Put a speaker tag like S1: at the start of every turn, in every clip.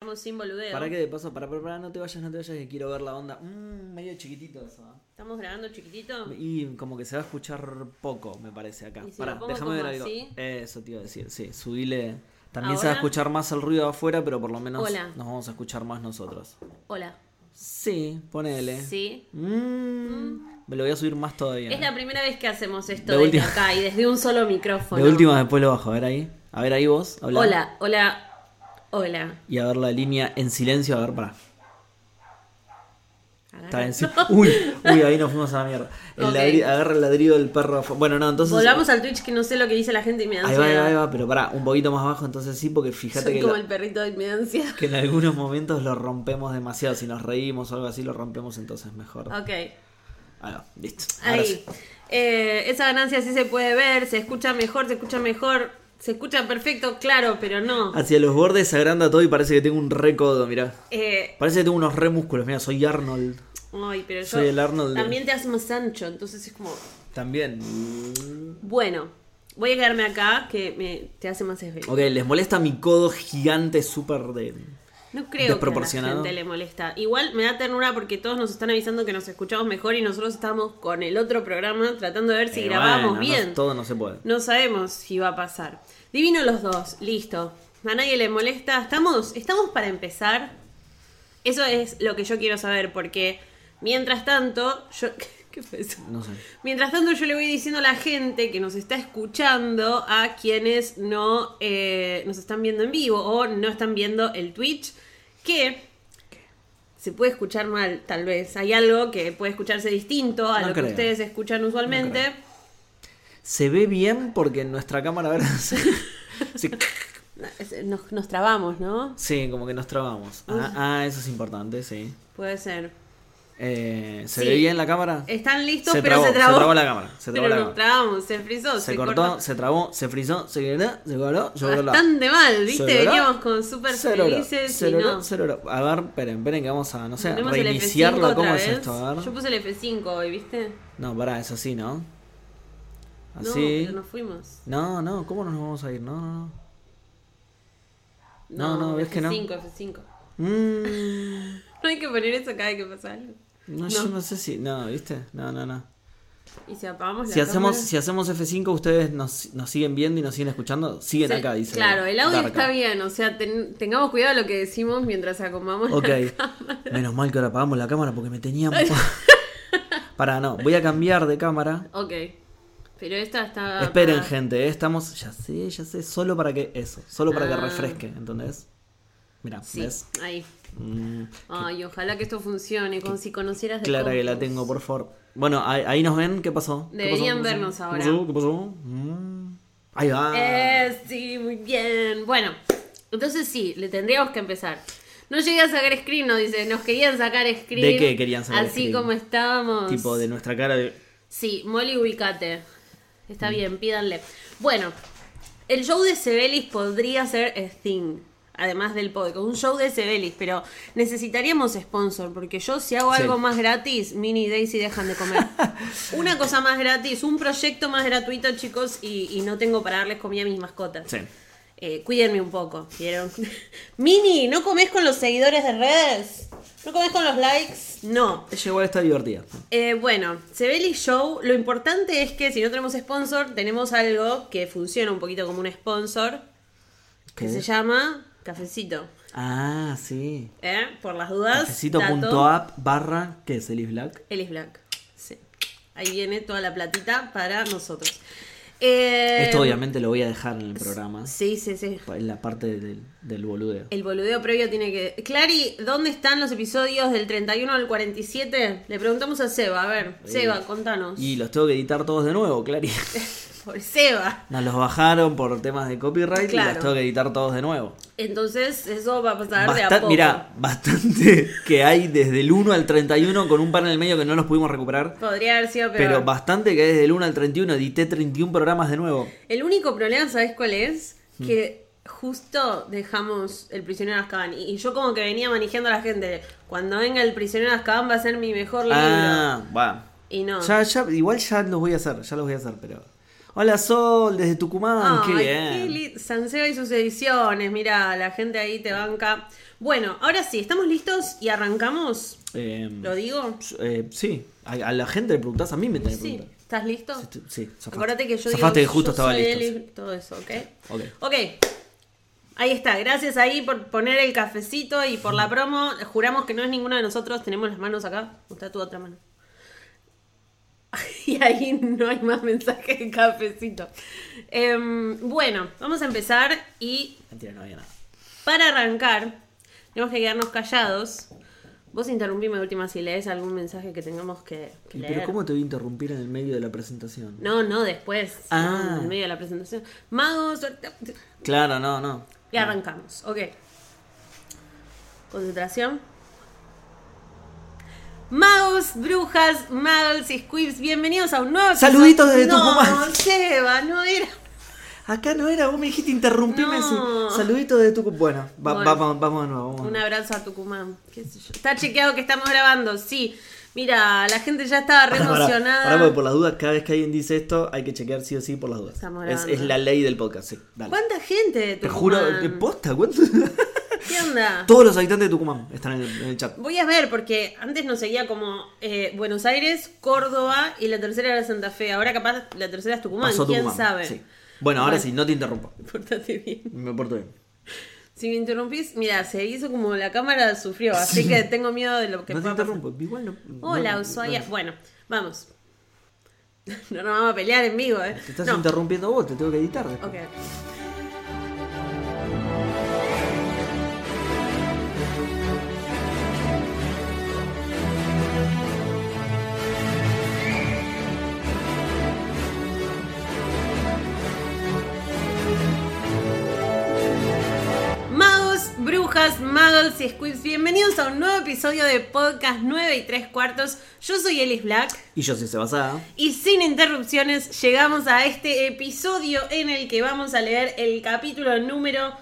S1: como sin boludeo.
S2: Para que de paso, para, para, para, no te vayas, no te vayas, que quiero ver la onda. Mmm, medio chiquitito eso. ¿ah?
S1: ¿Estamos grabando chiquitito?
S2: Y como que se va a escuchar poco, me parece acá.
S1: ¿Y si
S2: Pará,
S1: lo pongo
S2: déjame ver
S1: como
S2: algo.
S1: así?
S2: Eso te iba a decir, sí, subile. También se va a
S1: ¿Ahora?
S2: escuchar más el ruido de afuera, pero por lo menos
S1: Hola.
S2: nos vamos a escuchar más nosotros.
S1: Hola.
S2: Sí, ponele.
S1: Sí.
S2: Mm, me lo voy a subir más todavía.
S1: Es la primera vez que hacemos esto
S2: De
S1: desde
S2: última.
S1: acá y desde un solo micrófono.
S2: de última después lo bajo, a ver ahí. A ver ahí vos, habla.
S1: Hola, hola, hola.
S2: Y a ver la línea en silencio, a ver, para. Está en
S1: Agarra.
S2: silencio. Uy, uy, ahí nos fuimos a la mierda. El
S1: Ok.
S2: ladri- agarra el ladrido del perro. afu- Bueno, no, entonces.
S1: Volvamos al Twitch que no sé lo que dice la gente y me da
S2: Ahí va, ahí va, ahí
S1: ansiedad.
S2: va, pero pará, un poquito más abajo, entonces sí, porque fíjate
S1: Soy
S2: que,
S1: como
S2: lo-
S1: el perrito de mi ansiedad.
S2: que en algunos momentos lo rompemos demasiado. Si nos reímos o algo así, lo rompemos entonces mejor.
S1: Ok,
S2: Ahí va, listo. Ahora sí.
S1: ahí. Eh, esa ganancia sí se puede ver, se escucha mejor, se escucha mejor. Se escucha perfecto, claro, pero no.
S2: Hacia los bordes se agranda todo y parece que tengo un recodo, mirá.
S1: Eh,
S2: Parece que tengo unos re músculos, mirá, soy Arnold.
S1: Ay, pero yo.
S2: Soy el Arnold de-
S1: También te hace más ancho, entonces es como.
S2: También.
S1: Bueno, voy a quedarme acá que me, te hace más esbelto.
S2: Ok, les molesta mi codo gigante súper de.
S1: No creo que a la
S2: Desproporcionado.
S1: gente le molesta. Igual me da ternura porque todos nos están avisando que nos escuchamos mejor y nosotros estamos con el otro programa tratando de ver si
S2: Eh,
S1: grabamos
S2: bueno, no-
S1: bien.
S2: todo no se puede.
S1: No sabemos si va a pasar. Divino los dos, listo. A nadie le molesta. ¿Estamos, estamos para empezar? Eso es lo que yo quiero saber porque mientras tanto, yo... ¿Qué fue eso?
S2: No sé.
S1: Mientras tanto, yo le voy diciendo a la gente que nos está escuchando, a quienes no eh, nos están viendo en vivo o no están viendo el Twitch, que se puede escuchar mal, tal vez. Hay algo que puede escucharse distinto a
S2: No
S1: lo
S2: creo.
S1: que ustedes escuchan usualmente.
S2: Se ve bien porque en nuestra cámara, a ver. se- se-
S1: Es- eh, Nos, nos trabamos, ¿no?
S2: sí, como que nos trabamos. Ah, ah, eso es importante, sí.
S1: Puede ser.
S2: Eh, ¿Se
S1: Sí.
S2: ve bien la cámara?
S1: Están listos,
S2: Se
S1: pero
S2: trabó,
S1: se trabó.
S2: se trabó la cámara, se
S1: pero
S2: trabó la
S1: nos
S2: cámara.
S1: trabamos, se frizó, se,
S2: Se, cortó, se trabó, se frizó, se quedó, se coló, se coló.
S1: Bastante mal, ¿viste?
S2: Se coló.
S1: Veníamos con súper
S2: Se coló,
S1: felices
S2: se
S1: y
S2: coló,
S1: no.
S2: se coló. A ver, esperen, esperen que vamos a, no sé,
S1: Ponemos el F5
S2: reiniciarlo. ¿Cómo
S1: otra
S2: es
S1: vez.
S2: esto? A ver.
S1: Yo puse el F5 hoy, ¿viste?
S2: No, pará, es así, ¿no?
S1: No,
S2: Así.
S1: pero nos fuimos.
S2: No, no, ¿cómo nos vamos a ir? No, no, no. No, no, ves que no.
S1: F5, F5.
S2: Mm,
S1: No hay que poner eso cada vez que pasa algo.
S2: no, yo no sé si. No, ¿viste? No, no, no.
S1: Y si apagamos la
S2: Si hacemos,
S1: cámara-
S2: si hacemos F5, ¿ustedes nos, nos siguen viendo y nos siguen escuchando? Siguen
S1: Sí,
S2: acá, dice.
S1: Claro, el audio
S2: Darka.
S1: está bien, o sea, ten- tengamos cuidado lo que decimos mientras acomodamos. la
S2: Ok.
S1: cámara.
S2: Menos mal que ahora apagamos la cámara porque me tenían. Para, no. Voy a cambiar de cámara.
S1: Ok. Pero esta está.
S2: Esperen,
S1: apagada.
S2: gente, eh, estamos. Ya sé, ya sé. Solo para que. Eso. Solo para que
S1: Ah.
S2: refresque, ¿entendés? Mira,
S1: Sí,
S2: ¿ves?
S1: ahí.
S2: Mm,
S1: Ay, ojalá que esto funcione, con si conocieras de
S2: clara que la
S1: costos.
S2: tengo, por favor. Bueno, ahí, ahí nos ven. ¿Qué pasó? ¿Qué pasó?
S1: Deberían
S2: ¿Qué pasó?
S1: vernos ahora.
S2: ¿Qué pasó? ¿Qué pasó? Mm. Ahí va.
S1: Eh, sí, muy bien. Bueno, entonces sí, le tendríamos que empezar. No llegué a sacar screen, nos dice, nos querían sacar screen.
S2: ¿De qué querían sacar
S1: Así
S2: screen?
S1: como estábamos.
S2: Tipo de nuestra cara de.
S1: Sí, Molly, ubicate. Está bien, pídanle. Bueno, el show de Sebelis podría ser a thing, además del podcast. Un show de Sebelis, pero necesitaríamos sponsor, porque yo si hago
S2: Sí.
S1: algo más gratis, Mini y Daisy dejan de comer. Una cosa más gratis, un proyecto más gratuito, chicos, y, y no tengo para darles comida a mis mascotas.
S2: Sí.
S1: Eh, cuídenme un poco, ¿vieron? Mini, ¿no comes con los seguidores de redes? ¿No comes con los likes? No.
S2: Ella igual está divertida.
S1: Eh, bueno, Sebeli Show, lo importante es que si no tenemos sponsor, tenemos algo que funciona un poquito como un sponsor, que
S2: ¿Qué?
S1: se llama Cafecito.
S2: Ah, sí.
S1: ¿eh? Por las dudas, dato,
S2: Cafecito.app barra que es Elis Black.
S1: Él es Black. Sí. Ahí viene toda la platita para nosotros. Eh,
S2: Esto obviamente lo voy a dejar en el programa.
S1: Sí, sí, sí.
S2: En la parte del, del boludeo.
S1: El boludeo previo tiene que... Clary, ¿dónde están los episodios del 31 al 47? Le preguntamos a Seba, a ver. Seba, contanos.
S2: Eh, Y los tengo que editar todos de nuevo, Clary.
S1: Por Seba.
S2: Nos los bajaron por temas de copyright y
S1: Claro.
S2: los tengo que editar todos de nuevo.
S1: Entonces, eso va a pasar de a
S2: Bastan-
S1: poco.
S2: mirá, bastante que hay desde el 1 al 31 con un par en el medio que no los pudimos recuperar.
S1: Podría haber sido peor.
S2: Pero bastante que hay desde el 1 al 31. Edité 31 programas de nuevo.
S1: El único problema, ¿sabes cuál es?
S2: Mm.
S1: Que justo dejamos el prisionero de Azkaban. Y, y yo como que venía manejando a la gente. Cuando venga el prisionero de Azkaban va a ser mi mejor libro.
S2: Ah, va.
S1: Y no.
S2: Ya, ya, igual ya los voy a hacer, ya los voy a hacer, pero. Hola Sol, desde Tucumán, qué
S1: Ay,
S2: bien.
S1: qué li- San Seba y sus ediciones, mira, la gente ahí te banca. Bueno, ahora sí, ¿estamos listos y arrancamos?
S2: Em,
S1: ¿Lo digo?
S2: eh, sí, a, a la gente le preguntás, a mí me tenés que
S1: Sí,
S2: preguntar.
S1: ¿estás listo?
S2: Sí, tú- Sí, zafaste.
S1: Acuérdate que yo
S2: Zafaste
S1: digo,
S2: que justo
S1: yo
S2: estaba
S1: soy
S2: listo.
S1: el- todo eso, ¿ok?
S2: Ok.
S1: Ok, ahí está. Gracias ahí por poner el cafecito y por la promo. Juramos que no es ninguno de nosotros. Tenemos las manos acá. Está tu otra mano. Y ahí no hay más mensaje de cafecito. Em, bueno, vamos a empezar y
S2: Mentira, no había nada.
S1: para arrancar tenemos que quedarnos callados. Vos interrumpime de última si lees algún mensaje que tengamos que, que
S2: Y,
S1: leer.
S2: Pero ¿cómo te voy a interrumpir en el medio de la presentación?
S1: No, no, después.
S2: Ah.
S1: no, en medio de la presentación. Magos. suerte-
S2: Claro, no, no.
S1: Y arrancamos. Ok. Concentración. Magos, brujas, magos y squibs, bienvenidos a un nuevo
S2: Saluditos
S1: episodio-
S2: desde Tucumán.
S1: No, Seba, no era.
S2: Acá no era, vos me dijiste interrumpirme
S1: No.
S2: así. Saludito de Tucumán. Bueno, va-
S1: Bueno.
S2: Vamos, vamos de nuevo. Vamos.
S1: Un abrazo a Tucumán. qué sé yo. Está chequeado que estamos grabando, sí. Mira, la gente ya estaba re
S2: Pará, pará,
S1: emocionada.
S2: pará, porque por las dudas, cada vez que alguien dice esto, hay que chequear sí o sí por las dudas.
S1: Estamos
S2: Es,
S1: grabando.
S2: es la ley del podcast, sí. Dale.
S1: ¿Cuánta gente de
S2: Te
S1: Tucumán?
S2: juro, eh, posta, ¿cuánto?
S1: ¿Qué onda?
S2: Todos los habitantes de Tucumán están en el, en el chat.
S1: Voy a ver, porque antes nos seguía como eh, Buenos Aires, Córdoba y la tercera era Santa Fe. Ahora capaz la tercera es Tucumán,
S2: Pasó
S1: quién
S2: Tucumán.
S1: sabe.
S2: sí. Bueno, ahora sí, no te interrumpo.
S1: Pórtate bien.
S2: Me porto bien.
S1: Si me interrumpís, mira, se hizo como la cámara sufrió, así que tengo miedo de lo que
S2: no te
S1: pueda pasar.
S2: interrumpo. Igual no. no-
S1: Hola,
S2: no-
S1: Ushuaia. Bueno, vamos. No nos vamos a pelear en vivo, ¿eh?
S2: Te estás
S1: No.
S2: interrumpiendo vos, te tengo que editar. después.
S1: Ok. Magos, brujas, magos y squibs, bienvenidos a un nuevo episodio de Podcast 9 y 3 cuartos. Yo soy Elis Black.
S2: Y yo soy Sebasada.
S1: Y sin interrupciones llegamos a este episodio en el que vamos a leer el capítulo número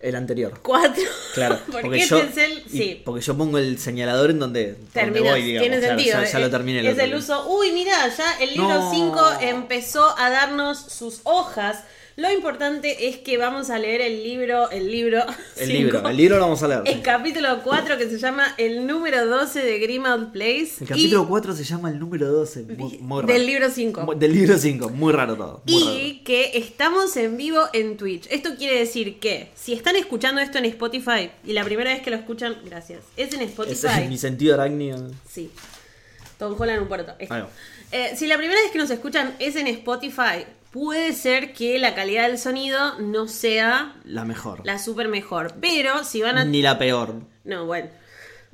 S2: El anterior.
S1: 4.
S2: Claro,
S1: porque,
S2: porque
S1: este
S2: yo,
S1: es el...
S2: y
S1: Sí,
S2: porque yo pongo el señalador en donde, donde
S1: terminás,
S2: voy, digamos.
S1: tiene
S2: Claro,
S1: sentido. eh,
S2: ya, ya lo terminé.
S1: Es
S2: otro.
S1: el uso... Uy, mirá, ya el libro
S2: No.
S1: 5 empezó a darnos sus hojas. Lo importante es que vamos a leer el libro, el libro...
S2: El
S1: cinco,
S2: libro, el libro lo vamos a leer.
S1: El capítulo 4 que se llama El número 12 de Grimald Place.
S2: El
S1: y
S2: capítulo 4 se llama el número 12. Muy, muy raro.
S1: Del libro 5.
S2: Mu- Del libro 5. Muy raro todo. muy
S1: Y que estamos en vivo en Twitch. Esto quiere decir que si están escuchando esto en Spotify y la primera vez que lo escuchan, gracias, es en
S2: raro.
S1: Spotify.
S2: Ese es mi sentido arácnido.
S1: Sí. Tom Holland un puerto. Este.
S2: Ahí va.
S1: Eh, si la primera vez que nos escuchan es en Spotify, puede ser que la calidad del sonido no sea
S2: La mejor.
S1: la super mejor. Pero si van a.
S2: Ni la peor.
S1: No, bueno.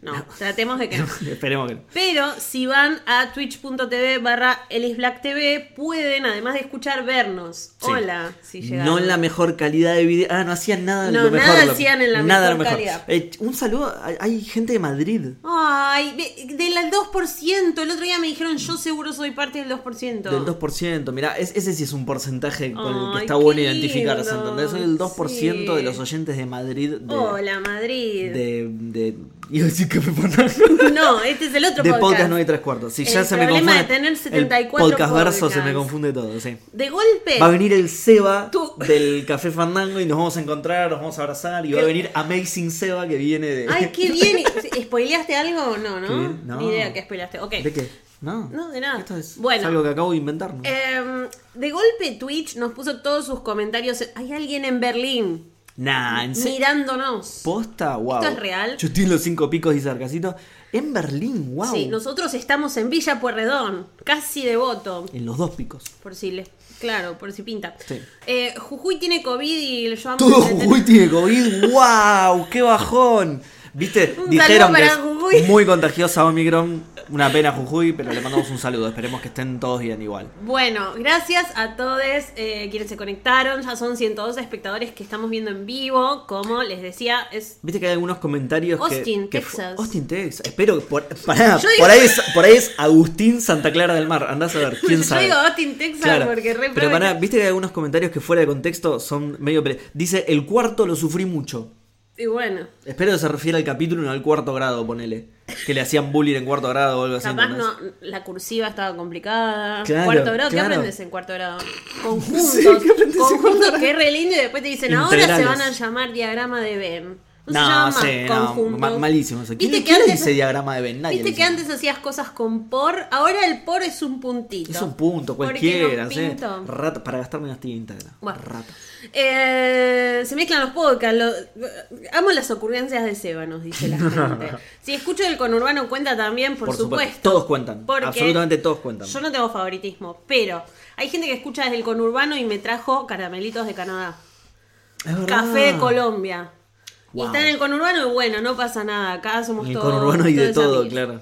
S1: no. tratemos de que no.
S2: Esperemos que no.
S1: Pero si van a twitch.tv barra elisblacktv, pueden, además de escuchar, vernos.
S2: Sí.
S1: Hola, si llegaron.
S2: no en la mejor calidad de video. Ah, no hacían nada de
S1: No,
S2: lo mejor.
S1: nada
S2: lo-
S1: hacían en la
S2: nada de lo
S1: mejor calidad.
S2: Eh, un saludo. Hay, hay gente de Madrid.
S1: Ay, ve- del 2%. El otro día me dijeron, yo seguro soy parte del 2%.
S2: Del 2%, mirá, es- ese sí es un porcentaje con el que
S1: Ay,
S2: está
S1: qué
S2: bueno identificarse,
S1: lindo.
S2: ¿entendés? Soy el 2% de
S1: Sí.
S2: los oyentes de Madrid de,
S1: Hola, Madrid.
S2: de, de- Iba a decir que me pongo-
S1: No, este es el otro
S2: De
S1: podcast.
S2: podcast 9 y 3 cuartos. Si
S1: El
S2: ya se me
S1: problema
S2: confunde.
S1: de tener
S2: el
S1: 74
S2: podcast verso se me
S1: podcasts.
S2: confunde todo, sí.
S1: De golpe.
S2: Va a venir el Seba
S1: Tú.
S2: del Café Fandango y nos vamos a encontrar, nos vamos a abrazar y va a venir Amazing Seba que viene de.
S1: Ay, qué bien. ¿Spoileaste algo? No,
S2: Qué
S1: ¿no?
S2: bien. No.
S1: Ni idea que spoileaste. Ok.
S2: ¿De qué? No.
S1: No, de nada.
S2: Esto es
S1: Bueno.
S2: algo que acabo de inventar. ¿no?
S1: Em, de golpe Twitch nos puso todos sus comentarios. Hay alguien en Berlín
S2: nah, en serio.
S1: mirándonos.
S2: Posta, wow.
S1: es real?
S2: Yo estoy en los cinco picos y sarcasito. En Berlín, wow.
S1: Sí, nosotros estamos en Villa Puerredón, casi devoto.
S2: En los dos picos.
S1: Por si les. Claro, por si pinta.
S2: Sí.
S1: Eh, Jujuy tiene COVID y yo amo
S2: Todo
S1: que-
S2: Jujuy tiene COVID, wow, qué bajón. Viste,
S1: Un
S2: dijeron
S1: saludo
S2: que
S1: para
S2: es
S1: Jujuy.
S2: muy contagiosa Omicron, una pena Jujuy, pero le mandamos un saludo, esperemos que estén todos bien igual.
S1: Bueno, gracias a todos eh, quienes se conectaron. Ya son 102 espectadores que estamos viendo en vivo. Como les decía, es.
S2: Viste que hay algunos comentarios que-
S1: Austin,
S2: que...
S1: Texas.
S2: Austin, Texas. Espero que por, pará,
S1: Yo digo-
S2: por, ahí es, por ahí es Agustín Santa Clara del Mar. Andás a ver, quién
S1: Yo
S2: sabe.
S1: digo Austin, Texas,
S2: Claro.
S1: porque re
S2: Pero
S1: probable-
S2: pará, viste que hay algunos comentarios que fuera de contexto son medio. pele- Dice: El cuarto lo sufrí mucho.
S1: Y bueno,
S2: Espero que se refiera al capítulo, no al cuarto grado, ponele. Que le hacían bullying en cuarto grado o algo así.
S1: capaz
S2: ¿entendés?
S1: no, la cursiva estaba complicada.
S2: Claro,
S1: cuarto grado, ¿qué
S2: claro.
S1: aprendes en cuarto grado? Conjuntos.
S2: Sí, ¿qué aprendes en cuarto
S1: conjuntos
S2: grado?
S1: que es re lindo y después te dicen, ahora se
S2: Integrales.
S1: van a llamar diagrama de Venn. No,
S2: No,
S1: se llaman más
S2: sí, no,
S1: conjuntos.
S2: ma- malísimo eso. ¿Quién,
S1: Viste que
S2: quién
S1: antes,
S2: dice diagrama de Venn? Nadie
S1: viste
S2: lo
S1: que
S2: dice.
S1: antes hacías cosas con por, ahora el por es un puntito.
S2: Es un punto
S1: Porque
S2: cualquiera,
S1: no
S2: ¿sí?
S1: pinto.
S2: Rata, para gastarme unas tintas. era.
S1: Bueno.
S2: Rata.
S1: Eh, se mezclan los podcasts. lo- eh, amo las ocurrencias de Seba, nos dice la gente. si escucho el conurbano cuenta también, por, supuesto.
S2: Todos cuentan.
S1: Porque
S2: Absolutamente todos cuentan.
S1: Yo no tengo favoritismo, pero hay gente que escucha desde el conurbano y me trajo caramelitos de Canadá.
S2: Es verdad.
S1: Café de Colombia. Y
S2: Wow.
S1: está en el conurbano y bueno, no pasa nada. Acá somos
S2: En el
S1: todos.
S2: conurbano y de
S1: todos
S2: todo,
S1: amigos.
S2: claro.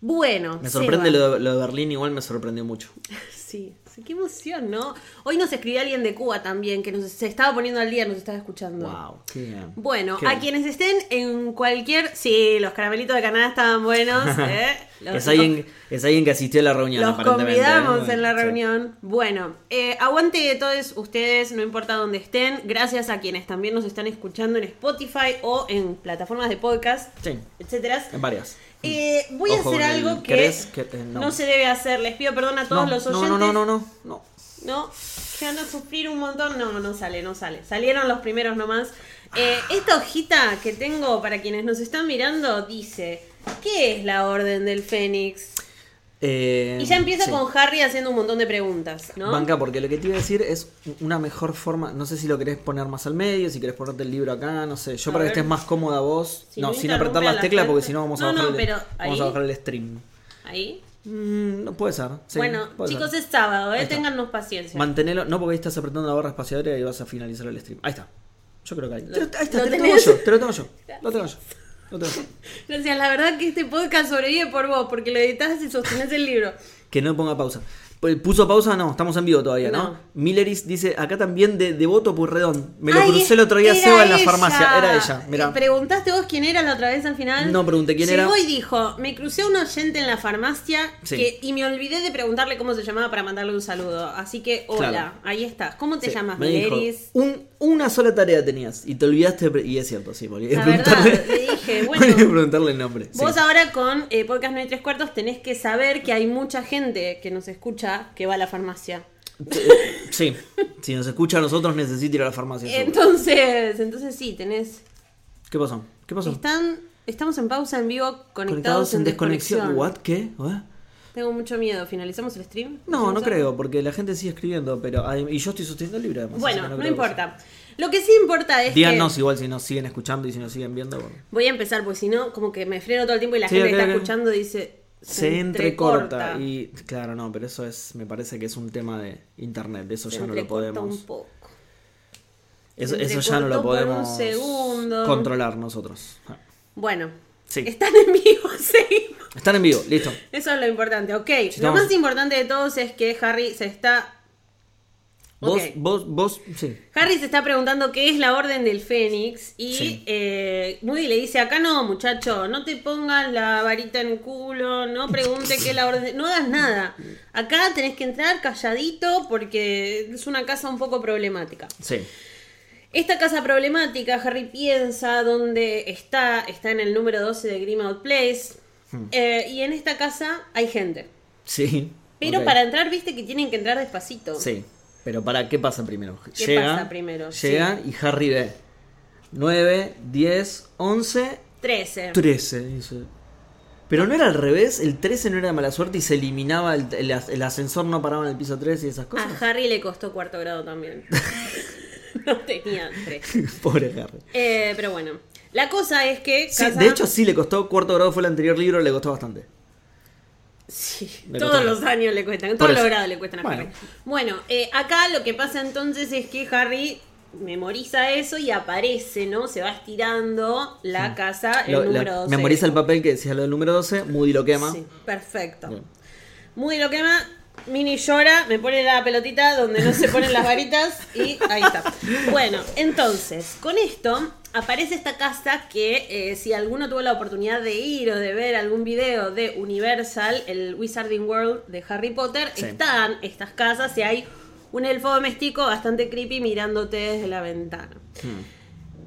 S1: Bueno.
S2: Me sorprende
S1: Seba.
S2: lo de, lo de Berlín, igual me sorprendió mucho.
S1: Sí, sí, qué emoción, ¿no? Hoy nos escribió alguien de Cuba también, que nos, se estaba poniendo al día, nos estaba escuchando.
S2: Wow. qué bien.
S1: Bueno,
S2: Qué
S1: a
S2: bien.
S1: quienes estén en cualquier. Sí, los caramelitos de Canadá estaban buenos. ¿eh? Los-
S2: es, alguien, es alguien que asistió a la reunión,
S1: los
S2: aparentemente. ¿eh?
S1: convidamos
S2: Bueno,
S1: en la
S2: sí.
S1: reunión. Bueno, eh, aguante de todos ustedes, no importa dónde estén. Gracias a quienes también nos están escuchando en Spotify o en plataformas de podcast,
S2: Sí,
S1: etcétera.
S2: en varias.
S1: Eh, voy a
S2: Em, Ojo
S1: hacer
S2: con el
S1: algo que,
S2: querés que- eh,
S1: no.
S2: no.
S1: se debe hacer. Les pido perdón a todos
S2: no,
S1: los oyentes.
S2: No, no, no, no, no.
S1: No, que van a sufrir un montón. No, no sale, no sale. Salieron los primeros nomás. Eh, esta hojita que tengo para quienes nos están mirando dice: ¿Qué es la Orden del Fénix?
S2: Eh,
S1: Y ya empieza
S2: sí.
S1: con Harry haciendo un montón de preguntas, ¿no?
S2: Banca, porque lo que te iba a decir es una mejor forma. No sé si lo querés poner más al medio, si querés ponerte el libro acá, no sé. Yo
S1: A
S2: para
S1: ver.
S2: que estés más cómoda vos.
S1: Si
S2: no,
S1: no
S2: sin apretar
S1: interrumpe a
S2: las
S1: la
S2: teclas, porque
S1: gente.
S2: si no vamos, a
S1: No,
S2: bajar
S1: no,
S2: el-
S1: pero
S2: vamos
S1: ahí-
S2: a bajar el stream.
S1: Ahí.
S2: Mm, no puede ser. sí,
S1: bueno,
S2: puede
S1: chicos,
S2: ser.
S1: es sábado,
S2: Ahí
S1: ¿eh?
S2: está.
S1: Téngannos paciencia.
S2: Mantenelo. No, porque ahí estás apretando la barra espaciadora y vas a finalizar el stream. Ahí está. Yo creo que ahí.
S1: Lo-
S2: Te lo- ahí está,
S1: lo
S2: te lo tengo
S1: tenés.
S2: yo. Te lo tengo yo. Lo tengo yo. Lo tengo yo.
S1: Gracias, la verdad que este podcast sobrevive por vos, porque lo editás y sostenés el libro.
S2: Que no ponga pausa. P- ¿Puso pausa? No, estamos en vivo todavía, ¿no?
S1: No.
S2: Milleris dice, acá también de Devoto Purredón. Me lo
S1: Ay,
S2: crucé el otro día
S1: era
S2: Seba en la
S1: ella.
S2: farmacia. Era ella,
S1: Eh,
S2: mirá.
S1: Preguntaste vos quién era la otra vez al final.
S2: No pregunté quién
S1: Llegó
S2: era.
S1: y dijo, me crucé a un oyente en la farmacia
S2: Sí.
S1: que- y me olvidé de preguntarle cómo se llamaba para mandarle un saludo. Así que, hola,
S2: Claro.
S1: ahí estás. ¿Cómo te
S2: Sí,
S1: llamas,
S2: me dijo,
S1: Mileris?
S2: un- una sola tarea tenías y te olvidaste de pre- y es cierto sí volví a
S1: La verdad,
S2: preguntarle-
S1: le dije,
S2: volví a
S1: bueno.
S2: preguntarle el nombre sí.
S1: Vos ahora con eh, Podcast 9 y 3 cuartos tenés que saber que hay mucha gente que nos escucha que va a la farmacia.
S2: Eh, sí si nos escucha a nosotros necesito ir a la farmacia seguro.
S1: Entonces, entonces sí, tenés...
S2: qué pasó qué pasó
S1: Están, estamos en pausa en vivo conectados,
S2: conectados en desconexión what qué ¿What?
S1: Tengo mucho miedo. ¿Finalizamos el stream?
S2: no no
S1: ¿Finalizamos?
S2: creo porque la gente sigue escribiendo pero hay- y yo estoy sosteniendo el libro además así
S1: Bueno,
S2: que
S1: no,
S2: creo que sea.
S1: importa. Lo que sí importa es
S2: díganos
S1: que...
S2: igual si nos siguen escuchando y si nos siguen viendo bueno.
S1: Voy a empezar, porque si no, como que me freno todo el tiempo y la
S2: Sí,
S1: gente
S2: ok,
S1: que está
S2: ok.
S1: escuchando dice...
S2: se entrecorta y claro no pero eso es me parece que es un tema de internet eso
S1: Se
S2: ya no lo
S1: entrecorta
S2: podemos
S1: un poco.
S2: Eso,
S1: Se
S2: eso ya no lo
S1: entrecortó por un
S2: podemos
S1: segundo.
S2: controlar nosotros. Ah.
S1: Bueno,
S2: Sí.
S1: están en vivo, seguimos.
S2: Están en vivo, listo.
S1: Eso es lo importante, ok. lo
S2: estamos-
S1: más importante de todos es que Harry se está...
S2: Vos,
S1: Ok.
S2: vos, vos, sí.
S1: Harry se está preguntando qué es la Orden del Fénix y
S2: Sí.
S1: eh, Moody le dice, acá no, muchacho, no te pongas la varita en el culo, no pregunte qué es la Orden, de- no das nada. Acá tenés que entrar calladito porque es una casa un poco problemática.
S2: Sí.
S1: Esta casa problemática, Harry piensa dónde está, está en el número 12 de Grimald Place
S2: Hmm.
S1: Eh, y en esta casa hay gente.
S2: Sí.
S1: Pero
S2: Ok.
S1: para entrar, viste que tienen que entrar despacito.
S2: Sí. Pero para, ¿qué pasa primero?
S1: ¿Qué pasa primero?
S2: Llegan y Harry ve. 9, 10, 11,
S1: 13.
S2: 13, dice. Pero no era al revés, el 13 no era de mala suerte y se eliminaba, el, el as- el ascensor no paraba en el piso 3 y esas cosas.
S1: A Harry le costó cuarto grado también. no tenía tres.
S2: Pobre Harry.
S1: Eh, pero bueno, la cosa es que.
S2: Sí,
S1: casa-
S2: de hecho, sí le costó, cuarto grado fue el anterior libro, le costó bastante.
S1: Sí,
S2: Me
S1: todos
S2: costó.
S1: los años le cuestan,
S2: Por
S1: todos
S2: eso.
S1: los grados le cuestan a
S2: Bueno.
S1: Harry. Bueno, eh, acá lo que pasa entonces es que Harry memoriza eso y aparece, ¿no? Se va estirando la casa, Ah, el
S2: Lo- la-
S1: número 12.
S2: memoriza el papel que decía lo del número 12, Moody lo quema.
S1: Sí, perfecto.
S2: Bien.
S1: Moody lo quema, Mini llora, me pone la pelotita donde no se ponen las varitas y ahí está. Bueno, entonces, con esto aparece esta casa que eh, si alguno tuvo la oportunidad de ir o de ver algún video de Universal, el Wizarding World de Harry Potter,
S2: Sí.
S1: están estas casas y hay un elfo doméstico bastante creepy mirándote desde la ventana.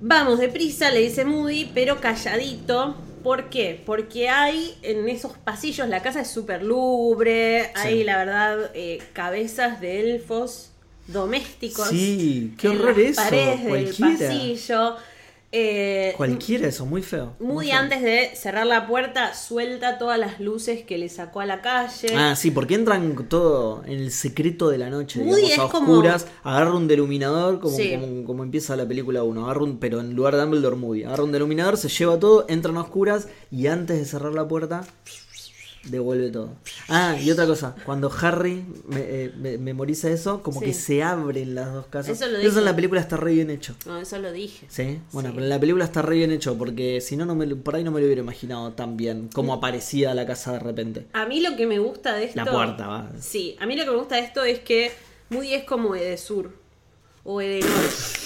S1: Vamos deprisa, le dice Moody, pero calladito. ¿Por qué? Porque hay en esos pasillos, la casa es súper lubre, hay la verdad eh, cabezas de elfos domésticos.
S2: Sí, qué
S1: en
S2: horror
S1: las
S2: eso.
S1: paredes
S2: Cualquiera.
S1: del pasillo. Eh,
S2: Cualquiera, eso, muy feo. muy
S1: Moody
S2: feo.
S1: antes de cerrar la puerta suelta todas las luces que le sacó a la calle.
S2: Ah, sí, porque entran todo en el secreto de la noche,
S1: Moody
S2: digamos, a
S1: es como-
S2: oscuras, agarra un deluminador, como,
S1: Sí.
S2: como, como empieza la película 1, agarra un, pero en lugar de Dumbledore Moody, agarra un deluminador, se lleva todo, entran a oscuras y antes de cerrar la puerta, devuelve todo. Ah, y otra cosa, cuando Harry me- eh, me- memoriza eso, como
S1: Sí.
S2: que se abren las dos casas.
S1: Eso lo
S2: en
S1: dije.
S2: la película está re bien hecho.
S1: No, eso lo dije.
S2: Sí, bueno,
S1: Sí.
S2: pero en la película está re bien hecho, porque si no, no me lo- por ahí no me lo hubiera imaginado tan bien, como aparecía la casa de repente.
S1: A mí lo que me gusta de esto.
S2: La puerta, va.
S1: Sí, a mí lo que me gusta de esto es que Moody es como Edesur o Edenor.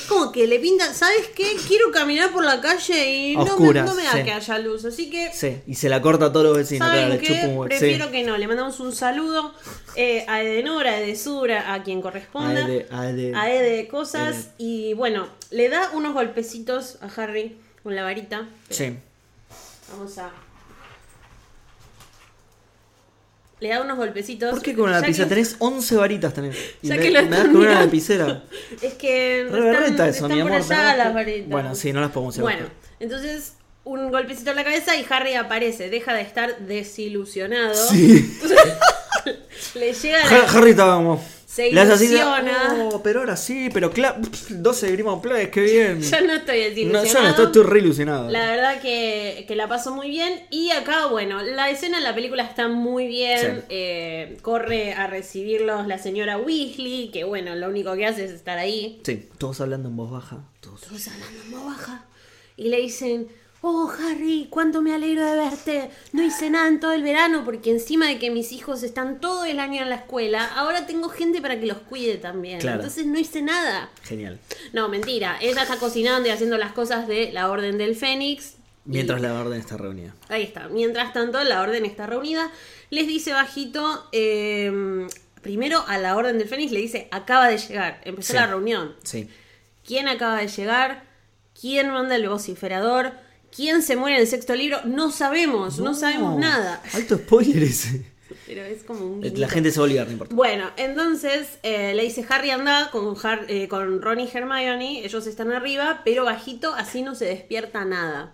S1: Como que le pintan, ¿sabes qué? Quiero caminar por la calle y no,
S2: Oscuras,
S1: me, no me da
S2: sí.
S1: que haya luz. Así que,
S2: Sí, y se la corta a todos los vecinos,
S1: ¿saben
S2: claro, le chupa
S1: qué?
S2: un huevo.
S1: Prefiero
S2: sí.
S1: que no. Le mandamos un saludo eh, a Edenor, a Edesur, a, a quien corresponda.
S2: A Ede- a Ede.
S1: a Ede cosas. Y bueno, le da unos golpecitos a Harry con la varita.
S2: Sí.
S1: Vamos a. Le da unos golpecitos.
S2: ¿Por qué con una
S1: Ya
S2: lapicera?
S1: que-
S2: Tenés 11 varitas tenés. Y
S1: Ya
S2: me,
S1: que lo
S2: me das
S1: están
S2: con una
S1: mirando.
S2: lapicera.
S1: Es que.
S2: Re berreta eso,
S1: están
S2: mi
S1: por
S2: amor,
S1: allá
S2: ¿verdad?
S1: las varitas.
S2: Bueno, sí, no las podemos hacer
S1: Bueno,
S2: buscar.
S1: entonces un golpecito en la cabeza y Harry aparece. Deja de estar desilusionado.
S2: Sí.
S1: Le llega la-
S2: Ja- Harry estaba como.
S1: Se
S2: le hace así,
S1: ilusiona.
S2: "Oh, pero ahora sí, pero claro. 12 de Grima Plays, qué bien.
S1: Yo no estoy
S2: No,
S1: desilusionado.
S2: yo no estoy, estoy re ilusionado.
S1: La verdad que, que la pasó muy bien. Y acá, bueno, la escena en la película está muy bien.
S2: Sí.
S1: Eh, corre a recibirlos la señora Weasley, que bueno, lo único que hace es estar ahí.
S2: Sí, todos hablando en voz baja. Todos.
S1: Todos hablando en voz baja. Y le dicen, oh Harry, cuánto me alegro de verte. No hice nada en todo el verano porque encima de que mis hijos están todo el año en la escuela, ahora tengo gente para que los cuide también.
S2: Claro.
S1: Entonces no hice nada.
S2: Genial.
S1: No, mentira. Ella está cocinando y haciendo las cosas de la Orden del Fénix.
S2: Mientras la orden está reunida.
S1: Ahí está. Mientras tanto, la orden está reunida. Les dice bajito, eh, primero a la orden del Fénix le dice, acaba de llegar, empezó
S2: Sí.
S1: la reunión.
S2: Sí.
S1: ¿Quién acaba de llegar? ¿Quién manda el vociferador? ¿Quién se muere en el sexto libro? No sabemos, no, sabemos nada.
S2: Alto spoiler ese.
S1: Pero es como un...
S2: La
S1: guiñito.
S2: gente se va a olvidar, no importa.
S1: Bueno, entonces eh, le dice Harry anda con, Har- eh, con Ron y Hermione, ellos están arriba, pero bajito, así no se despierta nada.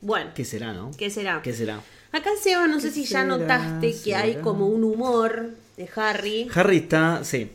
S1: Bueno,
S2: ¿Qué será, no?
S1: ¿qué será?
S2: ¿Qué será?
S1: Acá, Seba, no sé si ya
S2: será?
S1: notaste que hay
S2: ¿Será?
S1: como un humor de Harry.
S2: Harry está, sí.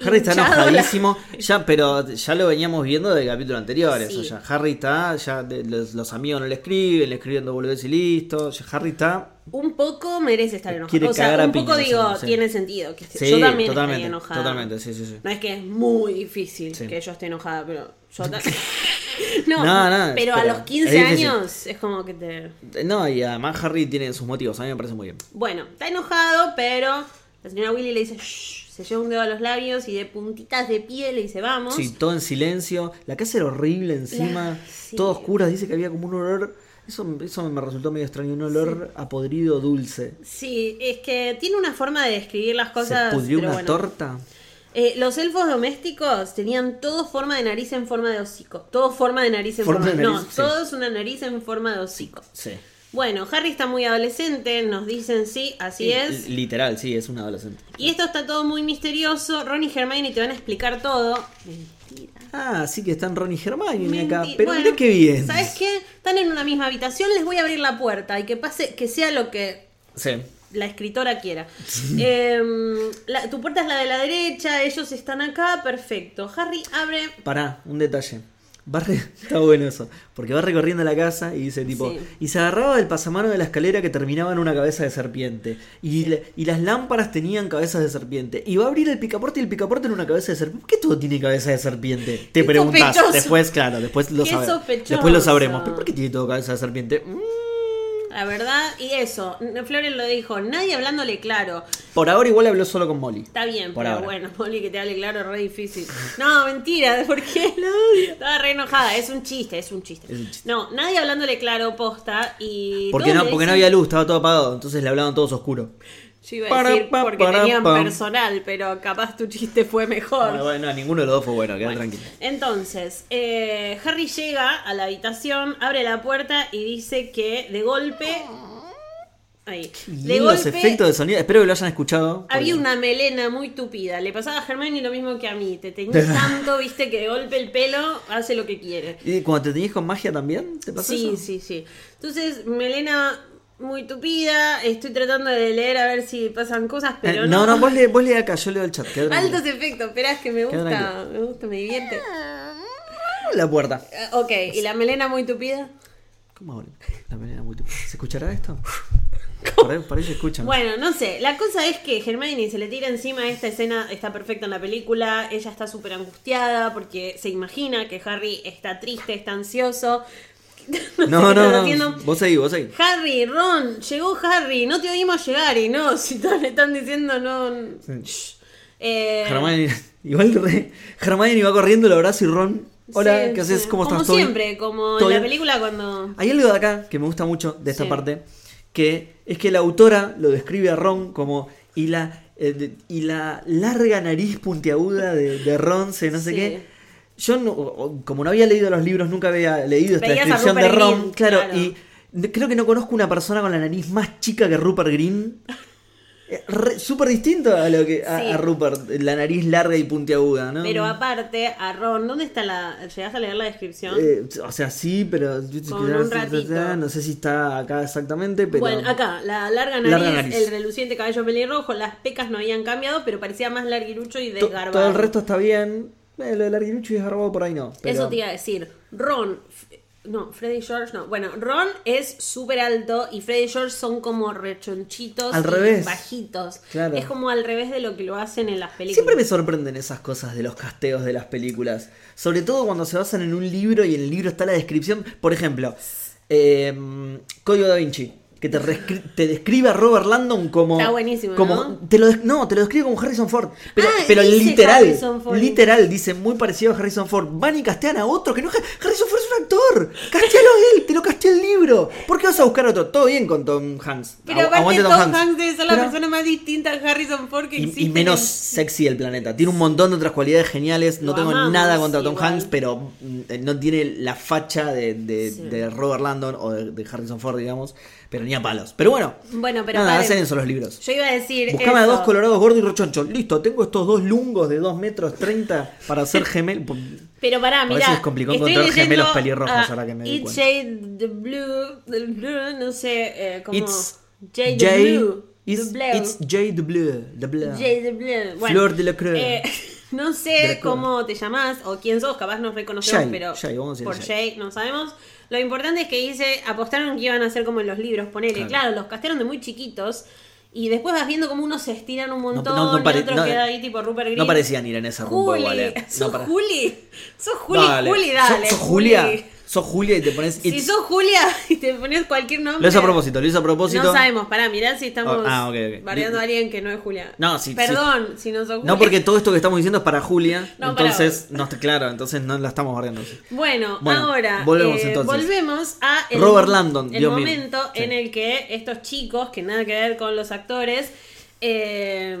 S2: Harry está
S1: Hinchado la-
S2: enojadísimo, ya, pero ya lo veníamos viendo del capítulo anterior, eso
S1: Sí.
S2: ya. Harry está, ya de- los, los amigos no le escriben, le escriben dos boludeces y listo. Ya Harry está,
S1: Un poco merece estar enojado.
S2: Quiere
S1: o sea,
S2: cagar a
S1: un poco
S2: piñas,
S1: digo,
S2: sí.
S1: tiene sentido. Que
S2: sí,
S1: yo también
S2: totalmente,
S1: estoy enojada.
S2: totalmente, sí, sí, sí.
S1: No es que es muy difícil
S2: Sí.
S1: que yo esté enojada, pero yo ta- no,
S2: No, no,
S1: pero a
S2: pero
S1: los
S2: es
S1: 15
S2: difícil.
S1: años es como que te...
S2: No, y además Harry tiene sus motivos, a mí me parece muy bien.
S1: Bueno, está enojado, pero la señora Willy le dice, "Shh", se lleva un dedo a los labios y de puntitas de pie le dice, vamos.
S2: Sí, todo en silencio, la casa era horrible encima,
S1: La- sí.
S2: todo oscura, dice que había como un olor, eso, eso me resultó medio extraño, un olor a podrido dulce.
S1: Sí, es que tiene una forma de describir las cosas.
S2: ¿Se pudrió
S1: pero
S2: una
S1: bueno.
S2: torta?
S1: Eh, los elfos domésticos tenían todo forma de nariz en forma de hocico. Todo forma de nariz en
S2: Forma
S1: forma,
S2: de
S1: No,
S2: nariz, sí.
S1: todo es una nariz en forma de hocico.
S2: Sí.
S1: Bueno, Harry está muy adolescente, nos dicen sí, así es.
S2: L- Literal, sí, es un adolescente.
S1: Y esto está todo muy misterioso. Ron y Hermione te van a explicar todo. Mentira.
S2: Ah, sí que están Ron y Hermione acá.
S1: Menti-
S2: Pero
S1: bueno,
S2: mirá qué bien.
S1: ¿Sabes qué? Están en una misma habitación, les voy a abrir la puerta y que pase, que sea lo que
S2: Sí.
S1: la escritora quiera. Em, la- tu puerta es la de la derecha, ellos están acá, perfecto. Harry abre.
S2: Pará, un detalle. Va re- Está bueno eso. Porque va recorriendo la casa y dice tipo.
S1: Sí.
S2: Y se agarraba del pasamano de la escalera que terminaba en una cabeza de serpiente. Y, la- y las lámparas tenían cabezas de serpiente. Y va a abrir el picaporte y el picaporte en una cabeza de serpiente. ¿Por qué todo tiene cabeza de serpiente? Te
S1: Qué
S2: preguntas.
S1: sospechoso.
S2: Después, claro, después lo
S1: Qué
S2: sabremos.
S1: sospechoso.
S2: Después lo sabremos. ¿Pero por qué tiene todo cabeza de serpiente? Mm,
S1: La verdad, y eso, N- Flores lo dijo, nadie hablándole claro.
S2: Por ahora igual habló solo con Molly.
S1: Está bien,
S2: Por
S1: pero
S2: ahora.
S1: bueno, Molly que te hable claro es re difícil. No, mentira, porque estaba re enojada, es un chiste, es un chiste.
S2: Es un chiste.
S1: No, nadie hablándole claro posta y.
S2: Porque
S1: todos
S2: no,
S1: le
S2: porque no
S1: dicen-
S2: había luz, estaba todo apagado, entonces le hablaban todos oscuro.
S1: Yo iba a
S2: Para,
S1: decir
S2: pa,
S1: porque
S2: para,
S1: tenían
S2: pam.
S1: personal, pero capaz tu chiste fue
S2: Bueno,
S1: mejor.
S2: bueno, ninguno de los dos fue bueno, queda tranquilo.
S1: Entonces, eh, Harry llega a la habitación, abre la puerta y dice que de golpe. Ahí.
S2: Y
S1: De
S2: los
S1: golpe
S2: efectos de sonido, espero que lo hayan escuchado.
S1: había
S2: porque-
S1: una melena muy tupida. Le pasaba a Germán y lo mismo que a mí. Te tenías tanto, viste, que de golpe el pelo hace lo que quiere.
S2: ¿Y cuando te tenías con magia también? ¿Te pasó
S1: Sí,
S2: eso?
S1: sí, sí. Entonces, melena muy tupida. Estoy tratando de leer a ver si pasan cosas,
S2: Eh,
S1: pero
S2: no, no, vos le, vos le acá, yo leo el chat. queda tranquilo.
S1: Altos efectos, esperá, es que me
S2: Queda
S1: gusta,
S2: tranquilo.
S1: me gusta, me divierte.
S2: La puerta.
S1: Ah, Ok, ¿y la melena muy tupida?
S2: ¿Cómo hablo? La melena muy tup- ¿Se escuchará esto? Por ahí, por ahí se escuchan.
S1: Bueno, no sé, la cosa es que Hermione se le tira encima esta escena, está perfecta en la película, ella está súper angustiada porque se imagina que Harry está triste, está ansioso.
S2: no,
S1: sé qué
S2: no,
S1: estás
S2: no.
S1: haciendo.
S2: Vos seguís, vos seguís.
S1: Harry, Ron, llegó Harry, no te oímos llegar y no, si todos le están diciendo no... Shh. Eh,
S2: Hermione, igual re, Hermione iba corriendo, el abrazo y Ron. Hola,
S1: sí,
S2: ¿qué haces?
S1: sí.
S2: ¿Cómo estás?
S1: Como
S2: ¿Todo bien?
S1: siempre, como
S2: ¿Todo
S1: en la
S2: bien?
S1: película cuando...
S2: Hay algo de acá que me gusta mucho de esta
S1: Sí.
S2: parte, que es que la autora lo describe a Ron como y la, eh, de- y la larga nariz puntiaguda de, de Ron, se no sé
S1: Sí.
S2: qué. Yo, no- o- o- como no había leído los libros, nunca había leído esta
S1: Veías a
S2: descripción de
S1: Rupert
S2: Ron.
S1: Grint,
S2: claro,
S1: claro.
S2: y n- creo que no conozco una persona con la nariz más chica que Rupert Green. Eh, Súper distinto a lo que a,
S1: Sí.
S2: a Rupert, la nariz larga y puntiaguda, ¿no?
S1: Pero aparte, a Ron, ¿dónde está la... ¿Llegaste a leer la descripción?
S2: Eh, o sea, sí, pero
S1: Con un ratito.
S2: no sé si está acá exactamente, pero
S1: Bueno, acá, la larga nariz,
S2: Larga nariz.
S1: el reluciente cabello pelirrojo, las pecas no habían cambiado, pero parecía más larguirucho y
S2: to-
S1: desgarbado.
S2: todo el resto está bien. Eh, lo del arguirucho y desgarbado por ahí no. pero-
S1: Eso te iba a decir. Ron, F- no, Freddy George no. Bueno, Ron es súper alto y Freddy George son como rechonchitos
S2: Al
S1: y
S2: revés.
S1: bajitos.
S2: Claro.
S1: Es como al revés de lo que lo hacen en las películas.
S2: Siempre me sorprenden esas cosas de los casteos de las películas. Sobre todo cuando se basan en un libro y en el libro está la descripción. Por ejemplo, eh, Código da Vinci. Que te, rescri- te describe a Robert Landon como.
S1: Está buenísimo,
S2: como
S1: ¿no?
S2: Te lo, des- no, te lo describe como Harrison Ford. Pero,
S1: Ah,
S2: pero
S1: dice
S2: literal.
S1: Harrison Ford.
S2: Literal, dice muy parecido a Harrison Ford. Van y castean a otro que no. es Har- Harrison Ford es un actor. Castealo a él, te lo castea el libro. ¿Por qué vas a buscar otro? Todo bien con Tom Hanks.
S1: Pero
S2: Agu-
S1: aparte
S2: aguante
S1: Tom Hanks debe ser la
S2: Pero-
S1: persona más distinta a Harrison Ford que
S2: y-
S1: existe.
S2: y,
S1: en
S2: menos
S1: el-
S2: sexy del planeta. Tiene un montón de otras cualidades geniales. No
S1: Lo
S2: tengo
S1: amamos,
S2: nada contra Tom
S1: igual.
S2: Hanks, pero mm, eh, no tiene la facha de, de-
S1: Sí.
S2: de Robert Landon o de, de Harrison Ford, digamos. Pero ni a palos. Pero bueno,
S1: Bueno, pero
S2: nada,
S1: paren.
S2: hacen eso los libros.
S1: Yo iba a decir
S2: Buscame a
S1: eso.
S2: dos colorados gordos y rochonchos. Listo, tengo estos dos lungos de 2 metros 30 para hacer gemelos.
S1: Pero pará,
S2: Por
S1: mira.
S2: eso es complicado encontrar gemelos pelirrojos, ahora que me di
S1: It's
S2: cuenta.
S1: Jade E the Blue, the Blue, no sé eh, cómo.
S2: It's
S1: Jade the
S2: Jay.
S1: Blue.
S2: It's,
S1: the Blue.
S2: it's Jay the Blue. The Blue.
S1: Jade the Blue. Bueno,
S2: Flor de la Cruz.
S1: eh, no
S2: De la
S1: sé
S2: Cruz.
S1: cómo te llamás o quién sos, capaz nos reconocemos,
S2: Jay,
S1: pero
S2: Jay, vamos a decir
S1: por
S2: Jay.
S1: Jay no sabemos. Lo importante es que hice, apostaron que iban a ser como en los libros, ponele.
S2: Claro.
S1: Claro, los castearon de muy chiquitos. Y después vas viendo como unos se estiran un montón
S2: no, no pare-
S1: y otro
S2: no-
S1: queda ahí tipo Rupert Grint.
S2: No parecían ir en esa rumba
S1: Juli,
S2: igual. eh. No
S1: sos
S2: pare-
S1: Juli, sos Juli,
S2: Dale.
S1: Juli, dale.
S2: ¿Sos, sos Julia?
S1: Juli.
S2: ¿Sos Julia y te pones
S1: Si
S2: it's-
S1: sos Julia y te pones cualquier nombre.
S2: Lo hice a propósito, lo hice a propósito.
S1: No sabemos, pará, mirá si estamos
S2: Oh, ah, ok, ok.
S1: bardeando a alguien que no es Julia.
S2: No, sí,
S1: Perdón, si no sos Julia.
S2: No, porque todo esto que estamos diciendo es para Julia.
S1: No, para
S2: entonces, no está claro, entonces no la estamos barriendo.
S1: Bueno,
S2: Bueno,
S1: ahora
S2: volvemos
S1: eh,
S2: entonces.
S1: volvemos a
S2: Robert Landon,
S1: el
S2: Dios mío.
S1: momento
S2: Sí.
S1: en el que estos chicos, que nada que ver con los actores, eh,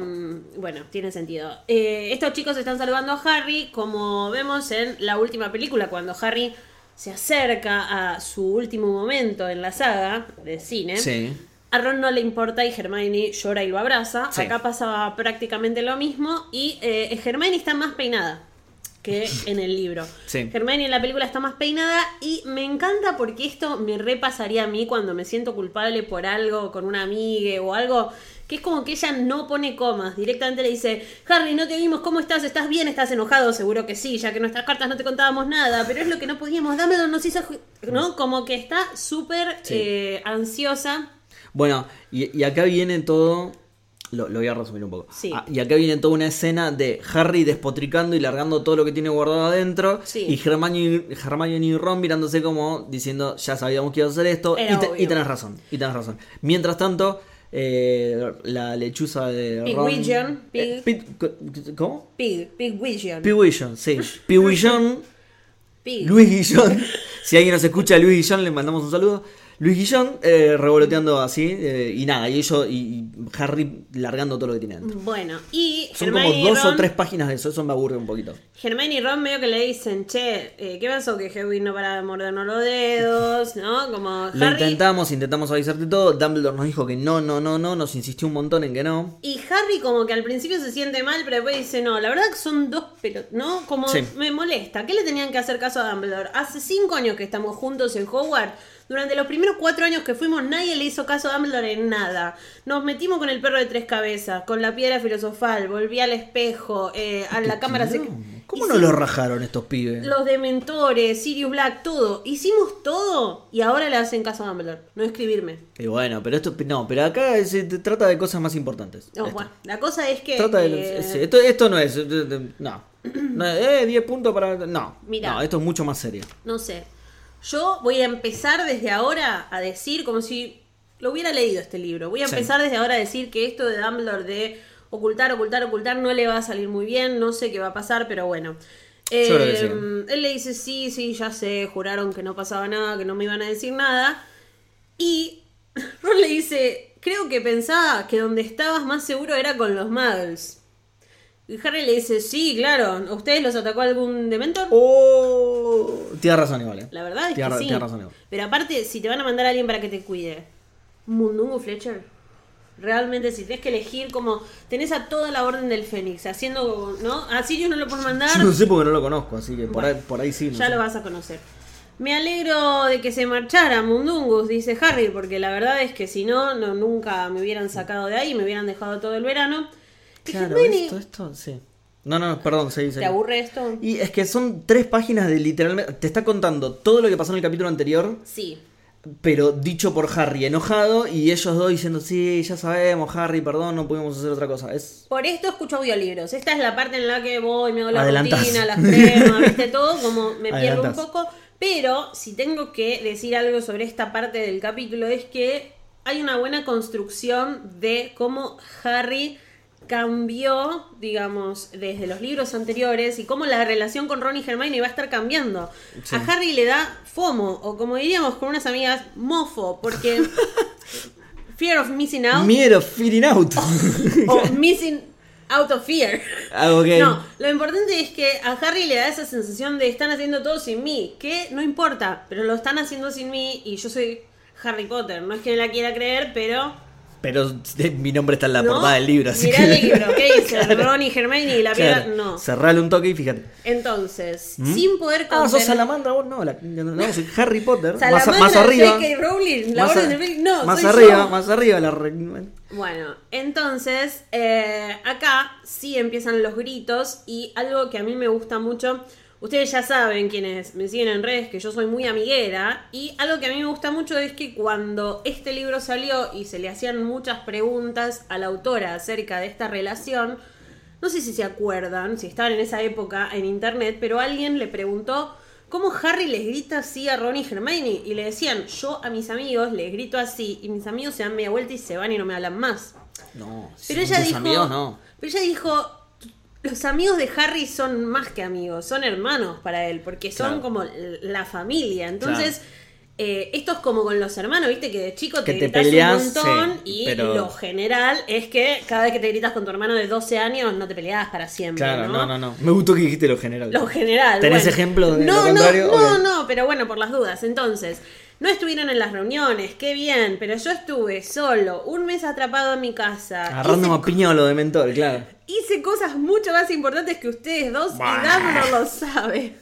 S1: bueno, tiene sentido. Eh, estos chicos están saludando a Harry, como vemos en la última película, cuando Harry se acerca a su último momento en la saga de cine.
S2: Sí.
S1: A Ron no le importa y Hermione llora y lo abraza.
S2: Sí.
S1: Acá pasaba prácticamente lo mismo y eh, Hermione está más peinada que en el libro.
S2: Sí.
S1: Hermione en la película está más peinada y me encanta porque esto me repasaría a mí cuando me siento culpable por algo con una amiga o algo que es como que ella no pone comas, directamente le dice, Harry, no te vimos, ¿cómo estás? ¿Estás bien? ¿Estás enojado? Seguro que sí, ya que nuestras cartas no te contábamos nada, pero es lo que no podíamos, dámelo, nos hizo... ju-". ¿No? Como que está súper
S2: Mm. Sí.
S1: eh, ansiosa.
S2: Bueno, y, y acá viene todo. Lo, lo voy a resumir un poco.
S1: Sí.
S2: Ah, y acá viene toda una escena de Harry despotricando y largando todo lo que tiene guardado adentro.
S1: Sí.
S2: Y Hermione, Hermione y Ron mirándose como diciendo, ya sabíamos que iba a hacer esto.
S1: Era
S2: Y, te-
S1: obvio.
S2: y tenés razón, y tenés razón. Mientras tanto, eh, la lechuza de
S1: Pigwidgeon,
S2: Ron...
S1: pig-
S2: Eh, pit- ¿Cómo?
S1: Pig, Pig Vision.
S2: Pigwillon, sí. Pigwillon
S1: Pig.
S2: Luis Guillón. Si alguien nos escucha, Luis Guillón, le mandamos un saludo. Luis Guillón eh, revoloteando así eh, y nada, y ellos y, y Harry largando todo lo que tiene dentro.
S1: Bueno, y
S2: Son
S1: Hermione
S2: como
S1: y
S2: dos
S1: Ron-
S2: o tres páginas de eso, eso me aburre un poquito.
S1: Germán y Ron medio que le dicen, che, eh, ¿qué pasó? Que Hedwig no para de mordernos los dedos, ¿no? Como
S2: Lo
S1: Harry...
S2: intentamos, intentamos avisarte todo. Dumbledore nos dijo que no, no, no, no, nos insistió un montón en que no.
S1: Y Harry como que al principio se siente mal, pero después dice, no, la verdad que son dos pero ¿no? Como
S2: Sí.
S1: me molesta. ¿Qué le tenían que hacer caso a Dumbledore? Hace cinco años que estamos juntos en Hogwarts. Durante los primeros cuatro años que fuimos, nadie le hizo caso a Dumbledore en nada. Nos metimos con el perro de tres cabezas, con la piedra filosofal, volví al espejo, eh, a la cámara... sec-
S2: ¿Cómo
S1: Y
S2: no
S1: sí,
S2: lo rajaron estos pibes?
S1: Los dementores, Sirius Black, todo. Hicimos todo y ahora le hacen caso a Dumbledore. No escribirme.
S2: Y bueno, pero esto, no, pero acá se t- trata de cosas más importantes.
S1: No,
S2: Esto.
S1: bueno, la cosa es que...
S2: Trata de-
S1: eh,
S2: sí, esto, esto no es, eh, eh, no. No, eh, 10 puntos para, no,
S1: Mirá.
S2: no, esto es mucho más serio.
S1: no sé. Yo voy a empezar desde ahora a decir, como si lo hubiera leído este libro, voy a
S2: Sí.
S1: empezar desde ahora a decir que esto de Dumbledore de ocultar, ocultar, ocultar no le va a salir muy bien, no sé qué va a pasar, pero bueno. Eh,
S2: Yo creo que sí.
S1: Él le dice, sí, sí, ya sé, juraron que no pasaba nada, que no me iban a decir nada. Y Ron le dice, creo que pensaba que donde estabas más seguro era con los muggles. Y Harry le dice, sí, claro, ¿a ustedes los atacó algún dementor?
S2: Oh, tienes razón igual. eh.
S1: La verdad es
S2: Tienes ra-
S1: que sí.
S2: tienes razón igual.
S1: Pero aparte, si te van a mandar a alguien para que te cuide, Mundungo Fletcher. Realmente, si tienes que elegir, como tenés a toda la orden del Fénix, haciendo, ¿no? A Sirius no lo puedes mandar,
S2: Yo no sé porque no lo conozco, así que por, ahí, por ahí sí. no
S1: ya
S2: sé.
S1: lo vas a conocer. Me alegro de que se marchara Mundungus, dice Harry, porque la verdad es que si no, no nunca me hubieran sacado de ahí, me hubieran dejado todo el verano. Y
S2: Claro,
S1: Hermione,
S2: esto, esto, sí. No, no, no, perdón, seguí,
S1: ¿Te
S2: seguí.
S1: aburre esto?
S2: Y es que son tres páginas de literalmente. Te está contando todo lo que pasó en el capítulo anterior,
S1: Sí.
S2: pero dicho por Harry enojado y ellos dos diciendo: Sí, ya sabemos, Harry, perdón, no pudimos hacer otra cosa. Es.
S1: Por esto escucho audiolibros. Esta es la parte en la que voy, me hago la
S2: Adelantás.
S1: rutina, las cremas, viste todo, como me pierdo un
S2: Adelantás.
S1: poco. Pero si tengo que decir algo sobre esta parte del capítulo es que hay una buena construcción de cómo Harry cambió, digamos, desde los libros anteriores y cómo la relación con Ron y Hermione va a estar cambiando.
S2: Sí.
S1: A Harry le da FOMO, o como diríamos con unas amigas, mofo, porque Fear of Missing Out
S2: Miedo, feeling out.
S1: o missing out of fear.
S2: ah, ok.
S1: No, lo importante es que a Harry le da esa sensación de están haciendo todo sin mí, que no importa, pero lo están haciendo sin mí y yo soy Harry Potter. No es que la quiera creer, pero...
S2: Pero eh, mi nombre está en la
S1: ¿no?
S2: portada del libro, así
S1: Mirá
S2: que.
S1: el libro, ¿qué dice? Ron y Hermione y la piedra...
S2: Claro,
S1: No.
S2: Cerrale un toque y fíjate.
S1: Entonces, sin poder
S2: Ah, sos
S1: contener-
S2: salamandra vos, no, la- no, soy Harry Potter. Más,
S1: Salamandra,
S2: más arriba.
S1: J.K. Rowling, la
S2: más
S1: orden
S2: a-
S1: de Fénix. No,
S2: más
S1: soy
S2: arriba,
S1: yo.
S2: más arriba la re-
S1: Bueno, entonces eh, acá sí empiezan los gritos y algo que a mí me gusta mucho, ustedes ya saben quienes me siguen en redes que yo soy muy amiguera y algo que a mí me gusta mucho es que cuando este libro salió y se le hacían muchas preguntas a la autora acerca de esta relación, no sé si se acuerdan, si estaban en esa época en internet, pero alguien le preguntó cómo Harry les grita así a Ron y Hermione. Y le decían, yo a mis amigos les grito así, y mis amigos se dan media vuelta y se van y no me hablan más.
S2: No, si
S1: Pero
S2: son
S1: ella
S2: tus
S1: dijo.
S2: amigos, no.
S1: Pero ella dijo. Los amigos de Harry son más que amigos, son hermanos para él, porque son
S2: Claro.
S1: como l- la familia. Entonces, eh, esto es como con los hermanos, viste, que de chico te,
S2: Que te
S1: gritas
S2: peleás,
S1: un montón
S2: sí,
S1: y
S2: pero-
S1: lo general es que cada vez que te gritas con tu hermano de 12 años no te peleás para siempre.
S2: Claro, no, no, no. Me gustó que dijiste lo general.
S1: Lo general.
S2: ¿Tenés
S1: bueno.
S2: ejemplos de
S1: no,
S2: lo contrario?
S1: No, no,
S2: Ok.
S1: no, pero bueno, por las dudas. Entonces, no estuvieron en las reuniones, qué bien, pero yo estuve solo, un mes atrapado en mi casa.
S2: Agarrándome a piña a lo de mentor, claro.
S1: Hice cosas mucho más importantes que ustedes dos
S2: Bah.
S1: y Dumbledore lo sabe.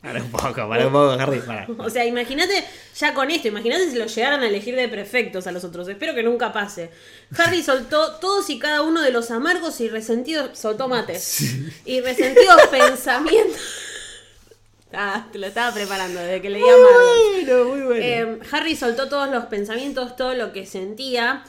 S2: Para un poco, para un poco, Harry, para.
S1: O sea, imagínate ya con esto, imagínate si lo llegaran a elegir de prefectos a los otros. Espero que nunca pase. Harry soltó todos y cada uno de los amargos y resentidos. Soltó mates. Y resentidos pensamientos. Ah, te lo estaba preparando desde que leía amargos.
S2: Bueno, muy bueno.
S1: Eh, Harry soltó todos los pensamientos, todo lo que sentía.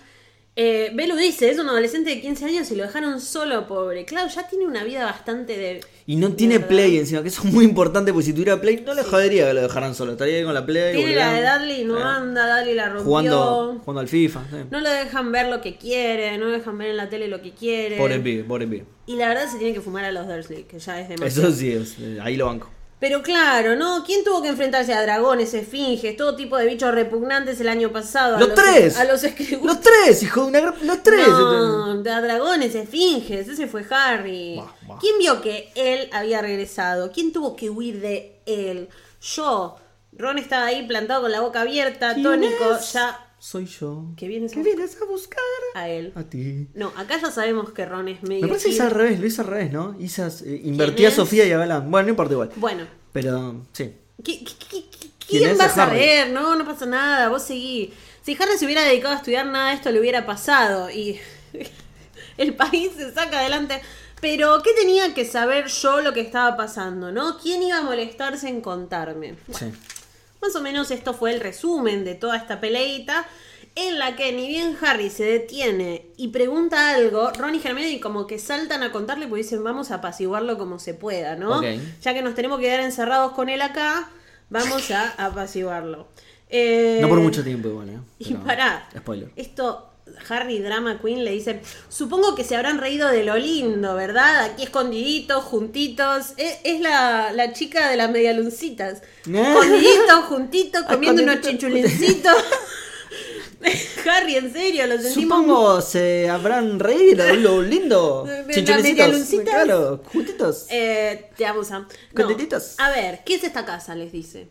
S1: Eh, Belu dice, es un adolescente de 15 años y lo dejaron solo, pobre. Claro, ya tiene una vida bastante de...
S2: y no tiene
S1: ¿verdad?
S2: play encima, que eso es muy importante, porque si tuviera play, no le jodería que lo dejaran solo. Estaría ahí con la play.
S1: Tiene la de
S2: boludeando.
S1: Darly y no
S2: Claro.
S1: anda, Darly la rompió.
S2: Jugando, jugando al FIFA. sí.
S1: No lo dejan ver lo que quiere, no lo dejan ver en la tele lo que quiere.
S2: Pobre pibe, pobre pibe.
S1: Y la verdad se tiene que fumar a los Dursley, que ya es demasiado.
S2: Eso sí, es, eh, ahí lo banco.
S1: Pero claro, ¿no? ¿Quién tuvo que enfrentarse a dragones, esfinges, todo tipo de bichos repugnantes el año pasado? A
S2: ¡Los tres!
S1: A los escribuchos.
S2: Los tres, hijo de una... gran- Los tres.
S1: No, da dragones, esfinges, ese fue Harry.
S2: Bah, bah.
S1: ¿Quién vio que él había regresado? ¿Quién tuvo que huir de él? Yo. Ron estaba ahí plantado con la boca abierta,
S2: ¿Quién
S1: tónico,
S2: es?
S1: ya.
S2: Soy yo.
S1: Que vienes a,
S2: ¿Qué vienes a buscar?
S1: a él.
S2: A ti.
S1: No, acá ya sabemos que Ron es medio.
S2: Me parece que es al
S1: gil.
S2: revés, lo hice al revés, ¿no? Isa, eh, invertía a
S1: es?
S2: Sofía y a Galán. Bueno, no importa igual.
S1: Bueno,
S2: Pero, sí.
S1: ¿Qui- qui- qui- qui-
S2: ¿Quién
S1: ¿Quién
S2: es
S1: va a
S2: ese Harry?
S1: saber? No, no pasa nada, vos seguí. Si Harry se hubiera dedicado a estudiar nada de esto le hubiera pasado y el país se saca adelante. Pero, ¿qué tenía que saber yo lo que estaba pasando, no? ¿Quién iba a molestarse en contarme?
S2: Sí.
S1: Más o menos esto fue el resumen de toda esta peleita en la que ni bien Harry se detiene y pregunta algo, Ron y Hermione como que saltan a contarle porque dicen vamos a apaciguarlo como se pueda, ¿no?
S2: Ok.
S1: Ya que nos tenemos que quedar encerrados con él acá, vamos a apaciguarlo. Eh,
S2: No por mucho tiempo igual, ¿eh?
S1: Y
S2: Pero-
S1: pará,
S2: Spoiler.
S1: esto Harry Drama Queen le dice, supongo que se habrán reído de lo lindo, ¿verdad? Aquí escondiditos, juntitos. Es, es la, la chica de las medialuncitas. Escondiditos, juntitos, comiendo unos
S2: Ah. Escondiditos.
S1: chichulincitos. Harry, en serio, lo sentimos.
S2: Supongo se habrán reído, lo lindo.
S1: De- de la
S2: Chinchulincitos.
S1: medialuncita.
S2: Claro, juntitos.
S1: Eh, te abusan. No.
S2: Contentitos.
S1: A ver, ¿qué es esta casa? Les dice.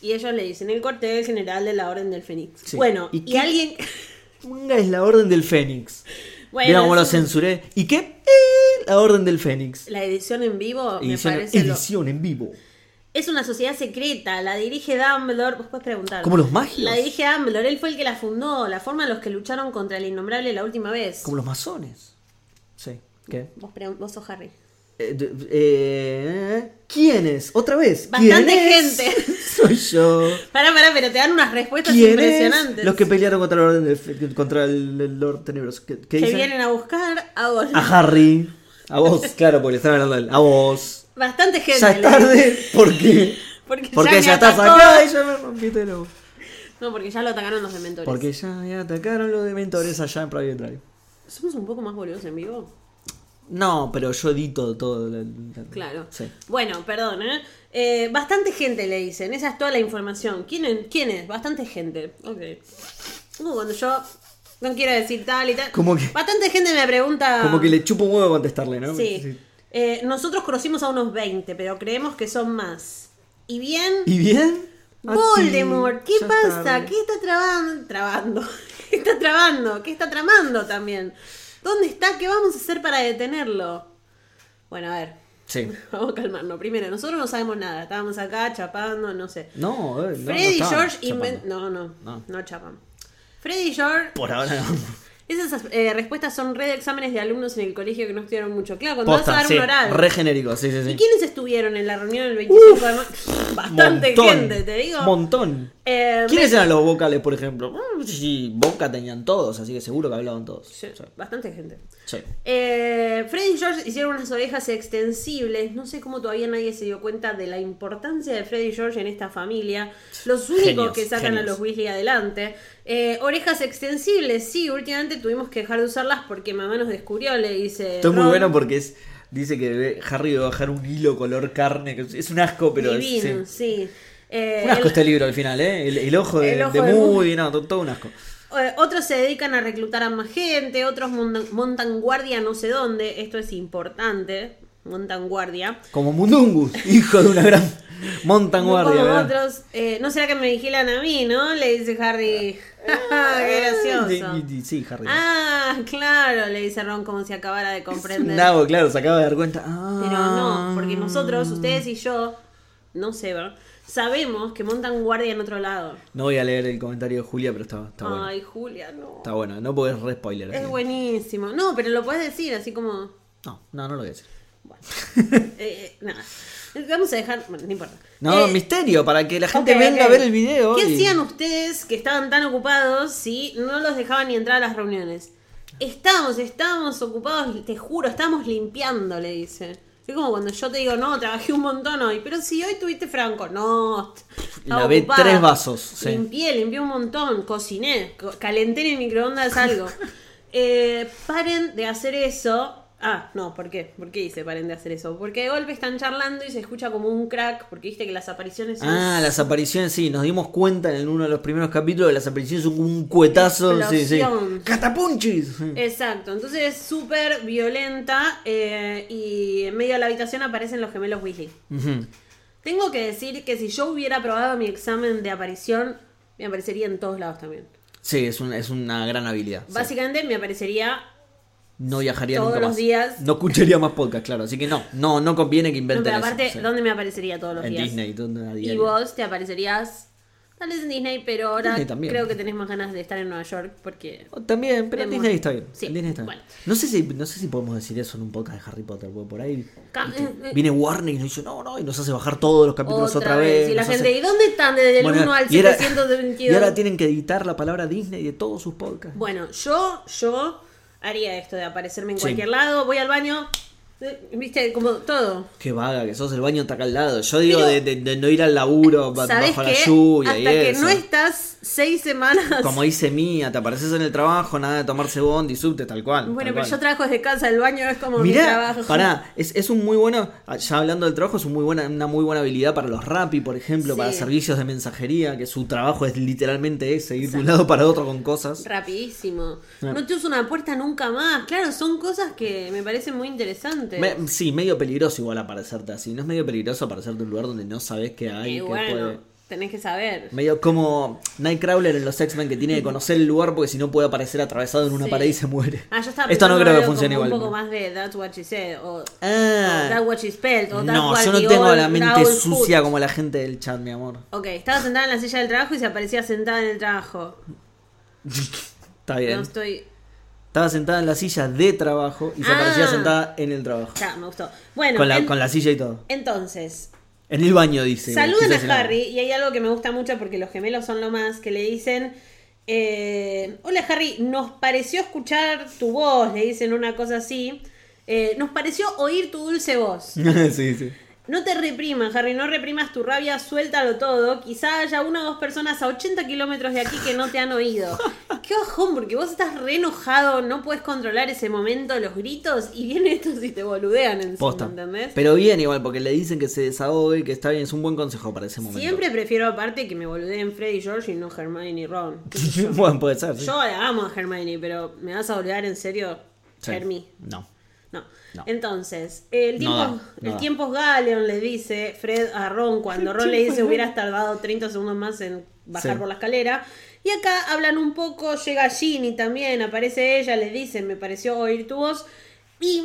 S1: Y ellos le dicen, el cuartel general de la Orden del Fénix.
S2: Sí.
S1: Bueno,
S2: ¿Y
S1: y,
S2: qué?
S1: alguien...
S2: Manga es la orden del Fénix.
S1: Bueno,
S2: Mira cómo lo
S1: es un-
S2: censuré. ¿Y qué? Eh, La orden del Fénix.
S1: La edición en vivo
S2: Edición,
S1: me parece... lo-
S2: edición en vivo.
S1: Es una sociedad secreta, la dirige Dumbledore, vos podés preguntar.
S2: Como los magios.
S1: La dirige Dumbledore, él fue el que la fundó, la forma en los que lucharon contra el innombrable la última vez.
S2: Como los masones. Sí. ¿Qué?
S1: Vos, pregun- vos sos Harry.
S2: Eh, d- eh, ¿Quién es? Otra vez. ¿quién
S1: Bastante
S2: es?
S1: gente.
S2: Soy yo.
S1: Pará, pará, pero te dan unas respuestas
S2: ¿Quién es?
S1: impresionantes.
S2: Los que pelearon contra el orden del Fe- contra el, el Lord Tenebroso. ¿Qué, qué
S1: Que
S2: dicen? Ah.
S1: vienen a buscar a vos.
S2: A Harry. A vos, claro, porque le están hablando a él. A vos.
S1: Bastante gente.
S2: Ya es
S1: le-
S2: tarde porque.
S1: Porque,
S2: Porque
S1: ya,
S2: ya
S1: me
S2: estás
S1: atacó.
S2: acá y ya me rompiste el ojo.
S1: No, porque ya lo atacaron los dementores.
S2: Porque ya me atacaron los dementores allá en Private Drive.
S1: ¿Somos un poco más boludos en vivo?
S2: No, pero yo edito todo. la- la-
S1: Claro.
S2: Sí.
S1: Bueno, perdón, ¿eh? Eh, Bastante gente le dicen, esa es toda la información. ¿Quién, en- quién es? Bastante gente. Ok. Como cuando yo no quiero decir tal y tal.
S2: Como que-
S1: Bastante gente me pregunta.
S2: Como que le chupo un huevo contestarle, ¿no?
S1: Ah. Sí. Eh, nosotros conocimos a unos 20, pero creemos que son más. Y bien.
S2: ¿Y bien? A ti.
S1: Ah, Voldemort, ¿qué
S2: Ya es
S1: pasa?
S2: tarde.
S1: ¿Qué está trabando? Trabando. ¿Qué está trabando? ¿Qué está tramando también? ¿Dónde está? ¿Qué vamos a hacer para detenerlo? Bueno, a ver.
S2: Sí.
S1: Vamos a calmarnos. Primero, nosotros no sabemos nada. Estábamos acá chapando, no sé.
S2: No, eh, no, no
S1: Freddy y
S2: estaban
S1: George
S2: chapando.
S1: inven- No, no, no,
S2: No.
S1: chapan. Freddy y George.
S2: Por ahora no.
S1: Esas eh, respuestas son re de exámenes de alumnos en el colegio que no estudiaron mucho. Claro, cuando vas a dar
S2: sí,
S1: un oral.
S2: Re genérico, sí, sí, sí.
S1: ¿Y quiénes estuvieron en la reunión el 25 de mayo? Bastante
S2: Montón.
S1: gente, te digo.
S2: Montón.
S1: Eh,
S2: ¿Quiénes eran los vocales, por ejemplo? Mm, Sí, Boca tenían todos, así que seguro que hablaban todos.
S1: Sí,
S2: Sí.
S1: Bastante gente.
S2: Sí.
S1: Eh, Fred y George hicieron unas orejas extensibles. No sé cómo todavía nadie se dio cuenta de la importancia de Fred y George en esta familia. Los únicos
S2: Genios,
S1: que sacan a
S2: genios.
S1: los Weasley adelante. Eh, orejas extensibles, sí, últimamente tuvimos que dejar de usarlas porque mamá nos descubrió, le dice.
S2: Esto es muy
S1: Ron.
S2: bueno porque es. Dice que ve- Harry va a bajar un hilo color carne. que Es un asco, pero es.
S1: Divino,
S2: sí.
S1: sí. Eh,
S2: Un asco
S1: el-
S2: este libro al final, ¿eh? El, el ojo de,
S1: El ojo
S2: de
S1: de
S2: Moody, no, to- todo un asco.
S1: Eh, otros se dedican a reclutar a más gente, otros montan, montan guardia no sé dónde. Esto es importante. Montan guardia.
S2: Como Mundungus, hijo de una gran montan
S1: No
S2: guardia,
S1: como
S2: ¿verdad?
S1: otros, eh, no será que me vigilan a mí, ¿no? Le dice Harry.
S2: Ah.
S1: ¡Qué gracioso!
S2: Y- y- y- sí, Harry.
S1: Ah, claro, le dice Ron como si acabara de
S2: Es un
S1: comprender.
S2: nabo, claro, se acaba de dar cuenta.
S1: Pero
S2: Ah.
S1: no, porque nosotros, ustedes y yo, no sé, ¿verdad? sabemos que montan guardia en otro lado.
S2: No voy a leer el comentario de Julia, pero está, está bueno.
S1: Ay, Julia, no.
S2: Está bueno, no podés re spoiler. así
S1: Es
S2: que-
S1: buenísimo. No, pero lo puedes decir así como...
S2: No, no, no lo voy a decir.
S1: Bueno, Eh, eh, nada. Vamos a dejar... Bueno, no importa.
S2: No,
S1: Eh,
S2: misterio, para que la gente
S1: Ok,
S2: venga
S1: ok.
S2: a ver el video.
S1: ¿Qué
S2: y-
S1: hacían ustedes que estaban tan ocupados si no los dejaban ni entrar a las reuniones? Estamos, estamos ocupados, te juro, estamos limpiando, le dice. Es como cuando yo te digo, no, trabajé un montón hoy, pero si hoy tuviste franco, no. estaba
S2: Lavé
S1: ocupada.
S2: tres vasos, sí.
S1: Limpié, limpié un montón, cociné, co- calenté en el microondas algo. Eh, paren de hacer eso. Ah, no, ¿por qué? ¿Por qué dice paren de hacer eso? Porque de golpe están charlando y se escucha como un crack, porque viste que las apariciones son
S2: Ah, las apariciones, sí, nos dimos cuenta en uno de los primeros capítulos de las apariciones son como un cuetazo. Sí, sí.
S1: Explosión.
S2: ¡Catapunchis! Sí.
S1: Exacto, entonces es súper violenta eh, y en medio de la habitación aparecen los gemelos Weasley.
S2: Ujú.
S1: Tengo que decir que si yo hubiera aprobado mi examen de aparición, me aparecería en todos lados también.
S2: Sí, es, un- es una gran habilidad. sí.
S1: Básicamente me aparecería,
S2: No viajaría
S1: Todos
S2: nunca
S1: los
S2: más.
S1: días.
S2: No escucharía más podcast, claro. Así que no, no, no conviene que
S1: no,
S2: inventen
S1: pero
S2: eso,
S1: aparte,
S2: sí.
S1: ¿dónde me aparecería todos los
S2: En
S1: días?
S2: Disney, ¿dónde a
S1: Y
S2: diario.
S1: vos te aparecerías, tal vez en Disney, pero ahora
S2: Disney también.
S1: creo que tenés más ganas de estar en Nueva York porque...
S2: Oh, También, pero en
S1: Vemos.
S2: Disney está bien.
S1: Sí,
S2: en Disney está bien.
S1: bueno.
S2: No, sé si, no sé si podemos decir eso en un podcast de Harry Potter, porque por ahí
S1: Ca-
S2: viste,
S1: eh, eh.
S2: viene Warner y nos dice, no, no, y nos hace bajar todos los capítulos otra, vez.
S1: Y la
S2: nos
S1: gente,
S2: hace-
S1: ¿y dónde están desde el
S2: Bueno,
S1: 1 al
S2: y ahora-
S1: 722?
S2: Y ahora tienen que editar la palabra Disney de todos sus podcasts.
S1: Bueno, yo, yo haría esto de aparecerme en
S2: Sí.
S1: cualquier lado, voy al baño, eh, viste, como todo.
S2: Qué vaga que sos, el baño está acá al lado. Yo digo
S1: Pero-
S2: de, de- de no ir al laburo ba-
S1: ¿Sabes
S2: bajo la
S1: qué?
S2: lluvia
S1: Hasta
S2: y
S1: que
S2: eso.
S1: no estás seis semanas.
S2: Como dice Mía, te apareces en el trabajo, nada de tomarse bondi, subte, tal cual.
S1: bueno,
S2: tal
S1: pero
S2: cual.
S1: yo trabajo desde casa, el baño es como mi
S2: Mirá,
S1: trabajo.
S2: pará, es, es un muy bueno, ya hablando del trabajo, es un muy buena, una muy buena habilidad para los Rappi, por ejemplo,
S1: Sí.
S2: para servicios de mensajería, que su trabajo es literalmente ese, ir de un lado para otro con cosas.
S1: Rapidísimo.
S2: Ah.
S1: No te uso una puerta nunca más. Claro, son cosas que me parecen muy interesantes.
S2: Me- sí, medio peligroso igual aparecerte así, no es medio peligroso aparecerte en un lugar donde no sabes qué hay,
S1: y
S2: qué
S1: bueno,
S2: puede-
S1: tenés que saber.
S2: Medio como Nightcrawler en los X-Men que tiene que conocer el lugar porque si no puede aparecer atravesado en una
S1: Sí.
S2: pared y se muere.
S1: Ah, yo estaba
S2: Esto
S1: pensando
S2: no creo que
S1: algo
S2: funcione
S1: como
S2: igual.
S1: Un poco más de That's What She Said o,
S2: Ah.
S1: o That's What She Spelled o That's
S2: No,
S1: What
S2: yo no
S1: the
S2: tengo
S1: old
S2: la mente
S1: Raoul put.
S2: sucia como la gente del chat, mi amor.
S1: Ok, estaba sentada en la silla del trabajo y se aparecía sentada en el trabajo.
S2: Está bien.
S1: No estoy.
S2: Estaba sentada en la silla de trabajo y se
S1: Ah.
S2: aparecía sentada en el trabajo.
S1: Ya, me gustó. Bueno,
S2: con, la,
S1: en-
S2: con la silla y todo.
S1: entonces,
S2: En el baño, dice.
S1: saludan
S2: Quizás en
S1: a
S2: la-
S1: Harry y hay algo que me gusta mucho porque los gemelos son lo más que le dicen. eh, Hola Harry, nos pareció escuchar tu voz, le dicen una cosa así. eh, nos pareció oír tu dulce voz.
S2: sí, sí.
S1: No te reprimas, Harry, no reprimas tu rabia, suéltalo todo. Quizá haya una o dos personas a 80 kilómetros de aquí que no te han oído. Qué bajón, porque vos estás re enojado, no puedes controlar ese momento, los gritos, y vienen estos y te boludean encima,
S2: Posta.
S1: ¿entendés?
S2: Pero bien igual, porque le dicen que se desahogue y que está bien. Es un buen consejo para ese momento.
S1: Siempre prefiero aparte que me boludeen Freddy y George y no Hermione y Ron. Qué sé yo.
S2: bueno, puede ser. sí.
S1: Yo la amo a Hermione, pero ¿me vas a boludear en serio?
S2: Sí.
S1: Hermi.
S2: No.
S1: No.
S2: No.
S1: Entonces, el
S2: No
S1: tiempo,
S2: da, no
S1: el
S2: da.
S1: tiempo es Galeon, le dice Fred a Ron cuando Ron le dice hubieras tardado 30 segundos más en bajar
S2: Sí.
S1: por la escalera. Y acá hablan un poco, llega Ginny también, aparece ella, le dice, me pareció oír tu voz. Y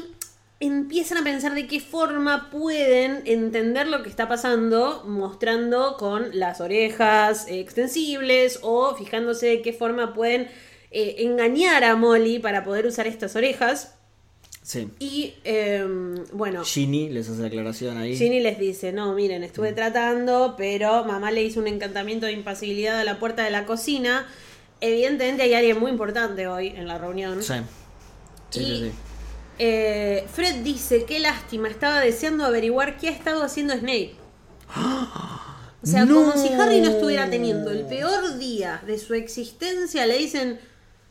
S1: empiezan a pensar de qué forma pueden entender lo que está pasando, mostrando con las orejas eh, extensibles o fijándose de qué forma pueden eh, engañar a Molly para poder usar estas orejas.
S2: Sí.
S1: Y eh, bueno,
S2: Ginny les hace la aclaración ahí.
S1: Ginny les dice, no, miren, estuve tratando, pero mamá le hizo un encantamiento de impasibilidad a la puerta de la cocina. Evidentemente hay alguien muy importante hoy en la reunión.
S2: Sí. Sí, sí,
S1: Y-
S2: sí.
S1: Eh, Fred dice, qué lástima, estaba deseando averiguar qué ha estado haciendo Snape. O sea,
S2: ¡No!
S1: como si Harry no estuviera teniendo el peor día de su existencia, le dicen,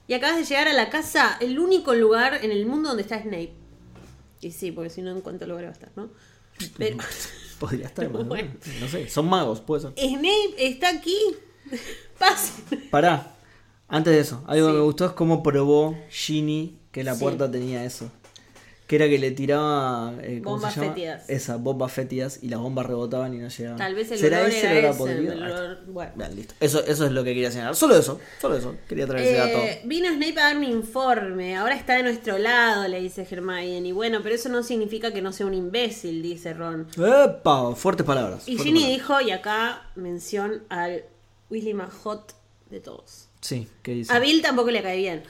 S1: y acabas de llegar a la casa, el único lugar en el mundo donde está Snape. Y sí, porque si no, ¿en cuánto lugar va a estar, no? Pero
S2: Podría estar. más, ¿no?
S1: Bueno.
S2: No sé. Son magos, puede ser.
S1: Snape está aquí. Pasen.
S2: Pará, antes de eso, algo
S1: Sí.
S2: que me gustó es cómo probó Ginny que la
S1: Sí.
S2: puerta tenía eso. Que era que le tiraba. eh, ¿cómo
S1: Bombas
S2: se llama?
S1: fétidas.
S2: Esas bombas fétidas y las bombas rebotaban y no llegaban.
S1: Tal vez el
S2: ¿Será
S1: olor
S2: ese
S1: era
S2: el olor a
S1: ese,
S2: podrido?
S1: el
S2: Ahí está.
S1: olor- bueno.
S2: Bien, listo. Eso, eso es lo que quería señalar. Solo eso, solo eso. Quería traer ese
S1: Eh,
S2: dato.
S1: vino Snape a dar un informe, ahora está de nuestro lado, le dice Hermione. Y bueno, pero eso no significa que no sea un imbécil, dice Ron.
S2: ¡Epa! Fuertes palabras.
S1: Y
S2: fuertes
S1: Ginny
S2: palabras.
S1: dijo, y acá mención al Willy más hot de todos.
S2: Sí, ¿qué dice?
S1: A Bill tampoco le cae bien.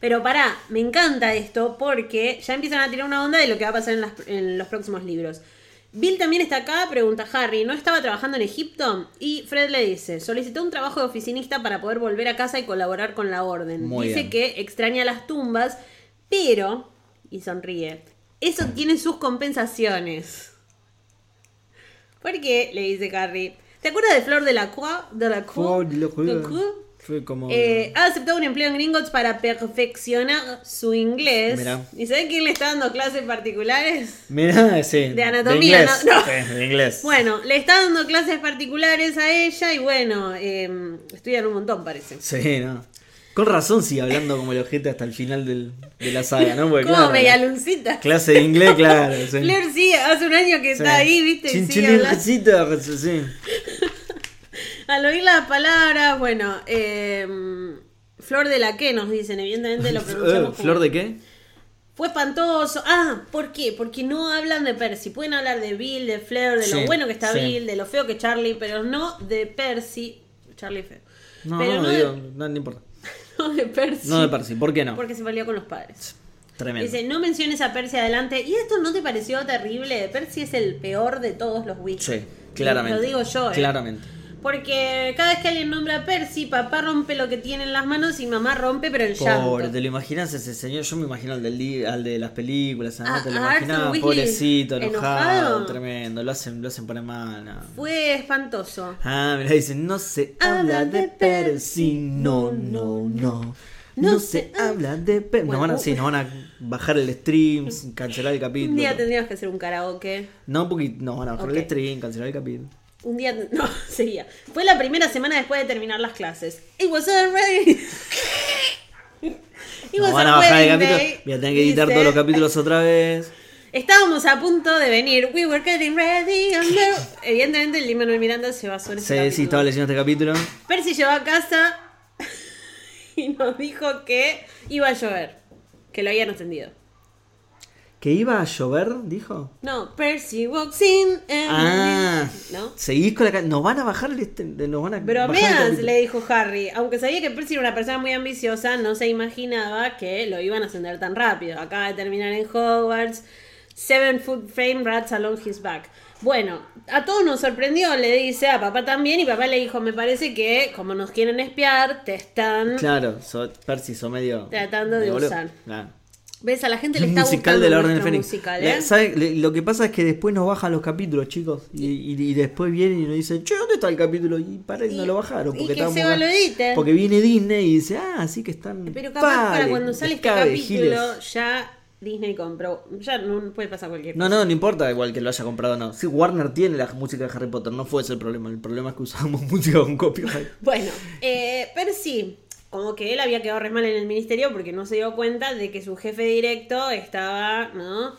S1: Pero pará, me encanta esto porque ya empiezan a tirar una onda de lo que va a pasar en, las- en los próximos libros. Bill también está acá, pregunta Harry, ¿no estaba trabajando en Egipto? Y Fred le dice, solicitó un trabajo de oficinista para poder volver a casa y colaborar con la orden.
S2: Muy
S1: dice
S2: bien.
S1: que extraña las tumbas, pero, y sonríe, eso tiene sus compensaciones. Porque le dice Harry, ¿te acuerdas de Flor de la Croix? De la Croix?
S2: Flor de la Croix.
S1: De la Croix?
S2: Fue como.
S1: Eh, ha aceptado un empleo en Gringotts para perfeccionar su inglés.
S2: Mirá.
S1: ¿Y saben quién le está dando clases particulares?
S2: Mirá, sí.
S1: de anatomía,
S2: inglés.
S1: no, no.
S2: Sí, de inglés.
S1: Bueno, le está dando clases particulares a ella y bueno, eh, estudian un montón parece.
S2: Sí, no. Con razón sigue hablando como el ojete hasta el final del, de la saga, ¿no? Porque,
S1: Como
S2: claro,
S1: media
S2: la
S1: luncita.
S2: Clase de inglés, claro. Sí.
S1: Flor sí, hace un año que
S2: Sí.
S1: está ahí, viste, y
S2: Chin,
S1: sigue
S2: chin,
S1: hablando.
S2: ojecito, sí.
S1: Al oír las palabras, bueno, eh, Flor de la que nos dicen, evidentemente lo pronunciamos.
S2: Eh,
S1: como-
S2: ¿Flor de qué?
S1: Fue espantoso. Ah, ¿por qué? Porque no hablan de Percy. Pueden hablar de Bill, de Flair, de
S2: Sí,
S1: lo bueno que está
S2: sí.
S1: Bill, de lo feo que Charlie, pero no de Percy. Charlie es feo.
S2: No,
S1: pero
S2: no,
S1: no,
S2: digo,
S1: de,
S2: no, no importa.
S1: no de Percy.
S2: No de Percy, ¿por qué no?
S1: Porque se peleó con los padres.
S2: Tremendo.
S1: Dice, no menciones a Percy adelante. ¿Y esto no te pareció terrible? Percy es el peor de todos los Weasley.
S2: Sí, claramente.
S1: Lo digo yo. ¿eh?
S2: Claramente.
S1: Porque cada vez que alguien nombra a Percy, papá rompe lo que tiene en las manos y mamá rompe, pero en
S2: Pobre,
S1: llanto.
S2: ¿te lo imaginas ese señor? Yo me imagino al, del li- al de las películas, ¿no?
S1: Ah,
S2: te lo
S1: a Arthur
S2: imaginaba,
S1: Weasley
S2: pobrecito, enojado,
S1: enojado.
S2: tremendo. Lo hacen, lo hacen poner mal. no.
S1: Fue espantoso.
S2: Ah, mirá, dicen, no se habla de Percy, no, no, no. No se habla de Percy. Nos van a, sí, nos van a bajar el stream, cancelar el
S1: Un
S2: capítulo.
S1: día tendríamos que hacer un karaoke.
S2: No, porque nos van a bajar el
S1: Ok.
S2: stream, cancelar el capítulo.
S1: Un día. No, seguía. Fue la primera semana después de terminar las clases. It was already. It
S2: Nos
S1: was
S2: van a
S1: a
S2: bajar el
S1: wedding
S2: capítulo.
S1: day,
S2: Voy a tener que editar
S1: dice.
S2: todos los capítulos otra vez.
S1: Estábamos a punto de venir. We were getting ready. and there- Evidentemente, el Lin-Manuel Miranda se basó en ese
S2: Sí, sí,
S1: capítulo.
S2: estaba leyendo este capítulo.
S1: Percy llegó a casa y nos dijo que iba a llover. Que lo habían entendido.
S2: ¿Que iba a llover? Dijo.
S1: No, Percy walks in and.
S2: Ah,
S1: ¿No?
S2: seguís con la. ca- Nos van a bajar el. este- Nos van a. bajar el
S1: Bromeas,
S2: capítulo.
S1: le dijo Harry. Aunque sabía que Percy era una persona muy ambiciosa, no se imaginaba que lo iban a ascender tan rápido. Acaba de terminar en Hogwarts. Seven foot frame rats along his back. Bueno, a todos nos sorprendió, le dice a papá también, y papá le dijo, me parece que como nos quieren espiar, te están...
S2: Claro, so- Percy, so medio.
S1: Tratando de
S2: medio boludo.
S1: usar.
S2: Claro.
S1: ¿Ves? A la gente le
S2: Un
S1: está
S2: musical
S1: gustando
S2: de la Orden del
S1: nuestro
S2: Fénix.
S1: musical,
S2: Le-
S1: ¿eh?
S2: ¿sabe? Le- lo que pasa es que después nos bajan los capítulos, chicos. Y, y- y después vienen y nos dicen, che, ¿dónde está el capítulo? Y para y no
S1: Y-
S2: lo bajaron.
S1: y
S2: Porque
S1: que
S2: estábamos
S1: Seba lo edite.
S2: Porque viene Disney y dice, ah, sí que están.
S1: Pero capaz para
S2: pales,
S1: cuando sale este
S2: escabejiles".
S1: capítulo, ya Disney compró. Ya no puede pasar cualquier
S2: No, no, no importa igual que lo haya comprado o no. Sí, Warner tiene la música de Harry Potter, no fue ese el problema. El problema es que usamos música con copyright.
S1: Bueno, eh, Percy, como que él había quedado re mal en el ministerio porque no se dio cuenta de que su jefe directo estaba, ¿no?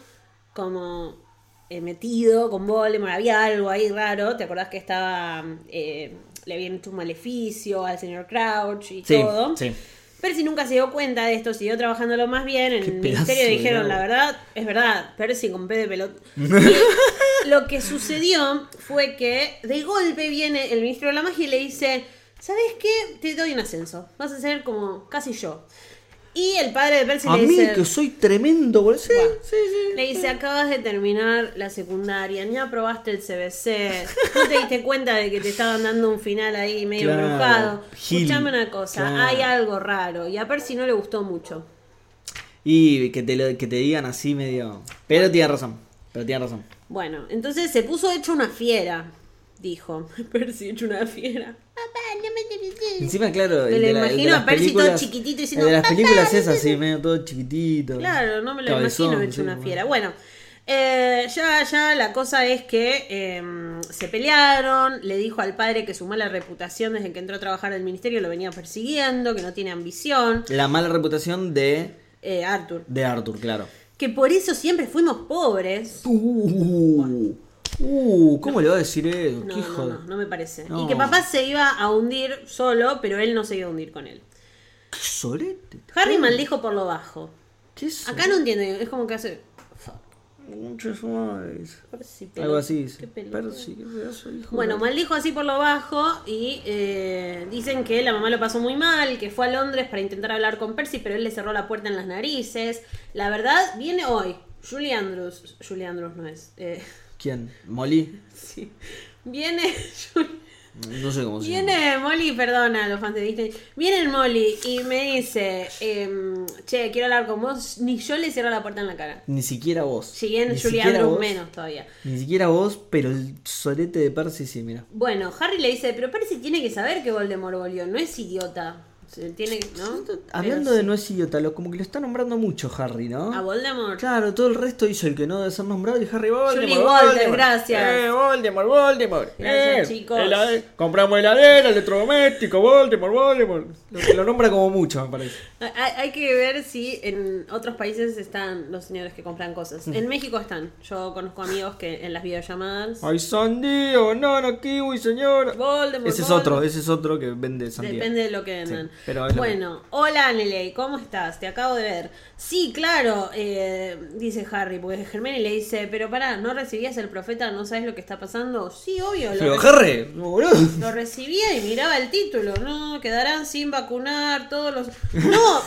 S1: Como eh, metido con Voldemort, había algo ahí raro, ¿te acordás que estaba, eh, le habían hecho un maleficio al señor Crouch y
S2: Sí,
S1: todo?
S2: sí.
S1: Percy nunca se dio cuenta de esto, siguió trabajándolo más bien. En
S2: Qué
S1: el
S2: pedazo
S1: ministerio
S2: de
S1: dijeron,
S2: lobo.
S1: la verdad, es verdad, Percy con P de pelota. Lo que sucedió fue que de golpe viene el ministro de la magia y le dice, ¿sabes qué? Te doy un ascenso, vas a ser como casi yo. Y el padre de Percy
S2: A
S1: le
S2: mí
S1: dice,
S2: que soy tremendo, boludo. Sí,
S1: Guau.
S2: sí, sí.
S1: le dice, acabas de terminar la secundaria, ni aprobaste el CBC, no te diste cuenta de que te estaban dando un final ahí medio
S2: Claro,
S1: embrujado.
S2: Gil,
S1: Escuchame una cosa,
S2: claro.
S1: hay algo raro. Y a Percy no le gustó mucho.
S2: Y que te, lo- que te digan así medio. Pero tiene razón. Pero tiene razón.
S1: Bueno, entonces se puso hecho una fiera, dijo. Percy hecho una fiera. Papá, no me te
S2: Encima, claro.
S1: Me
S2: el
S1: lo
S2: de la- el de
S1: imagino
S2: las
S1: a Percy todo
S2: películas-
S1: chiquitito
S2: el
S1: diciendo,
S2: De las
S1: "Papá,
S2: películas
S1: no
S2: es así, medio todo chiquitito.
S1: Claro, no me lo
S2: cabezón,
S1: imagino hecho
S2: sí,
S1: una
S2: bueno.
S1: fiera. Bueno, eh, ya, ya la cosa es que eh, se pelearon, le dijo al padre que su mala reputación desde que entró a trabajar en el ministerio lo venía persiguiendo, que no tiene ambición.
S2: La mala reputación de,
S1: Eh, Arthur,
S2: de Arthur, claro.
S1: que por eso siempre fuimos pobres.
S2: Uh, uh, ¿cómo le va a decir eso?
S1: No, no,
S2: Qué hijo de-
S1: no, no me parece.
S2: No.
S1: Y que papá se iba a hundir solo, pero él no se iba a hundir con él.
S2: Qué solete.
S1: Harry maldijo por lo bajo.
S2: ¿Qué es
S1: Acá no entiendo, es como que hace. Percy,
S2: Algo
S1: pelotudo,
S2: así.
S1: Ah. qué
S2: dice.
S1: pelotudo.
S2: Percy, qué pedazo de hijo
S1: Bueno,
S2: de-
S1: maldijo así por lo bajo y eh, dicen que la mamá lo pasó muy mal, que fue a Londres para intentar hablar con Percy, pero él le cerró la puerta en las narices. La verdad, viene hoy. Julie Andrews. Julie Andrews no es. eh,
S2: ¿Quién? ¿Molly?
S1: sí. Viene. Julie-
S2: No sé cómo se llama.
S1: Viene Molly, perdona los fans de Disney. Viene Molly y me dice, em, che, quiero hablar con vos. Ni yo le cierro la puerta en la cara.
S2: Ni siquiera vos.
S1: Si bien
S2: Ni
S1: Julie
S2: siquiera
S1: Andrews
S2: vos.
S1: menos todavía.
S2: Ni siquiera vos, pero el sorete de Percy sí, mira.
S1: Bueno, Harry le dice, pero Percy tiene que saber que Voldemort volvió, no es idiota. Se tiene, que- ¿no? Pero
S2: Hablando
S1: sí.
S2: de
S1: Ah,
S2: no es idiota, lo- como que lo está nombrando mucho Harry, ¿no?
S1: A Voldemort.
S2: Claro, todo el resto hizo el que no debe ser nombrado y Harry Voldemort.
S1: Julie Walter,
S2: Voldemort.
S1: gracias.
S2: Eh, Voldemort, Voldemort.
S1: Gracias,
S2: eh,
S1: chicos.
S2: helade- compramos heladera, electrodoméstico, Voldemort, Voldemort. Lo, lo nombra como mucho, me parece.
S1: Hay, hay que ver si en otros países están los señores que compran cosas.
S2: Mm.
S1: En México están. Yo conozco amigos que en las videollamadas.
S2: Ay, sandía, banana, kiwi, señora.
S1: Voldemort.
S2: Ese es
S1: Voldemort.
S2: otro, ese es otro que vende sandía.
S1: Depende de lo que vendan.
S2: Sí, pero es lo
S1: bueno, hola Nelly, ¿cómo estás? Te acabo de ver. Sí, claro, eh, dice Harry, porque Germán le dice, pero pará, ¿no recibías el profeta? ¿No sabes lo que está pasando? Sí, obvio.
S2: Pero
S1: Lo, re-
S2: Harry, boludo.
S1: lo recibía y miraba el título. No, quedarán sin vacunar todos los... No,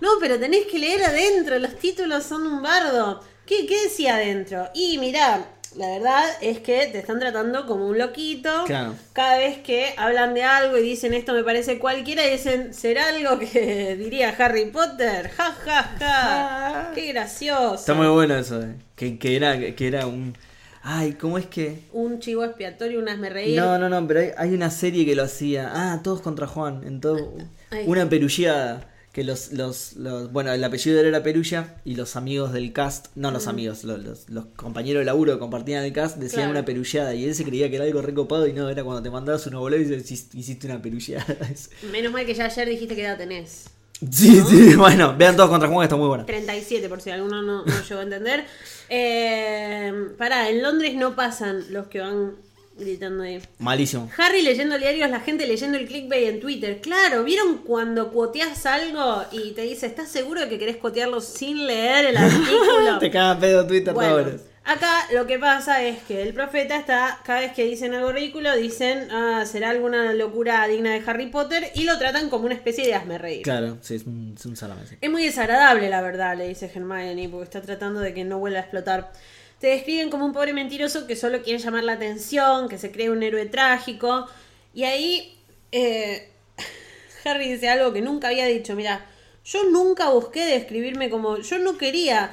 S1: no, pero tenés que leer adentro, los títulos son un bardo. ¿Qué, qué decía adentro? Y mirá... La verdad es que te están tratando como un loquito
S2: Claro.
S1: cada vez que hablan de algo y dicen esto me parece cualquiera, y dicen, será algo que diría Harry Potter. Ja, ja, ja. Qué gracioso.
S2: Está muy bueno eso, eh. que, que era, que era un... Ay, ¿cómo es que...?
S1: Un chivo expiatorio, unas me reí.
S2: No, no, no, pero hay, hay una serie que lo hacía. Ah, todos contra Juan. Entonces,
S1: Ay.
S2: una perullada. Que los, los, los- Bueno, el apellido de él era Perulla y los amigos del cast. No, los amigos, los, los- los compañeros de laburo que compartían el cast decían
S1: Claro.
S2: una perullada y él se creía que era algo recopado y no, era cuando te mandabas una bola y dices, "Hiciste- hiciste una perullada.
S1: Menos mal que ya ayer dijiste que edad tenés.
S2: sí, sí, bueno, vean todos contra Juan, que está muy buena.
S1: 37, por si alguno no, no llegó a entender. Eh, pará, en Londres no pasan los que van gritando ahí.
S2: Malísimo.
S1: Harry leyendo diarios, la gente leyendo el clickbait en Twitter. Claro, ¿vieron cuando cuoteas algo y te dice, ¿estás seguro de que querés cuotearlo sin leer el artículo?
S2: Te caga pedo Twitter
S1: Bueno,
S2: todas horas.
S1: acá lo que pasa es que el profeta está, cada vez que dicen algo ridículo, dicen, ah, será alguna locura digna de Harry Potter, y lo tratan como una especie de hazme reír.
S2: Claro, sí, es un, es un salame. sí.
S1: Es muy desagradable, la verdad, le dice Hermione, porque está tratando de que no vuelva a explotar. Te describen como un pobre mentiroso que solo quiere llamar la atención, que se cree un héroe trágico. Y ahí eh, Harry dice algo que nunca había dicho. Mira, yo nunca busqué describirme como... Yo no quería...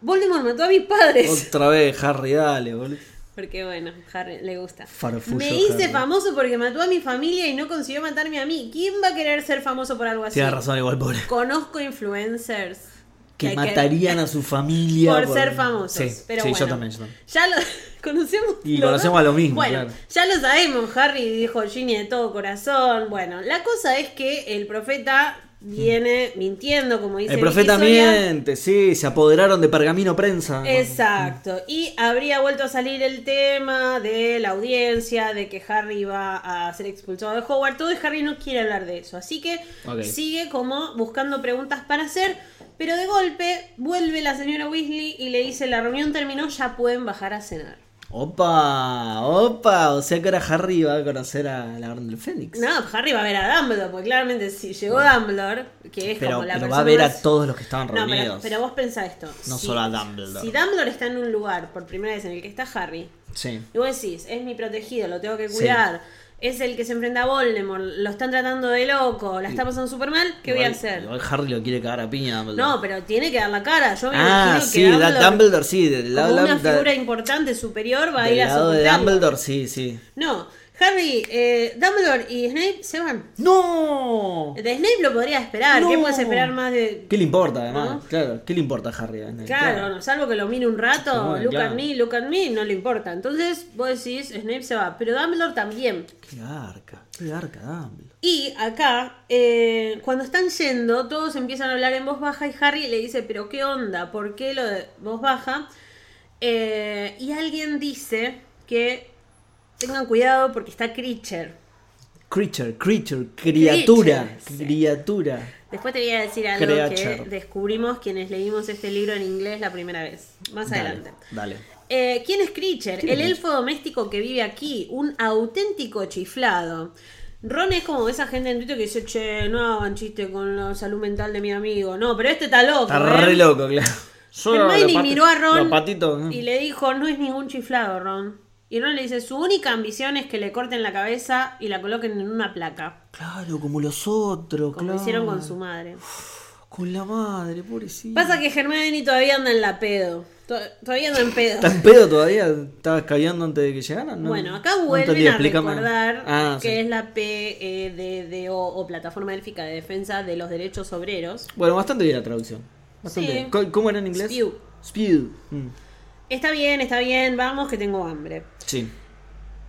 S1: Voldemort mató a mis padres.
S2: Otra vez, Harry, dale, boludo.
S1: Porque bueno, Harry le gusta.
S2: Farfullo,
S1: Me hice
S2: Harry.
S1: famoso porque mató a mi familia y no consiguió matarme a mí. ¿Quién va a querer ser famoso por algo así?
S2: Tienes razón igual, pobre.
S1: Conozco influencers
S2: que,
S1: hay
S2: matarían a su familia
S1: por ser famosos.
S2: Sí,
S1: pero
S2: sí,
S1: bueno,
S2: yo también. yo también.
S1: Ya lo conocemos.
S2: Y
S1: los
S2: conocemos
S1: dos.
S2: a lo mismo,
S1: Bueno,
S2: claro.
S1: ya lo sabemos. Harry dijo Ginny de todo corazón. Bueno, la cosa es que el profeta viene mintiendo, como dice
S2: El profeta
S1: Vicky Soria.
S2: miente, sí, se apoderaron de pergamino prensa.
S1: Exacto. Y habría vuelto a salir el tema de la audiencia, de que Harry va a ser expulsado de Howard. Todo y Harry no quiere hablar de eso. Así que
S2: Ok.
S1: sigue como buscando preguntas para hacer. Pero de golpe vuelve la señora Weasley y le dice, la reunión terminó, ya pueden bajar a cenar.
S2: Opa, opa, o sea que ahora Harry va a conocer a la Orden del Fénix.
S1: No, pues Harry va a ver a Dumbledore, porque claramente si llegó Dumbledore, que es
S2: pero
S1: como la
S2: pero
S1: persona
S2: va a ver
S1: más-
S2: a todos los que estaban
S1: No, pero,
S2: reunidos.
S1: pero vos pensá esto.
S2: No solo a Dumbledore.
S1: Si Dumbledore está en un lugar por primera vez en el que está Harry,
S2: Sí.
S1: Y vos decís, es mi protegido, lo tengo que
S2: Sí.
S1: cuidar. Es el que se enfrenta a Voldemort, lo están tratando de loco, la está pasando súper mal, ¿qué voy a
S2: Igual-
S1: hacer?
S2: Igual Harry lo quiere cagar a piña. Dumbledore.
S1: No, pero tiene que dar la cara. Yo me
S2: ah,
S1: imagino
S2: sí,
S1: que
S2: da-
S1: Dumbledore,
S2: Dumbledore, sí, del
S1: como
S2: lado,
S1: una
S2: da-
S1: figura importante, superior, va a
S2: del
S1: ir a
S2: lado de
S1: soportarlo.
S2: Dumbledore, sí, sí.
S1: No, Harry, eh, Dumbledore y Snape se van.
S2: ¡No!
S1: De Snape lo podría esperar, ¿qué
S2: No.
S1: puedes esperar más de...?
S2: ¿Qué le importa, además?
S1: ¿No?
S2: Claro, ¿qué le importa a Harry?
S1: Claro, no, salvo que lo mire un rato,
S2: No,
S1: look
S2: claro.
S1: at me, look at me, no le importa. Entonces vos decís, Snape se va, pero Dumbledore también.
S2: Qué arca, qué arca, Dumbledore.
S1: Y acá, eh, cuando están yendo, todos empiezan a hablar en voz baja y Harry le dice, pero ¿qué onda? ¿Por qué lo de voz baja? Eh, y alguien dice que tengan cuidado porque está Creature.
S2: Creature, creature, criatura,
S1: Creature, sí.
S2: criatura.
S1: Después te voy a decir algo
S2: Creature.
S1: que descubrimos quienes leímos este libro en inglés la primera vez. Más
S2: Dale,
S1: adelante.
S2: Dale.
S1: Eh, ¿Quién es Creature?
S2: ¿Quién
S1: El
S2: es?
S1: elfo doméstico que vive aquí, un auténtico chiflado. Ron es como esa gente en Twitter que dice, che, no hagan chiste con la salud mental de mi amigo. No, pero este está loco.
S2: Está
S1: ¿eh?
S2: re loco, claro.
S1: Hermione miró a Ron
S2: Los patitos.
S1: y
S2: ¿no?
S1: le dijo, no es ningún chiflado, Ron. Y Ron le dice, su única ambición es que le corten la cabeza y la coloquen en una placa.
S2: Claro, como los otros,
S1: Como
S2: claro.
S1: hicieron con su madre.
S2: Con la madre, pobrecita.
S1: Pasa que Hermione todavía anda en la pedo. To- Todavía anda en pedo.
S2: ¿Está en pedo todavía? ¿Estabas caviando antes de que llegaran? No-
S1: bueno, acá
S2: no
S1: vuelven
S2: entendí,
S1: a
S2: explícame.
S1: recordar
S2: Ah,
S1: que
S2: sí.
S1: es la PDDO o Plataforma Élfica de Defensa de los Derechos Obreros.
S2: Bueno, bastante bien la traducción. Bastante
S1: Sí.
S2: bien. ¿Cómo- ¿Cómo era en inglés?
S1: Spew.
S2: Spew. Mm.
S1: Está bien, está bien, vamos que tengo hambre.
S2: Sí.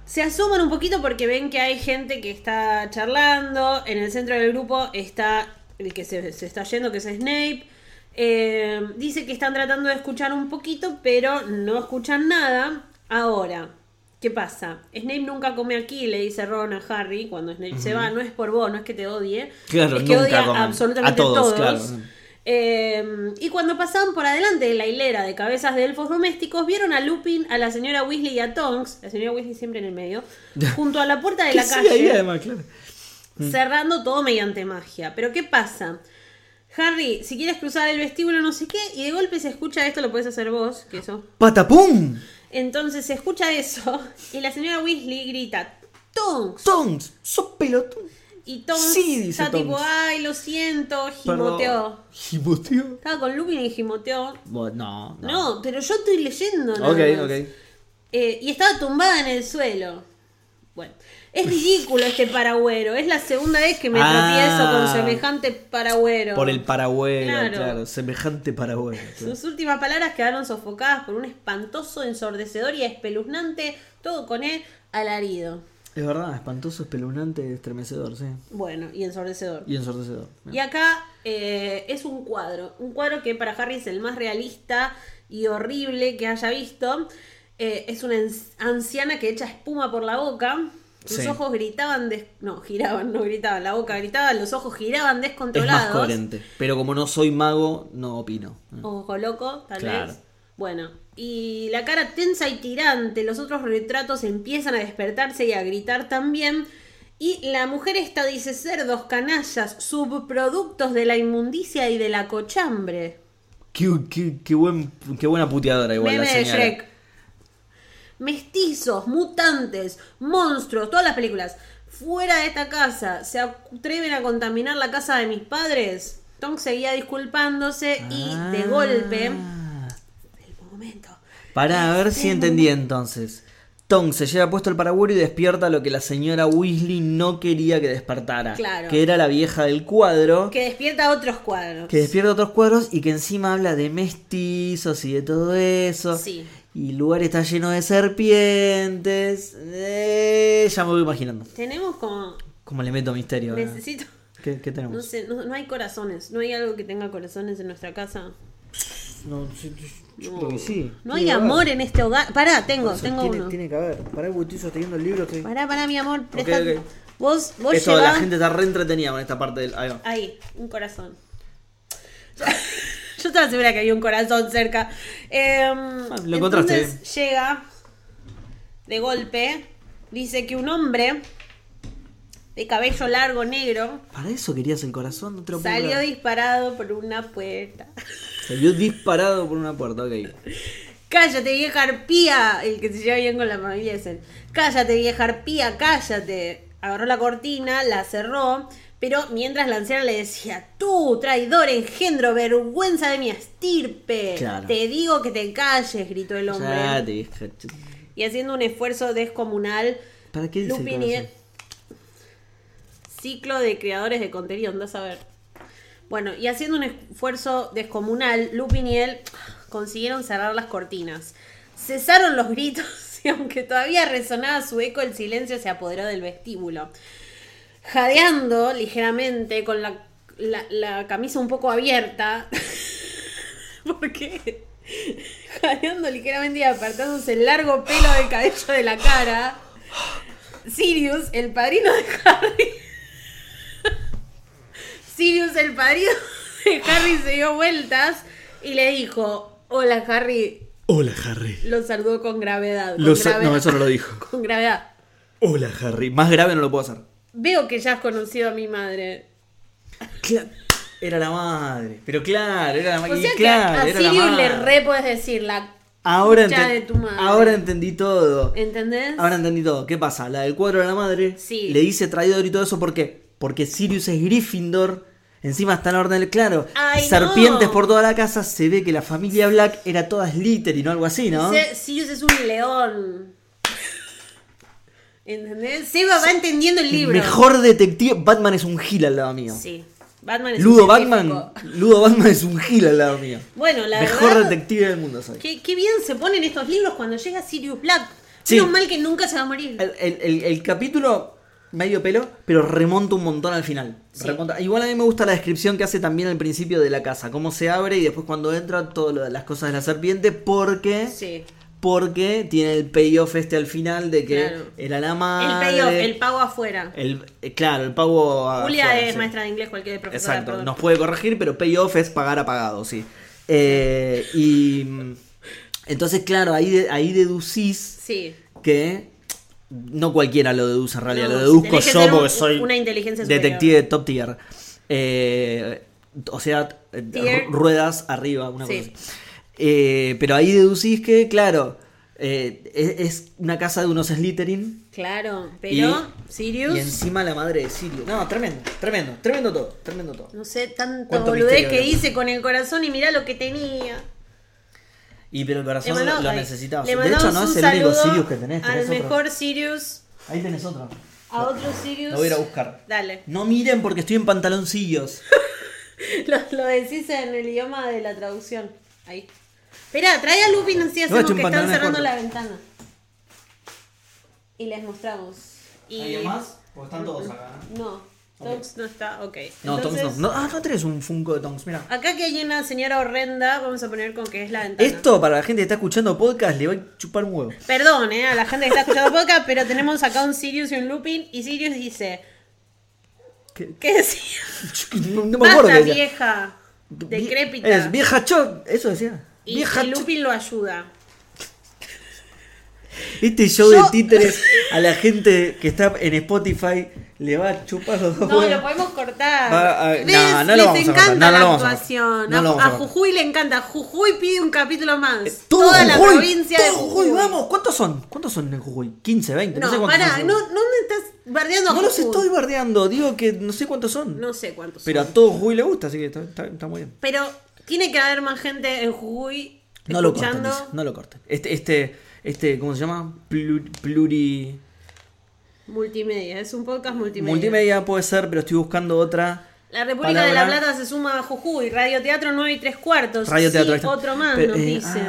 S1: Se asoman un poquito porque ven que hay gente que está charlando. En el centro del grupo está el que se, se está yendo, que es Snape. Eh, dice que están tratando de escuchar un poquito, pero no escuchan nada. Ahora, ¿qué pasa? Snape nunca come aquí, le dice Ron a Harry cuando Snape se va. No es por vos, no es que te odie.
S2: Claro,
S1: es que
S2: nunca
S1: odia
S2: comen.
S1: absolutamente
S2: A todos, claro.
S1: Eh, y cuando pasaban por adelante de la hilera de cabezas de elfos domésticos, vieron a Lupin, a la señora Weasley y a Tonks, la señora Weasley siempre en el medio, junto a la puerta de
S2: Que
S1: la
S2: sí, ahí Mm.
S1: calle,
S2: además, claro.
S1: cerrando todo mediante magia. Pero ¿qué pasa? Harry, si quieres cruzar el vestíbulo, no sé qué, y de golpe se escucha esto, lo puedes hacer vos, que eso.
S2: ¡Patapum!
S1: Entonces se escucha eso, y la señora Weasley grita, Tonks.
S2: ¡Tongs! ¡Sos pelotón!
S1: Y Tonks
S2: Sí, dice
S1: está tipo,
S2: Tonks.
S1: ay, lo siento,
S2: Perdón.
S1: gimoteó.
S2: ¿Gimoteó?
S1: Estaba con Lupin y gimoteó.
S2: Bueno, no, no.
S1: No, pero yo estoy leyendo. nada
S2: ok,
S1: más.
S2: ok.
S1: Eh, y estaba tumbada en el suelo. Bueno, es ridículo este paragüero. Es la segunda vez que me
S2: Ah.
S1: tropiezo con semejante paragüero.
S2: Por el paragüero,
S1: Claro.
S2: claro. Semejante paragüero. claro.
S1: Sus últimas palabras quedaron sofocadas por un espantoso, ensordecedor y espeluznante, todo con él, alarido.
S2: Es verdad, espantoso, espeluznante, estremecedor, sí.
S1: Bueno, y ensordecedor.
S2: Y ensordecedor.
S1: Y acá eh, es un cuadro, un cuadro que para Harry es el más realista y horrible que haya visto. Eh, es una ans- anciana que echa espuma por la boca. Sus
S2: Sí.
S1: ojos gritaban, des- no, giraban, no gritaban, la boca gritaba, los ojos giraban
S2: Es más
S1: descontrolados.
S2: coherente. Pero como no soy mago, no opino.
S1: Ojo loco, tal
S2: Mm. Claro.
S1: vez. Bueno, y la cara tensa y tirante, los otros retratos empiezan a despertarse y a gritar también. Y la mujer esta dice cerdos, canallas, subproductos de la inmundicia y de la cochambre.
S2: Qué, qué, qué buen, qué buena puteadora igual
S1: Meme
S2: la
S1: de
S2: señora.
S1: Shrek. Mestizos, mutantes, monstruos, todas las películas. Fuera de esta casa, ¿se atreven a contaminar la casa de mis padres? Tonk seguía disculpándose y de
S2: Ah.
S1: golpe. El momento.
S2: Para a ver si entendí entonces. Tom se lleva puesto el paragüero y despierta lo que la señora Weasley no quería que despertara.
S1: Claro.
S2: Que era la vieja del cuadro.
S1: Que despierta otros cuadros.
S2: Que despierta otros cuadros y que encima habla de mestizos y de todo eso.
S1: Sí.
S2: Y el lugar está lleno de serpientes. Eh, ya me voy imaginando.
S1: Tenemos como.
S2: Como le meto misterio. ahora.
S1: Necesito.
S2: ¿Qué, qué tenemos?
S1: No sé, no, no hay corazones. No hay algo que tenga corazones en nuestra casa.
S2: No, yo, yo- yo creo que sí.
S1: No
S2: Tiene
S1: hay
S2: que
S1: amor
S2: haber.
S1: en este hogar. Pará, tengo,
S2: Eso
S1: tengo
S2: tiene,
S1: uno.
S2: tiene que haber. Pará, porque estoy sosteniendo el libro. Estoy...
S1: Pará, pará, mi amor. presta-
S2: ok.
S1: Vos, vos
S2: Esto,
S1: llevá-
S2: la gente está re entretenida con esta parte del. Ahí va.
S1: Ahí, un corazón. Yo estaba segura que había un corazón cerca. Em,
S2: Ah, lo encontraste.
S1: Entonces llega de golpe. Dice que un hombre de cabello largo negro
S2: Para eso querías el corazón, no te lo puedo
S1: salió
S2: creer.
S1: disparado por una puerta.
S2: Salió disparado por una puerta, ok.
S1: Cállate, vieja arpía. El que se lleva bien con la familia es él. Cállate, vieja arpía, cállate. Agarró la cortina, la cerró. Pero mientras la anciana le decía, tú, traidor, engendro, vergüenza de mi estirpe.
S2: Claro.
S1: Te digo que te calles, gritó el hombre.
S2: Ya te vieja. ch-
S1: Y haciendo un esfuerzo descomunal,
S2: ¿Para qué dice el
S1: Lupin y
S2: corazón?
S1: Ciclo de creadores de contenido, andás a ver. Bueno, y haciendo un esfuerzo descomunal, Lupin y él consiguieron cerrar las cortinas. Cesaron los gritos y aunque todavía resonaba su eco, el silencio se apoderó del vestíbulo. Jadeando ligeramente, con la, la- la camisa un poco abierta. ¿Por qué? Jadeando ligeramente y apartándose el largo pelo del cabello de la cara. Sirius, el padrino de Harry. Sirius, el padrino de Harry, se dio vueltas y le dijo: Hola, Harry.
S2: Hola, Harry.
S1: Lo saludó con gravedad. Con
S2: Lo sa-
S1: gravedad.
S2: no, eso no lo dijo.
S1: Con gravedad.
S2: Hola, Harry. Más grave no lo puedo hacer.
S1: Veo que ya has conocido a mi madre.
S2: Cla- era la madre. Pero claro, era la
S1: O
S2: madre.
S1: sea que
S2: claro,
S1: a
S2: era la
S1: Sirius le
S2: madre.
S1: re puedes decir la
S2: Ahora,
S1: Concha
S2: enten-
S1: de tu madre.
S2: ahora entendí todo.
S1: ¿Entendés?
S2: Ahora entendí todo. ¿Qué pasa? La del cuadro de la madre
S1: Sí.
S2: le dice traidor y todo eso. ¿Por qué? Porque Sirius es Gryffindor. Encima está en orden del claro.
S1: Ay,
S2: Serpientes
S1: no.
S2: por toda la casa. Se ve que la familia Black era toda Slytherin y no algo así, ¿no?
S1: Se- Sirius es un león. ¿Entendés? Seba va entendiendo el libro.
S2: Mejor detective. Batman es un gil al lado mío.
S1: Sí. Batman es un
S2: Ludo
S1: científico.
S2: Batman. Ludo Batman es un gil al lado mío.
S1: Bueno, la
S2: Mejor
S1: verdad.
S2: detective del mundo soy.
S1: Qué, qué bien se ponen estos libros cuando llega Sirius Black.
S2: Sí.
S1: Menos mal que nunca se va a morir.
S2: El, el- el- el capítulo medio pelo, pero remonta un montón al final.
S1: Sí.
S2: Remonta- Igual a mí me gusta la descripción que hace también al principio de la casa, cómo se abre y después cuando entra todas las cosas de la serpiente, porque
S1: Sí.
S2: porque tiene el payoff este al final de que
S1: Claro.
S2: era la
S1: El
S2: madre.
S1: payoff, el pago afuera.
S2: el- eh, claro, el pago. a-
S1: Julia
S2: afuera,
S1: es
S2: sí.
S1: maestra de inglés, cualquier profesora.
S2: Exacto,
S1: perdón.
S2: nos puede corregir, pero payoff es pagar apagado, sí. Eh, y mm, entonces, claro, ahí, de- ahí deducís
S1: Sí.
S2: que no cualquiera lo deduce en realidad,
S1: No,
S2: lo
S1: si
S2: deduzco
S1: tenés que
S2: yo
S1: ser un-
S2: porque soy
S1: una inteligencia superior.
S2: detective de top tier. Eh, o sea, eh,
S1: Tier.
S2: ru- ruedas arriba, una
S1: Sí.
S2: cosa así. Eh, pero ahí deducís que, claro, eh, es, es una casa de unos Slytherin
S1: Claro, pero Sirius,
S2: y encima la madre de Sirius. No, tremendo, tremendo, tremendo todo, tremendo todo.
S1: no sé, tanta
S2: ¿Cuánto
S1: boludez
S2: misterio
S1: que
S2: habrá?
S1: hice con el corazón y mirá lo que tenía.
S2: Y pero el
S1: Le
S2: corazón
S1: mandamos-
S2: lo, lo
S1: ay,
S2: necesitabas.
S1: le
S2: De hecho, no
S1: mandamos
S2: es
S1: un
S2: el único
S1: saludo
S2: Sirius que tenés.
S1: Al
S2: tenés otro.
S1: mejor Sirius,
S2: Ahí tenés otro.
S1: a otro Sirius.
S2: Lo voy a ir a buscar.
S1: Dale.
S2: No miren porque estoy en pantaloncillos.
S1: Lo, lo decís en el idioma de la traducción. Ahí. Espera, trae a Lupin así
S2: Igual
S1: hacemos
S2: estoy en
S1: que están
S2: pantalones
S1: cerrando
S2: cortos.
S1: la ventana. Y les mostramos. Y...
S2: ¿Alguien más? Porque están todos acá. ¿eh? ¿no?
S1: No, Tonks no está, ok.
S2: No,
S1: Entonces,
S2: Tonks no. no. Ah, no tenés un Funko de Tonks, mira.
S1: Acá que hay una señora horrenda, vamos a poner con que es la ventana.
S2: Esto, para la gente que está escuchando podcast, le va a chupar un huevo.
S1: Perdón, eh, a la gente que está escuchando podcast, pero tenemos acá un Sirius y un Lupin, y Sirius dice,
S2: ¿Qué?
S1: ¿qué decía?
S2: No, no me acuerdo
S1: Basta,
S2: qué decía.
S1: vieja, decrépita.
S2: Es vieja cho. Eso decía.
S1: y,
S2: vieja
S1: y
S2: cho.
S1: Lupin lo ayuda.
S2: Este show
S1: Yo-
S2: de títeres a la gente que está en Spotify le va a chupar los dos
S1: No,
S2: huevos.
S1: lo podemos cortar.
S2: Va, ah,
S1: ¿Ves?
S2: no, no lo
S1: Les
S2: vamos a
S1: encanta
S2: cortar, no, no
S1: la
S2: lo vamos a cortar.
S1: actuación.
S2: No lo
S1: a,
S2: vamos a
S1: a
S2: cortar. Eh,
S1: Jujuy le encanta. Jujuy pide un capítulo más.
S2: Todo
S1: Toda la
S2: Jujuy,
S1: provincia
S2: todo
S1: de Jujuy.
S2: Jujuy, vamos. ¿Cuántos son? ¿Cuántos son en Jujuy? 15, 20, no, sé
S1: No,
S2: cuántos
S1: pará,
S2: son.
S1: no, no me estás bardeando a
S2: No los
S1: Jujuy.
S2: estoy bardeando, digo que no sé cuántos son.
S1: No sé cuántos
S2: Pero a
S1: son.
S2: todo Jujuy le gusta, así que está, está- está muy bien.
S1: Pero tiene que haber más gente en Jujuy
S2: No lo corten,
S1: escuchando.
S2: dice, no lo corten. Este, este, este, ¿cómo se llama? Plur- pluri...
S1: Multimedia, es un podcast multimedia.
S2: Multimedia puede ser, pero estoy buscando otra.
S1: La República de la
S2: Palabra.
S1: Plata se suma a Jujuy. Radio Teatro 9 y 3 cuartos.
S2: Radio
S1: Sí,
S2: teatro. ahí está.
S1: otro más,
S2: Pero,
S1: nos
S2: eh,
S1: dicen.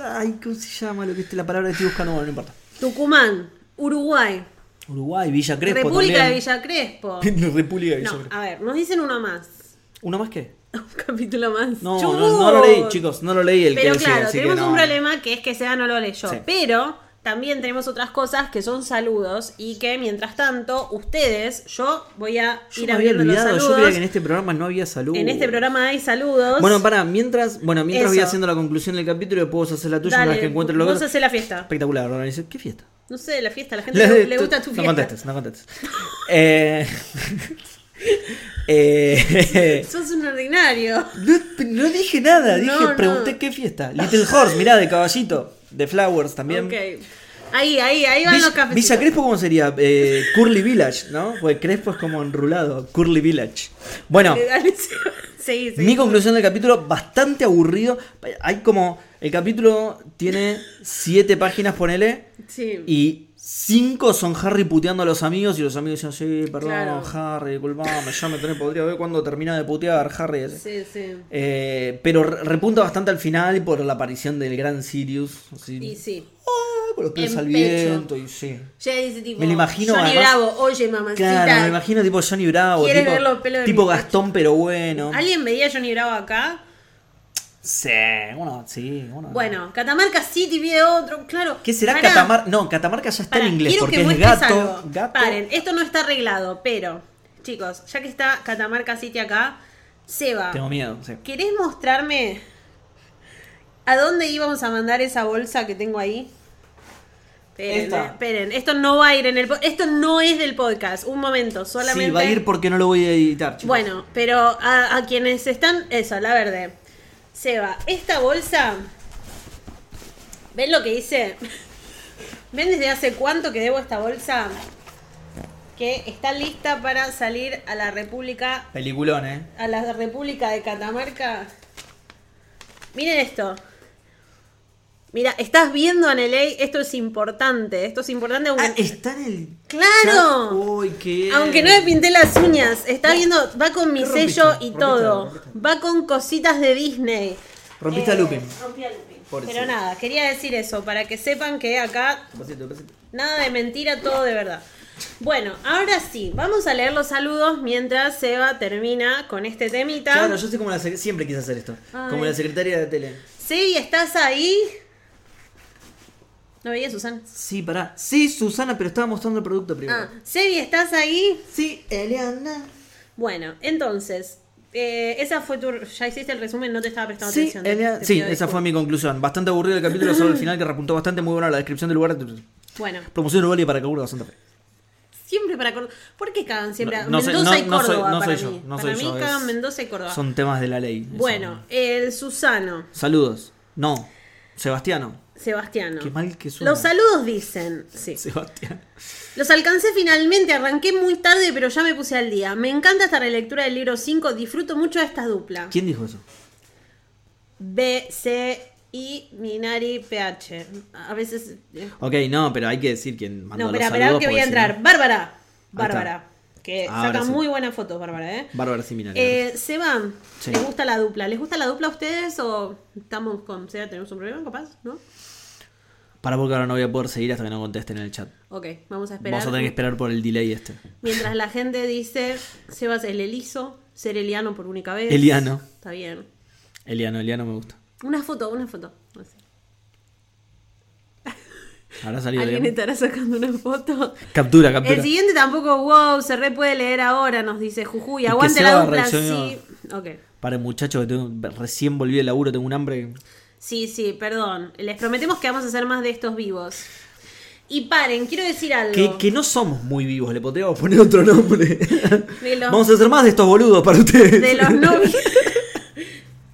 S2: ah, ay, ¿cómo se llama lo que es la palabra que estoy buscando? Bueno, no importa.
S1: Tucumán, Uruguay,
S2: Uruguay, Villa Crespo
S1: República de
S2: también.
S1: Villa Crespo.
S2: República de Villa
S1: No,
S2: Crespo.
S1: a ver, nos dicen uno más.
S2: ¿Uno más qué?
S1: Un capítulo más.
S2: No,
S1: ¡Chubut!
S2: no, no lo leí, chicos. No lo leí el que
S1: Pero
S2: decía,
S1: claro,
S2: así que
S1: tenemos
S2: no.
S1: un problema que es que Seba no lo leyó.
S2: Sí.
S1: Pero también tenemos otras cosas que son saludos y que mientras tanto, ustedes, yo voy a
S2: Yo
S1: ir
S2: me había
S1: abriendo los
S2: olvidado, yo
S1: saludos.
S2: creía que en
S1: en,
S2: este programa no había salud.
S1: este... programa hay saludos.
S2: Bueno, para, mientras, bueno, mientras voy
S1: Eso.
S2: haciendo la conclusión del capítulo, después vos hacer la tuya
S1: Dale,
S2: una vez que encuentre lo
S1: vos
S2: que.
S1: hacés la fiesta.
S2: Espectacular, organizé. ¿Qué fiesta?
S1: No sé, la fiesta, a la gente le, le gusta tu
S2: No
S1: fiesta.
S2: contestes, no contestes. eh, eh,
S1: Sos un ordinario.
S2: no, no dije nada, dije,
S1: No, no.
S2: pregunté qué fiesta. Little Horse, mirá, de caballito, de Flowers también.
S1: Ok. Ahí, ahí, ahí van
S2: Villa,
S1: los cafés.
S2: Villa Crespo, ¿cómo sería? Eh, Curly Village, ¿no? Porque Crespo es como enrulado, Curly Village. Bueno,
S1: Sí, sí.
S2: mi conclusión del capítulo, bastante aburrido. Hay como, el capítulo tiene siete páginas, ponele.
S1: Sí.
S2: Y cinco son Harry puteando a los amigos y los amigos dicen, sí, perdón,
S1: Claro.
S2: Harry, disculpame, ya me tenés podría ver cuándo termina de putear Harry.
S1: Sí, sí.
S2: Eh, pero re- repunta bastante al final por la aparición del gran Sirius. así,
S1: Y sí.
S2: ah, con los pies
S1: En
S2: al
S1: pecho.
S2: viento y sí.
S1: Ya dice tipo.
S2: Me lo imagino,
S1: Johnny
S2: además-
S1: Bravo, oye mamacita.
S2: Claro, me imagino tipo Johnny Bravo,
S1: ¿Quieres
S2: tipo,
S1: ver los pelos de
S2: tipo
S1: mi pecho?
S2: Gastón, pero bueno.
S1: ¿Alguien veía a Johnny Bravo acá?
S2: Sí, bueno, sí. Bueno,
S1: Bueno, Catamarca City pide otro, claro.
S2: ¿qué será
S1: Pará,
S2: Catamarca? No, Catamarca ya está
S1: pará,
S2: en inglés
S1: quiero que
S2: porque es
S1: muestres
S2: gato.
S1: algo.
S2: gato.
S1: Paren, esto no está arreglado, pero, chicos, ya que está Catamarca City acá, Seba,
S2: Tengo miedo, sí.
S1: ¿querés mostrarme a dónde íbamos a mandar esa bolsa que tengo ahí? Esperen,
S2: Esta.
S1: eh, esperen, esto no va a ir en el po- esto no es del podcast, un momento, solamente
S2: Sí, va a ir porque no lo voy a editar, chicos.
S1: Bueno, pero a, a quienes están, eso, la verde. Seba, esta bolsa ¿Ven lo que dice? ¿Ven desde hace cuánto que debo esta bolsa? Que está lista para salir a la República,
S2: Peliculón, eh.
S1: a la República de Catamarca. Miren esto. Mira, estás viendo a Neley, esto es importante, esto es importante. aunque-
S2: Ah, está en el.
S1: ¡Claro!
S2: chat. Uy, qué.
S1: Aunque no me pinté las uñas, está viendo, va con mi
S2: rompiste?
S1: sello y
S2: Rompiste
S1: todo.
S2: algo, rompiste
S1: Va con cositas de Disney. Eh,
S2: Rompiste a Lupin.
S1: Rompí a Lupin.
S2: Pobrecito.
S1: Pero nada, quería decir eso, para que sepan que acá
S2: Pasito, pasito.
S1: nada de mentira, todo de verdad. Bueno, ahora sí, vamos a leer los saludos mientras Seba termina con este temita.
S2: Claro, yo soy como la sec- siempre quise hacer esto.
S1: Ay.
S2: Como la secretaria de tele.
S1: Sebi, ¿estás ahí? ¿No veía Susana?
S2: Sí, pará. Sí, Susana, pero estaba mostrando el producto primero.
S1: Ah, Sebi, ¿estás ahí?
S2: Sí, Eliana.
S1: Bueno, entonces, eh, esa fue tu. Ya hiciste el resumen, no te estaba prestando
S2: Sí,
S1: atención.
S2: Eliana.
S1: Te
S2: sí
S1: pido
S2: esa
S1: disculpas.
S2: fue mi conclusión. Bastante aburrido el capítulo, solo el final que repuntó bastante. Muy buena la descripción del lugar.
S1: Bueno,
S2: Promoción Urbana y para Córdoba Santa Fe.
S1: siempre para Córdoba. ¿Por qué cagan siempre? a-
S2: No- no sé-
S1: Mendoza
S2: no-
S1: y
S2: no soy-
S1: Córdoba
S2: no
S1: para
S2: soy
S1: mí.
S2: yo, no
S1: para
S2: soy
S1: mí
S2: yo,
S1: cagan
S2: es-
S1: Mendoza y Córdoba.
S2: Son temas de la ley. eso.
S1: Bueno, el Susano,
S2: Saludos. No. Sebastiano.
S1: Sebastiano.
S2: Qué mal que suena.
S1: Los saludos dicen, sí.
S2: Sebastián.
S1: Los alcancé finalmente, arranqué muy tarde, pero ya me puse al día. Me encanta esta relectura del libro 5, disfruto mucho de esta dupla.
S2: ¿Quién dijo eso?
S1: B, C y Minari PH. A veces. eh,
S2: Ok, no, pero hay que decir quién mandó
S1: No,
S2: los
S1: espera, espera,
S2: saludos,
S1: que voy a
S2: porque si no-
S1: entrar. Bárbara. Bárbara.
S2: Ahí
S1: Que
S2: Ahora
S1: saca
S2: sí.
S1: muy buenas fotos, Bárbara, ¿eh?
S2: Bárbara Siminari.
S1: Eh, Seba,
S2: Sí.
S1: ¿les gusta la dupla? ¿Les gusta la dupla a ustedes o estamos con Seba? ¿Tenemos un problema capaz? ¿No?
S2: Para porque ahora no voy a poder seguir hasta que no contesten en el chat.
S1: Ok, vamos a esperar.
S2: Vamos a tener que esperar por el delay este.
S1: Mientras la gente dice, Sebas el elizo, ser eliano por única vez.
S2: Eliano.
S1: Está bien.
S2: Eliano, Eliano me gusta.
S1: Una foto, una foto. No sé.
S2: Habrá salido
S1: Alguien Eh,
S2: bien.
S1: estará sacando una foto.
S2: Captura, captura.
S1: El siguiente tampoco, wow, se re puede leer ahora, nos dice Jujuy,
S2: que
S1: aguante
S2: Seba
S1: la dupla,
S2: reaccionó.
S1: sí. Ok.
S2: Para muchachos que tengo- recién volví del laburo, tengo un hambre.
S1: Sí, sí, perdón. Les prometemos que vamos a hacer más de estos vivos. Y paren, quiero decir algo.
S2: Que, que no somos muy vivos, le podríamos poner otro nombre.
S1: De los-
S2: Vamos a hacer más de estos boludos para ustedes.
S1: De los novios.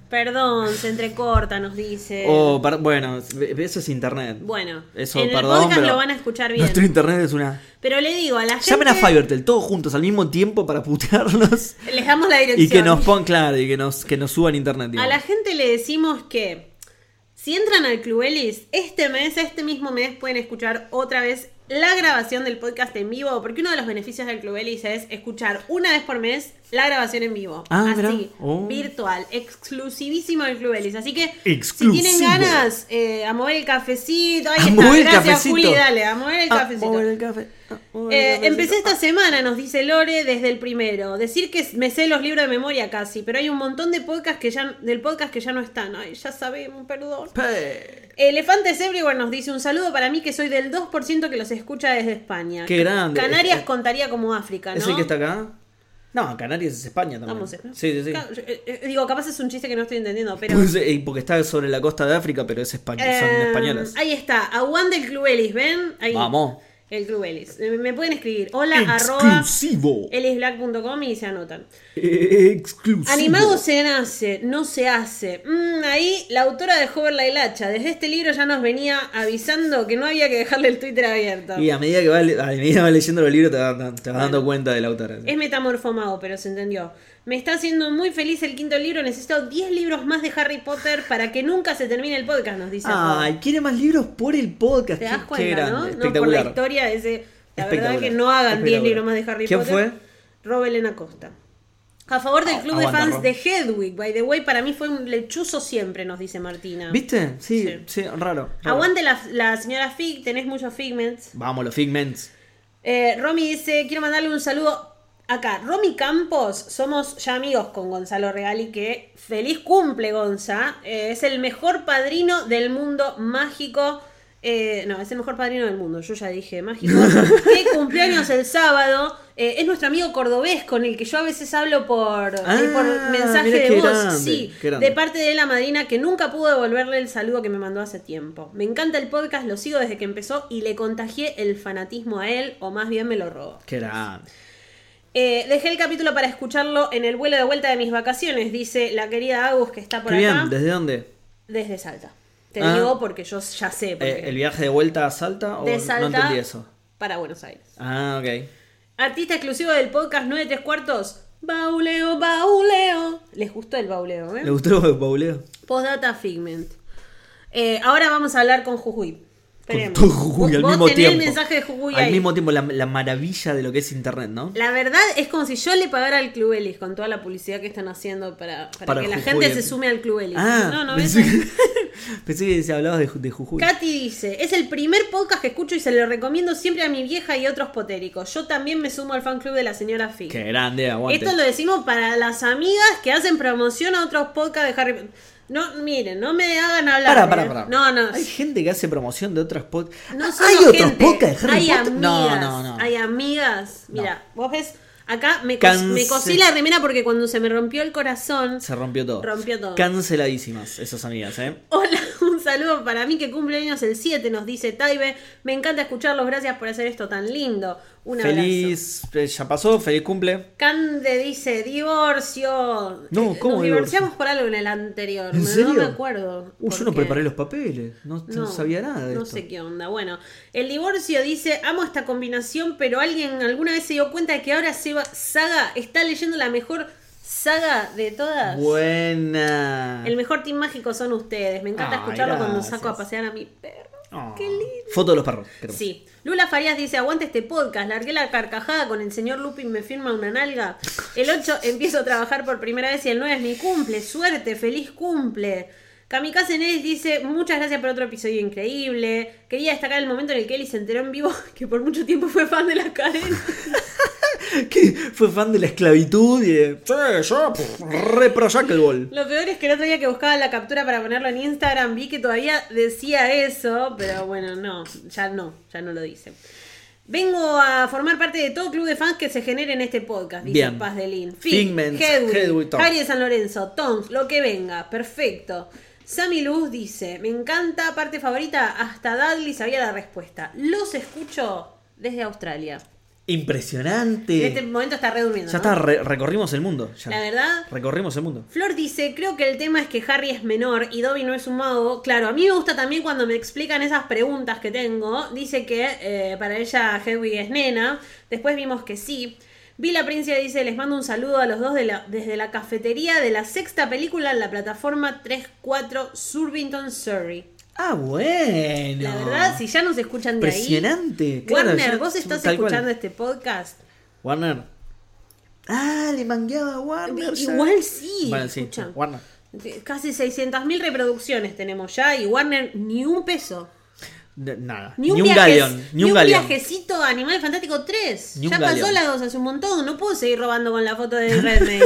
S1: perdón, se entrecorta, nos dice.
S2: Oh, par- bueno, eso es internet.
S1: Bueno,
S2: Eso,
S1: en el
S2: perdón,
S1: podcast
S2: pero
S1: lo van a escuchar bien.
S2: Nuestro internet es una.
S1: Pero le digo a la gente.
S2: Llamen a Fivertel todos juntos al mismo tiempo para putearlos
S1: Les damos la dirección.
S2: y que nos pongan, claro, y que nos, que nos suban internet. digo.
S1: A la gente le decimos que si entran al Club Elis, este mes, este mismo mes, pueden escuchar otra vez la grabación del podcast en vivo, porque uno de los beneficios del Club Elis es escuchar una vez por mes la grabación en vivo.
S2: Ah, mirá.
S1: Así,
S2: Oh.
S1: virtual, exclusivísimo del Club Elis. Así que
S2: Exclusivo.
S1: si tienen ganas, eh, a mover el cafecito, ahí
S2: A
S1: está.
S2: mover el
S1: Gracias,
S2: cafecito.
S1: Juli, dale, a mover el
S2: Ah,
S1: cafecito.
S2: mover el café. Ah, mover el
S1: Eh,
S2: cafecito.
S1: empecé esta semana, nos dice Lore, desde el primero. Decir que me sé los libros de memoria casi, pero hay un montón de podcasts que ya, del podcast que ya no están. Ay, ya sabemos, perdón.
S2: Ah, Pe-
S1: Elefantes Everywhere nos dice un saludo para mí que soy del 2% que los escucha desde España.
S2: Qué grande.
S1: Canarias
S2: Es-
S1: contaría como África, ¿no?
S2: ¿Es el que está acá? No, Canarias es España también.
S1: Vamos, eh.
S2: Sí, sí, sí.
S1: Claro, yo- eh, eh, digo, capaz es un chiste que no estoy entendiendo, pero...
S2: Pues, eh, porque está sobre la costa de África, pero es España, son
S1: Eh,
S2: españolas.
S1: Ahí está, aguante el Club Elis, ¿ven? Ahí.
S2: Vamos.
S1: El Club Elis. Eh, Me pueden escribir hola arroba
S2: Exclusivo.
S1: elisblack.com y se anotan.
S2: Eh, Exclusivo.
S1: Animado se nace, no se hace. Mm, ahí la autora de Hover la hilacha. Desde este libro ya nos venía avisando que no había que dejarle el Twitter abierto.
S2: Y a medida que vas le- a medida que vas leyendo los libros te vas, dan- te vas dando cuenta del autor. eh.
S1: Es metamorfomado, pero se entendió. Me está haciendo muy feliz el quinto libro. Necesito 10 libros más de Harry Potter para que nunca se termine el podcast, nos dice.
S2: Ay, quiere más libros por el podcast.
S1: ¿Te
S2: qué-
S1: das
S2: qué
S1: cuenta,
S2: grande,
S1: no? No, por la
S2: Espectacular.
S1: historia de ese. La verdad
S2: Espectacular.
S1: que no hagan 10
S2: Espectacular.
S1: libros más de Harry
S2: ¿Quién Ah,
S1: Potter. Rob Elena Costa. A favor del club
S2: aguanta,
S1: de fans
S2: Rob.
S1: de Hedwig, by the way, para mí fue un lechuzo siempre, nos dice Martina.
S2: ¿Viste? Sí, sí, raro. raro.
S1: Aguante la, la señora Fig, tenés muchos figments.
S2: Vamos, los Figments.
S1: Eh, Romy dice, quiero mandarle un saludo acá. Romy Campos, somos ya amigos con Gonzalo Regali, que feliz cumple Gonza. Eh, es el mejor padrino del mundo mágico. Eh, no, es el mejor padrino del mundo, yo ya dije mágico. que cumpleaños el sábado. Eh, es nuestro amigo cordobés con el que yo a veces hablo por,
S2: Ah,
S1: eh, por mensaje
S2: mira
S1: de
S2: qué
S1: voz.
S2: grande,
S1: sí,
S2: qué grande.
S1: de parte de la madrina que nunca pudo devolverle el saludo que me mandó hace tiempo. Me encanta el podcast, lo sigo desde que empezó y le contagié el fanatismo a él, o más bien me lo robó.
S2: Qué grande.
S1: Eh, dejé el capítulo para escucharlo en el vuelo de vuelta de mis vacaciones, dice la querida Agus que está por
S2: Qué
S1: acá.
S2: bien, ¿desde dónde?
S1: Desde Salta. Te
S2: Ah.
S1: digo porque yo ya sé. porque-
S2: Eh, ¿El viaje de vuelta a Salta? O
S1: de
S2: No
S1: Salta
S2: entendí eso.
S1: para Buenos Aires.
S2: Ah, ok.
S1: Artista exclusivo del podcast 9 3 cuartos. Bauleo, bauleo. Les gustó el bauleo,
S2: ¿Le
S1: ¿eh?
S2: gustó el bauleo?
S1: Postdata Figment. Eh, ahora vamos a hablar con Jujuy. Esperemos.
S2: Con todo Jujuy
S1: Vos-
S2: al
S1: vos
S2: mismo
S1: tenés
S2: tiempo.
S1: el mensaje de Jujuy
S2: Al
S1: ahí.
S2: mismo tiempo, la, la maravilla de lo que es internet, ¿no?
S1: La verdad es como si yo le pagara al Club Elis con toda la publicidad que están haciendo para, para
S2: Para
S1: que la
S2: Jujuy.
S1: gente se sume al Club Elis.
S2: Ah,
S1: no, no ves.
S2: pensé, que, pensé que se hablaba de, Ju- de Jujuy.
S1: Katy dice, es el primer podcast que escucho y se lo recomiendo siempre a mi vieja y otros potéricos. Yo también me sumo al fan club de la señora Fig.
S2: Qué grande, aguante.
S1: Esto lo decimos para las amigas que hacen promoción a otros podcasts de Harry Potter. No, miren, no me hagan hablar.
S2: Pará, pará,
S1: ¿eh?
S2: pará.
S1: No, no.
S2: Hay gente que hace promoción de otras podcasts.
S1: No somos
S2: Ah, ¿Hay otros
S1: gente.
S2: podcasts de Harry
S1: hay
S2: Potter?
S1: Amigas,
S2: no, no, no.
S1: Hay amigas. Mira, vos ves, acá me, cos-
S2: Cance-
S1: me cosí la remera porque cuando se me rompió el corazón.
S2: Se rompió todo.
S1: Rompió todo.
S2: Canceladísimas esas amigas, ¿eh?
S1: Hola, un saludo para mí que cumple años el 7, nos dice Taibe. Me encanta escucharlos, gracias por hacer esto tan lindo. Un abrazo.
S2: Feliz. eh, Ya pasó, feliz cumple.
S1: Cande dice divorcio.
S2: No,
S1: Eh,
S2: ¿cómo
S1: Nos
S2: divorcio?
S1: divorciamos por algo en el anterior.
S2: ¿En
S1: no, no
S2: serio?
S1: me acuerdo.
S2: Uh,
S1: por
S2: yo no
S1: qué.
S2: preparé los papeles. No, no
S1: No,
S2: sabía nada de
S1: No
S2: esto.
S1: sé qué onda. Bueno, el divorcio dice, amo esta combinación, pero alguien alguna vez se dio cuenta de que ahora Seba Saga está leyendo la mejor saga de todas.
S2: Buena.
S1: El mejor team mágico son ustedes. Me encanta
S2: Ay,
S1: escucharlo cuando
S2: gracias.
S1: saco a pasear a mi perro.
S2: Ah.
S1: Qué lindo.
S2: Foto de los perros. creo.
S1: Sí. Lula Farías dice, aguante este podcast, largué la carcajada con el señor Lupin, me firma una nalga. El 8 empiezo a trabajar por primera vez y el 9 es mi cumple, suerte, feliz cumple. Kamikaze Neris dice, muchas gracias por otro episodio increíble. Quería destacar el momento en el que Eli se enteró en vivo que por mucho tiempo fue fan de la cadena.
S2: que fue fan de la esclavitud y de, "Che, yo pff, re pro Shackleball".
S1: Lo peor es que el otro día que buscaba la captura para ponerlo en Instagram vi que todavía decía eso, pero bueno, no, ya no, ya no lo dice. Vengo a formar parte de todo club de fans que se genere en este podcast, dice
S2: Bien.
S1: Paz de Lin.
S2: Figments, Hedwig, Tonks.
S1: Harry de San Lorenzo, Tonks, lo que venga, perfecto. Sammy Luz dice, me encanta, parte favorita, hasta Dudley sabía la respuesta. Los escucho desde Australia. En
S2: Impresionante.
S1: este momento está re durmiendo,
S2: ya
S1: ¿no?
S2: está, re- recorrimos el mundo. ya.
S1: La verdad,
S2: Recorrimos el mundo.
S1: Flor dice, creo que el tema es que Harry es menor y Dobby no es un mago. Claro, a mí me gusta también cuando me explican esas preguntas que tengo. Dice que eh, para ella Hedwig es nena. Después vimos que sí. Vila Princia dice, les mando un saludo a los dos de la- desde la cafetería de la sexta película en la plataforma 34 Survington, Surrey.
S2: Ah, bueno.
S1: La verdad, si ya nos escuchan de ahí...
S2: Impresionante. claro,
S1: Warner,
S2: ya-
S1: vos estás
S2: tal cual.
S1: escuchando este podcast.
S2: Warner. Ah, le mangueaba a Warner. ya.
S1: Igual sí.
S2: Bueno, sí.
S1: escuchan.
S2: Warner.
S1: Casi 600.000 reproducciones tenemos ya y Warner ni un peso.
S2: De- nada.
S1: Ni un, viaje-
S2: galeón. Ni un galeón.
S1: viajecito a Animal Fantástico 3.
S2: Ni un
S1: ya pasó
S2: galeón.
S1: las dos hace un montón. No puedo seguir robando con la foto de Redmayne.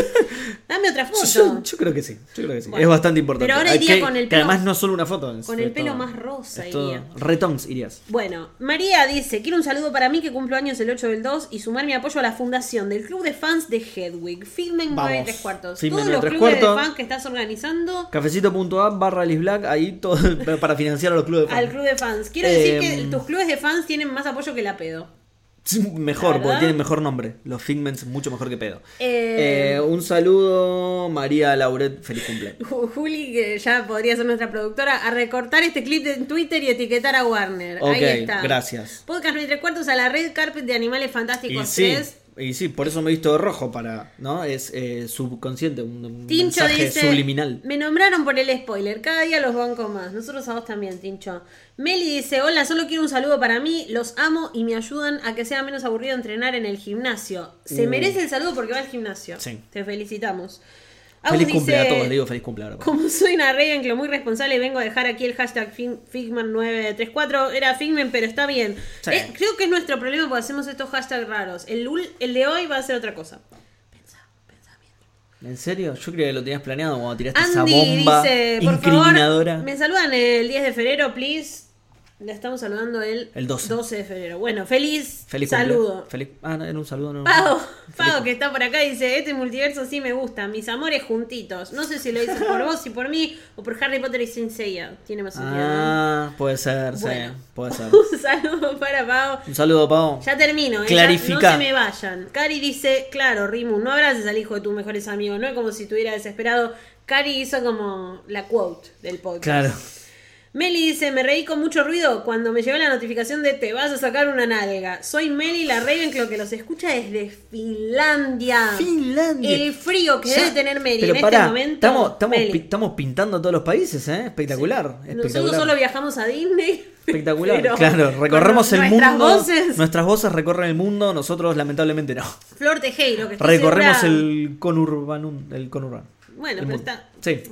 S1: Dame otra foto.
S2: Yo, yo creo que sí, yo creo que sí.
S1: Bueno.
S2: es bastante importante.
S1: Pero ahora
S2: Hay
S1: iría
S2: que,
S1: con el
S2: que
S1: pelo-
S2: además no es solo una foto. es-
S1: con el
S2: es
S1: pelo
S2: todo.
S1: más rosa
S2: Es todo-
S1: iría.
S2: Retongs irías.
S1: Bueno, María dice, quiero un saludo para mí que cumplo años el 8 del 2 y sumar mi apoyo a la fundación del Club de Fans de Hedwig. Filmen
S2: Vamos.
S1: 9 3 cuartos.
S2: Filmen
S1: Todos
S2: 9
S1: los
S2: 3
S1: clubes de
S2: cuartos.
S1: fans que estás organizando
S2: Cafecito.app barra Alice Black, ahí todo para financiar a los clubes. de fans.
S1: al Club de Fans. Quiero decir
S2: Em.
S1: que tus clubes de fans tienen más apoyo que la pedo.
S2: Sí,
S1: La
S2: Mejor,
S1: verdad.
S2: porque tienen mejor nombre. Los Figments, mucho mejor que pedo.
S1: Eh,
S2: Eh, un saludo, María Lauret, feliz cumple.
S1: Ju- Juli, que ya podría ser nuestra productora, a recortar este clip en Twitter y etiquetar a Warner.
S2: Ok,
S1: Ahí está.
S2: gracias.
S1: Podcast 93 cuartos a la red carpet de Animales
S2: Y
S1: Fantásticos
S2: sí,
S1: 3.
S2: y sí, por eso me he visto de rojo, para, ¿no? Es eh, subconsciente, un, un
S1: Tincho
S2: mensaje
S1: dice,
S2: subliminal.
S1: me nombraron por el spoiler, cada día los banco más, nosotros a vos también, Tincho. Meli dice, hola, solo quiero un saludo para mí, los amo y me ayudan a que sea menos aburrido entrenar en el gimnasio. Se
S2: Uh.
S1: merece el saludo porque va al gimnasio.
S2: Sí.
S1: Te felicitamos. Agus
S2: Feliz cumple a
S1: dice,
S2: todos, le digo feliz cumple ahora. pues.
S1: Como soy una Ravenclaw muy responsable, vengo a dejar aquí el hashtag Fig- Figman934. Era Figman, pero está bien.
S2: Sí.
S1: Eh, creo que es nuestro problema porque hacemos estos hashtags raros. El, ul- el de hoy va a ser otra cosa.
S2: ¿En serio? Yo creía que lo tenías planeado cuando tiraste esa
S1: Andy
S2: bomba
S1: dice, por
S2: incriminadora.
S1: favor, me saludan el 10 de febrero, please. La estamos saludando el,
S2: El 12.
S1: de febrero. Bueno, feliz,
S2: Feliz cumple.
S1: saludo.
S2: Feliz... Ah, no, era un saludo. No,
S1: Pau,
S2: Feliz
S1: Pau
S2: cumple.
S1: que está por acá dice, este multiverso sí me gusta, mis amores juntitos. No sé si lo dices por vos y por mí o por Harry Potter y Sin Seiya. Tiene más sentido. ¿no?
S2: Ah, puede ser,
S1: Bueno.
S2: sí, puede ser.
S1: Un saludo para Pau.
S2: Un saludo, Pau.
S1: Ya termino, ¿eh?
S2: Clarifica.
S1: Ya no se me vayan. Cari dice, claro, Rimu, no abraces al hijo de tus mejores amigos, no es como si estuviera desesperado. Cari hizo como la quote del podcast.
S2: Claro.
S1: Meli dice, me reí con mucho ruido cuando me llegó la notificación de te vas a sacar una nalga. Soy Meli la Ravenclaw que los escucha desde Finlandia.
S2: Finlandia.
S1: El frío que
S2: Ya.
S1: debe tener Meli
S2: Pero
S1: en
S2: pará,
S1: este momento.
S2: Estamos, estamos,
S1: Meli.
S2: pi- estamos pintando todos los países, ¿eh? Espectacular. espectacular.
S1: Nosotros solo viajamos a Disney.
S2: Espectacular,
S1: pero
S2: claro, recorremos
S1: con
S2: el
S1: nuestras
S2: mundo.
S1: voces.
S2: Nuestras voces recorren el mundo, nosotros lamentablemente no.
S1: Flor Tejero, que estoy
S2: Recorremos
S1: segura-
S2: el conurbanum, el conurbano.
S1: Bueno,
S2: El
S1: pero
S2: mundo.
S1: está-
S2: Sí.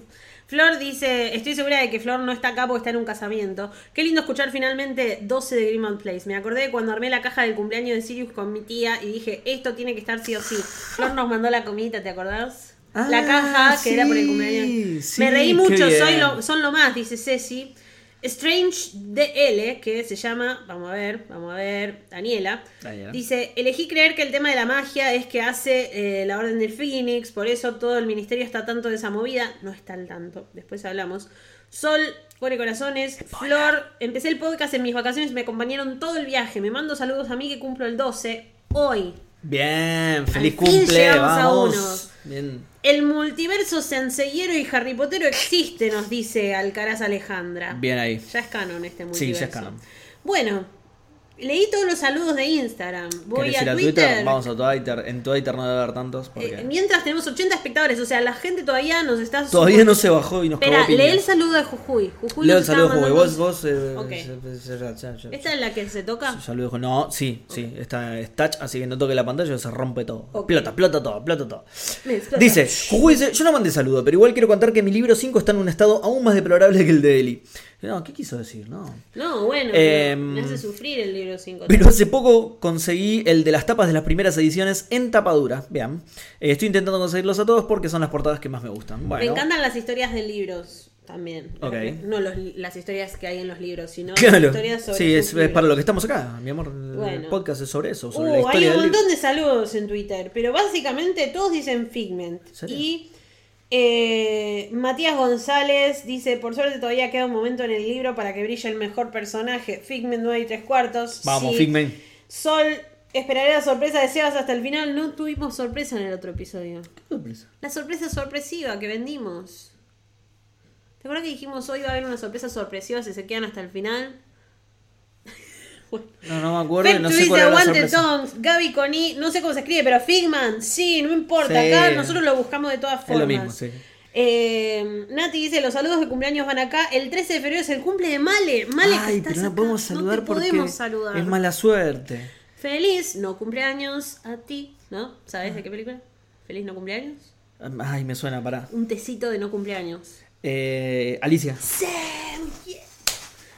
S1: Flor dice, estoy segura de que Flor no está acá porque está en un casamiento. Qué lindo escuchar finalmente 12 de Grimman Place. Me acordé de cuando armé la caja del cumpleaños de Sirius con mi tía y dije, esto tiene que estar sí o sí. Flor nos mandó la comidita, ¿te acordás?
S2: Ah,
S1: la caja que era por el
S2: sí,
S1: cumpleaños.
S2: sí,
S1: Me reí
S2: qué
S1: mucho,
S2: bien.
S1: soy lo- son lo más, dice Ceci. Strange DL, que se llama, vamos a ver, vamos a ver, Daniela.
S2: Daniela.
S1: Dice, elegí creer que el tema de la magia es que hace eh, la Orden del Phoenix, por eso todo el ministerio está tanto de esa movida. No está al tanto, después hablamos. Sol, pone corazones. Flor, empecé el podcast en mis vacaciones, me acompañaron todo el viaje. Me mando saludos a mí que cumplo el 12, hoy.
S2: Bien, feliz
S1: Al fin
S2: cumple,
S1: llegamos a
S2: vamos. Bien.
S1: El multiverso senseiero y Harry Potter existe, nos dice Alcaraz Alejandra.
S2: Bien ahí.
S1: Ya es canon este multiverso.
S2: Sí, ya es canon.
S1: Bueno, leí todos los saludos de Instagram. Voy
S2: ¿Querés
S1: a
S2: ir
S1: Twitter.
S2: a Vamos a Twitter. En Twitter no debe haber tantos porque
S1: Eh, mientras tenemos 80 espectadores, o sea, la gente todavía nos está...
S2: todavía no se bajó y nos
S1: Espera,
S2: cagó piña.
S1: lee el saludo de Jujuy. Jujuy
S2: Leo
S1: nos
S2: el saludo,
S1: estaba
S2: Juve. Vos,
S1: mandando-
S2: vos. eh,
S1: Ok.
S2: se- se- ya, ya, ya.
S1: ¿Esta es la que se toca?
S2: Saludos. con- No, sí, sí. Está es touch, así que no toque la pantalla, se rompe todo.
S1: Ok.
S2: Plata, plata todo, plata todo.
S1: Me explota.
S2: Dice, Jujuy dice, yo no mandé saludo, pero igual quiero contar que mi libro 5 está en un estado aún más deplorable que el de Eli. No, ¿qué quiso decir? No.
S1: No, bueno,
S2: Eh,
S1: pero me hace sufrir el libro 5.
S2: Pero hace poco conseguí el de las tapas de las primeras ediciones en tapadura. Vean. Eh, estoy intentando conseguirlos a todos porque son las portadas que más me gustan. Bueno.
S1: Me encantan las historias de libros también.
S2: Ok.
S1: No los li- las historias que hay en los libros, sino las
S2: Claro.
S1: historias sobre
S2: Sí,
S1: sus
S2: es, es
S1: libros.
S2: para lo que estamos acá, mi amor. El
S1: Bueno.
S2: podcast es sobre eso, sobre la
S1: Uh, hay
S2: historia
S1: un
S2: del libro.
S1: montón de saludos en Twitter, pero básicamente todos dicen Figment.
S2: serio?
S1: Y eh, Matías González dice, por suerte todavía queda un momento en el libro para que brille el mejor personaje. Figment 9 y 3 cuartos.
S2: Vamos,
S1: Sí.
S2: Figmen.
S1: Sol, esperaré la sorpresa de Sebas hasta el final. No tuvimos sorpresa en el otro episodio. La sorpresa sorpresiva que vendimos. ¿Te acuerdas que dijimos hoy va a haber una sorpresa sorpresiva si se quedan hasta el final?
S2: No, no me acuerdo,
S1: Fek
S2: no
S1: tú
S2: sé
S1: dice,
S2: cuál era la
S1: aguante
S2: sorpresa.
S1: Tongs, Gaby Coni, no sé cómo se escribe, pero Figman, sí, no importa,
S2: Sí.
S1: acá nosotros lo buscamos de todas
S2: Es
S1: formas.
S2: lo mismo, sí.
S1: Eh, Nati dice, los saludos de cumpleaños van acá, el 13 de febrero es el cumple de Male, Male que
S2: Ay,
S1: estás
S2: pero no
S1: acá,
S2: podemos
S1: no te
S2: saludar porque
S1: podemos saludar.
S2: es mala suerte.
S1: Feliz no cumpleaños a ti, ¿no? ¿Sabes de qué película? Feliz no cumpleaños.
S2: Ay, me suena, pará.
S1: Un tecito de no cumpleaños.
S2: Eh, Alicia.
S1: Sí, yeah.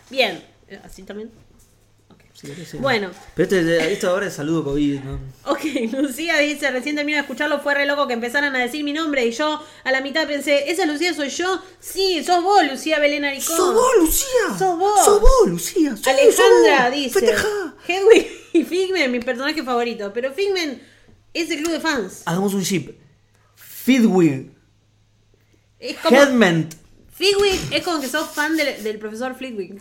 S1: Bien, Eh, así también. Ok.
S2: Sí, creo que sí.
S1: Bueno,
S2: Pero este- esto ahora es saludo COVID, ¿no?
S1: Ok, Lucía dice, recién terminé de escucharlo, fue re loco que empezaran a decir mi nombre y yo a la mitad pensé, ¿esa Lucía soy yo? Sí, sos vos, Lucía Belén Aricón.
S2: Lucía!
S1: Sos vos.
S2: ¡Sos vos, Lucía! Sí,
S1: Alejandra
S2: sos vos.
S1: dice,
S2: Festejá.
S1: Hedwig y Figmen, mi personaje favorito, pero Figmen es el club de fans.
S2: Hagamos un ship. Fidwig.
S1: Es como,
S2: Headment.
S1: Figwig es como que sos fan del, del profesor Figwig.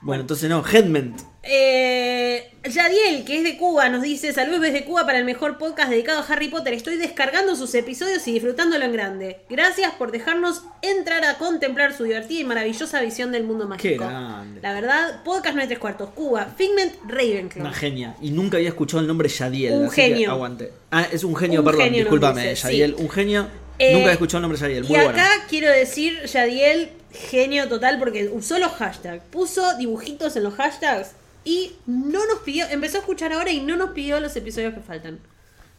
S2: Bueno, entonces no, Headment.
S1: Eh, Yadiel, que es de Cuba, nos dice, saludos desde Cuba para el mejor podcast dedicado a Harry Potter. Estoy descargando sus episodios y disfrutándolo en grande. Gracias por dejarnos entrar a contemplar su divertida y maravillosa visión del mundo mágico.
S2: Qué grande.
S1: La verdad, podcast 9 3 cuartos, Cuba, Figment, Ravenclaw.
S2: Una genia. Y nunca había escuchado el nombre Yadiel.
S1: Un
S2: así que
S1: genio.
S2: aguante. Ah, es un genio,
S1: Un
S2: perdón.
S1: genio nos
S2: Disculpame,
S1: dice,
S2: Yadiel. Un genio.
S1: Eh,
S2: nunca había escuchado el nombre Yadiel.
S1: Y
S2: Muy bueno.
S1: acá quiero decir, Yadiel, genio total, porque usó los hashtags, puso dibujitos en los hashtags y no nos pidió, empezó a escuchar ahora y no nos pidió los episodios que faltan.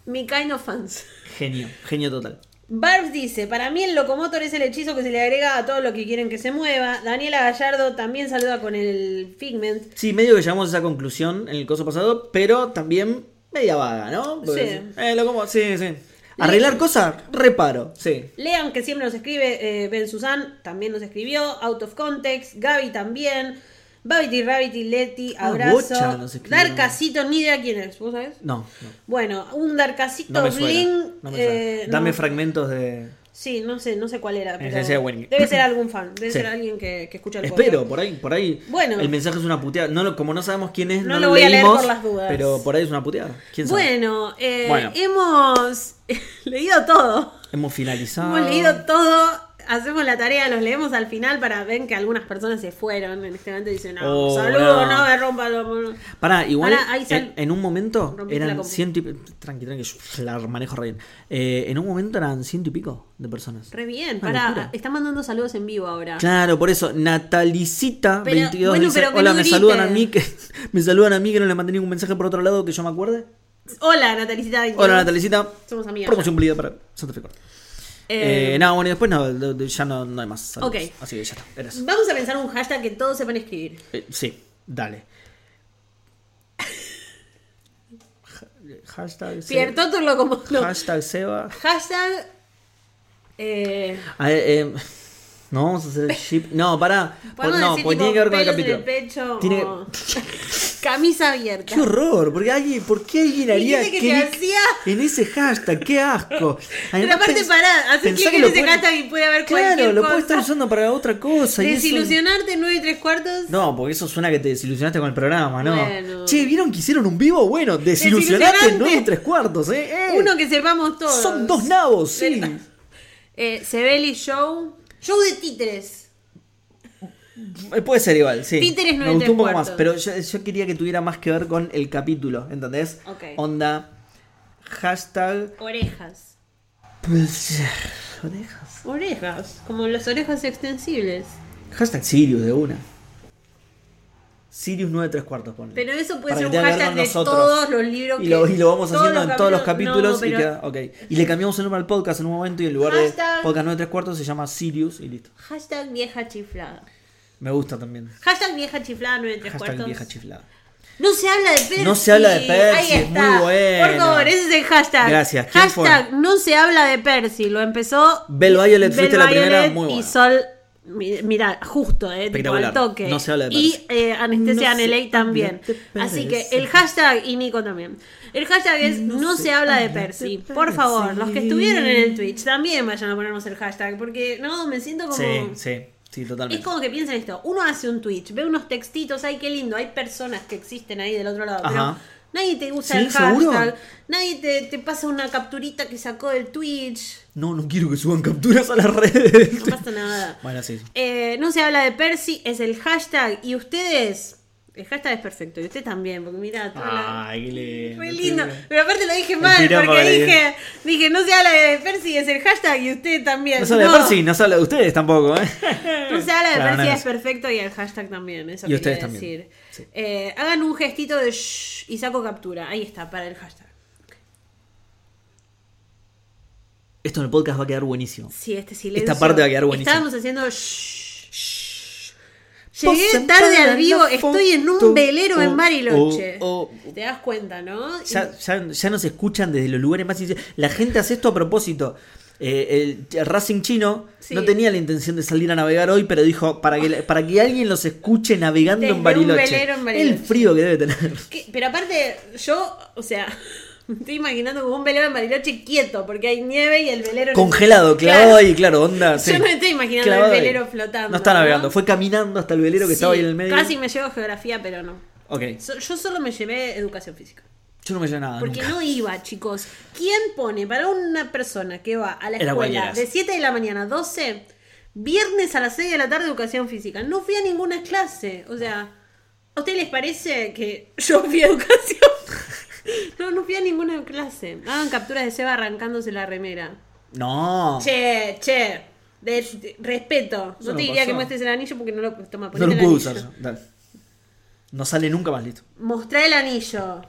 S1: Mi kind of fans.
S2: Genio. Genio total.
S1: Barbs dice, para mí el locomotor es el hechizo que se le agrega a todo lo que quieren que se mueva. Daniela Gallardo también saluda con el Figment.
S2: Sí, medio que llegamos a esa conclusión en el coso pasado, pero también media vaga, ¿no? Porque-
S1: Sí.
S2: Eh, lo como, sí, sí. Arreglar cosas, reparo, sí.
S1: Lean, que siempre nos escribe, eh, Ben Susan también nos escribió, Out of Context, Gaby también, Babity Rabbity, Leti,
S2: Ah,
S1: abrazo.
S2: Bocha nos escribió.
S1: Darkacito, ni idea quién es, ¿vos sabés?
S2: No, no,
S1: Bueno, un Darkacito
S2: no me suena.
S1: Bling.
S2: no me suena.
S1: eh,
S2: Dame
S1: no.
S2: fragmentos de.
S1: Sí, no sé, no sé cuál era. pero
S2: Esencia de Wendy.
S1: debe ser algún fan, debe
S2: Sí.
S1: ser alguien que, que escucha el
S2: Espero,
S1: podcast.
S2: por ahí, por ahí.
S1: Bueno.
S2: El mensaje es una puteada. No, lo- como no sabemos quién es,
S1: No
S2: no,
S1: lo voy a leer
S2: leímos,
S1: por las dudas.
S2: Pero por ahí es una puteada. ¿Quién sabe?
S1: Bueno, eh,
S2: Bueno.
S1: hemos leído todo.
S2: Hemos finalizado.
S1: Hemos leído todo. hacemos la tarea, los leemos al final para ver que algunas personas se fueron. En este momento dicen, no,
S2: Oh,
S1: saludos,
S2: no.
S1: no me rompan los-
S2: Pará, igual
S1: Pará, ahí sal-
S2: en, en un momento
S1: Rompiste la
S2: eran
S1: compu.
S2: ciento y pico. Tranqui, tranqui, yo la manejo re bien. Eh, en un momento eran ciento y pico de personas.
S1: Re bien,
S2: Una locura.
S1: para. Están mandando saludos en vivo ahora.
S2: Ah, Claro, por eso, Natalicita22
S1: Pero, bueno,
S2: dice,
S1: pero que
S2: hola,
S1: no
S2: me
S1: griten".
S2: saludan a mí, que me saludan a mí que no le mandé ningún mensaje por otro lado que yo me acuerde.
S1: Hola, Natalicita. 22.
S2: Hola Natalicita,
S1: Somos amigas.
S2: promoción pulida para Santa Fe Corta.
S1: Eh,
S2: Eh, nada, bueno, y después no, de- de- ya no, no hay más saludos.
S1: Ok.
S2: Así que ya está, era eso.
S1: Vamos a pensar un hashtag que todos sepan escribir.
S2: Eh, sí, dale. Ja- Hashtag Se-
S1: Cierto, tú lo como. no.
S2: Hashtag Seba.
S1: Hashtag. eh,
S2: A ver, eh, no vamos a hacer el ship. No, pará. Por-
S1: podemos
S2: Pues no,
S1: decir,
S2: porque
S1: tipo,
S2: tiene que ver con el
S1: pelos en
S2: capítulo.
S1: pecho
S2: Tiene-
S1: o- Camisa abierta.
S2: Qué horror, porque alguien, ¿por qué alguien haría
S1: gente que
S2: clic
S1: te hacía?
S2: en ese hashtag? ¡Qué asco!
S1: Pero
S2: Además,
S1: aparte
S2: pens-
S1: pará, haces
S2: pensá
S1: clic
S2: que
S1: en
S2: lo
S1: ese
S2: puede-
S1: hashtag y puede haber
S2: Claro,
S1: cualquier
S2: lo
S1: cosa.
S2: puedes estar usando para otra cosa. y eso-
S1: Desilusionarte 9 y 3 cuartos.
S2: No, porque eso suena que te desilusionaste con el programa, ¿no?
S1: Bueno.
S2: Che, ¿vieron que hicieron un vivo? Bueno, desilusionaste en
S1: Desilusionante.
S2: 9 y 3 cuartos, ¿eh? Eh,
S1: Uno que sepamos todos.
S2: Son dos nabos, sí.
S1: Verdad. Eh, Sebeli Show. Show de títeres.
S2: Eh, Puede ser igual, sí.
S1: Títeres
S2: Me
S1: nueve
S2: gustó
S1: tres
S2: un poco más,
S1: cuartos.
S2: pero yo, yo quería que tuviera más que ver con el capítulo, ¿entendés?
S1: Ok.
S2: Onda, hashtag...
S1: Orejas.
S2: pues, Orejas.
S1: Orejas. Como las orejas extensibles.
S2: Hashtag Sirius de una. Sirius 9 3 cuartos, ponle.
S1: Pero eso puede
S2: Para
S1: ser
S2: que
S1: un
S2: tenga que ver
S1: hashtag
S2: con
S1: de
S2: nosotros.
S1: todos los libros
S2: y
S1: que-
S2: lo, y lo vamos
S1: todos
S2: haciendo
S1: los
S2: en todos los
S1: capítulos-
S2: capítulos.
S1: no,
S2: y,
S1: pero-
S2: queda- ok. y le cambiamos el nombre al podcast en un momento y en lugar de
S1: Hashtag-
S2: podcast 9 3 cuartos se llama Sirius y listo.
S1: Hashtag vieja chiflada.
S2: Me gusta también.
S1: Hashtag vieja chiflada 9 y 3
S2: Hashtag
S1: cuartos.
S2: vieja chiflada.
S1: No se habla de Percy.
S2: No se habla de Percy,
S1: Ahí
S2: es
S1: está.
S2: muy bueno.
S1: Por favor, ese es el hashtag.
S2: Gracias, ¿quién
S1: Hashtag no se habla de Percy. Lo empezó.
S2: Bell Violet, fuiste la primera,
S1: Violet
S2: muy
S1: Y
S2: bueno.
S1: Sol. mi- Mira, justo, eh, tipo
S2: Espectacular.
S1: al toque.
S2: No se habla de
S1: y
S2: Percy.
S1: eh, Anestesia
S2: No se
S1: Aneley
S2: habla
S1: también.
S2: de Percy.
S1: Así que el hashtag, y Nico también. El hashtag es no, se, habla de Percy. Por favor, los que estuvieron en el Twitch también vayan a ponernos el hashtag. Porque no, me siento como.
S2: Sí, sí, sí, totalmente.
S1: Es como que piensen esto, uno hace un Twitch, ve unos textitos, ay qué lindo, hay personas que existen ahí del otro lado, pero
S2: Ajá.
S1: nadie te usa
S2: Sí,
S1: el hashtag,
S2: seguro.
S1: nadie te, te pasa una capturita que sacó del Twitch,
S2: No, no quiero que suban capturas a las redes.
S1: no pasa nada.
S2: Bueno, sí. sí.
S1: Eh, no se habla de Percy, es el hashtag, y ustedes, el hashtag es perfecto, y usted también, porque mira, toda la-
S2: Ay, qué lindo.
S1: Fue
S2: qué
S1: lindo,
S2: lindo.
S1: pero aparte lo dije mal,
S2: piropo
S1: porque
S2: ahí.
S1: dije, dije, no se habla de Percy, es el hashtag, y usted también.
S2: No se habla de Percy, no se habla de ustedes tampoco, ¿eh?
S1: No se habla de
S2: Claro,
S1: Percy
S2: no,
S1: es
S2: no.
S1: perfecto y el hashtag también. Eso
S2: Y ustedes
S1: quería
S2: también,
S1: decir. Eh, hagan un gestito de shh y saco captura. Ahí está, para el hashtag.
S2: Esto en el podcast va a quedar buenísimo.
S1: Sí, este silencio.
S2: Esta parte va a quedar buenísima.
S1: Estábamos haciendo shh. shh. Llegué tarde al vivo, estoy en un velero en Bariloche.
S2: Oh, oh, oh.
S1: Te das cuenta, ¿no? Y-
S2: Ya, ya, ya nos escuchan desde los lugares más sinceros. La gente hace esto a propósito. Eh, el Racing chino
S1: Sí.
S2: no tenía la intención de salir a navegar hoy, pero dijo para que, para que alguien los escuche navegando
S1: Desde
S2: en
S1: un
S2: Bariloche.
S1: velero en Bariloche.
S2: El frío que debe tener.
S1: ¿Qué? Pero aparte, yo, o sea, me estoy imaginando como un velero en Bariloche quieto, porque hay nieve y el velero.
S2: Congelado, clavado
S1: Claro.
S2: ahí, claro, onda. sí.
S1: Yo me estoy imaginando el
S2: Clavado ahí.
S1: velero flotando.
S2: No está navegando, fue caminando hasta el velero que estaba
S1: Sí,
S2: ahí en el medio.
S1: Casi me llevo geografía, pero no.
S2: Ok,
S1: So- yo solo me llevé educación física.
S2: yo no me llevo nada.
S1: Porque
S2: Ah, Nunca.
S1: no iba, chicos. ¿Quién pone para una persona que va a la
S2: Era
S1: escuela
S2: cualquieras.
S1: de 7 de la mañana a 12, viernes a las 6 de la tarde educación física? No fui a ninguna clase. O sea, ¿a ustedes les parece que yo fui a educación? no, no fui a ninguna clase. Hagan capturas de Seba arrancándose la remera.
S2: No.
S1: Che, che. de- de- respeto. No
S2: no
S1: te diría
S2: pasó.
S1: que muestres el anillo porque no lo toma
S2: no
S1: ponete
S2: lo
S1: el
S2: puedo
S1: anillo.
S2: usar. yo. Dale. No sale nunca más listo.
S1: Mostrá el anillo.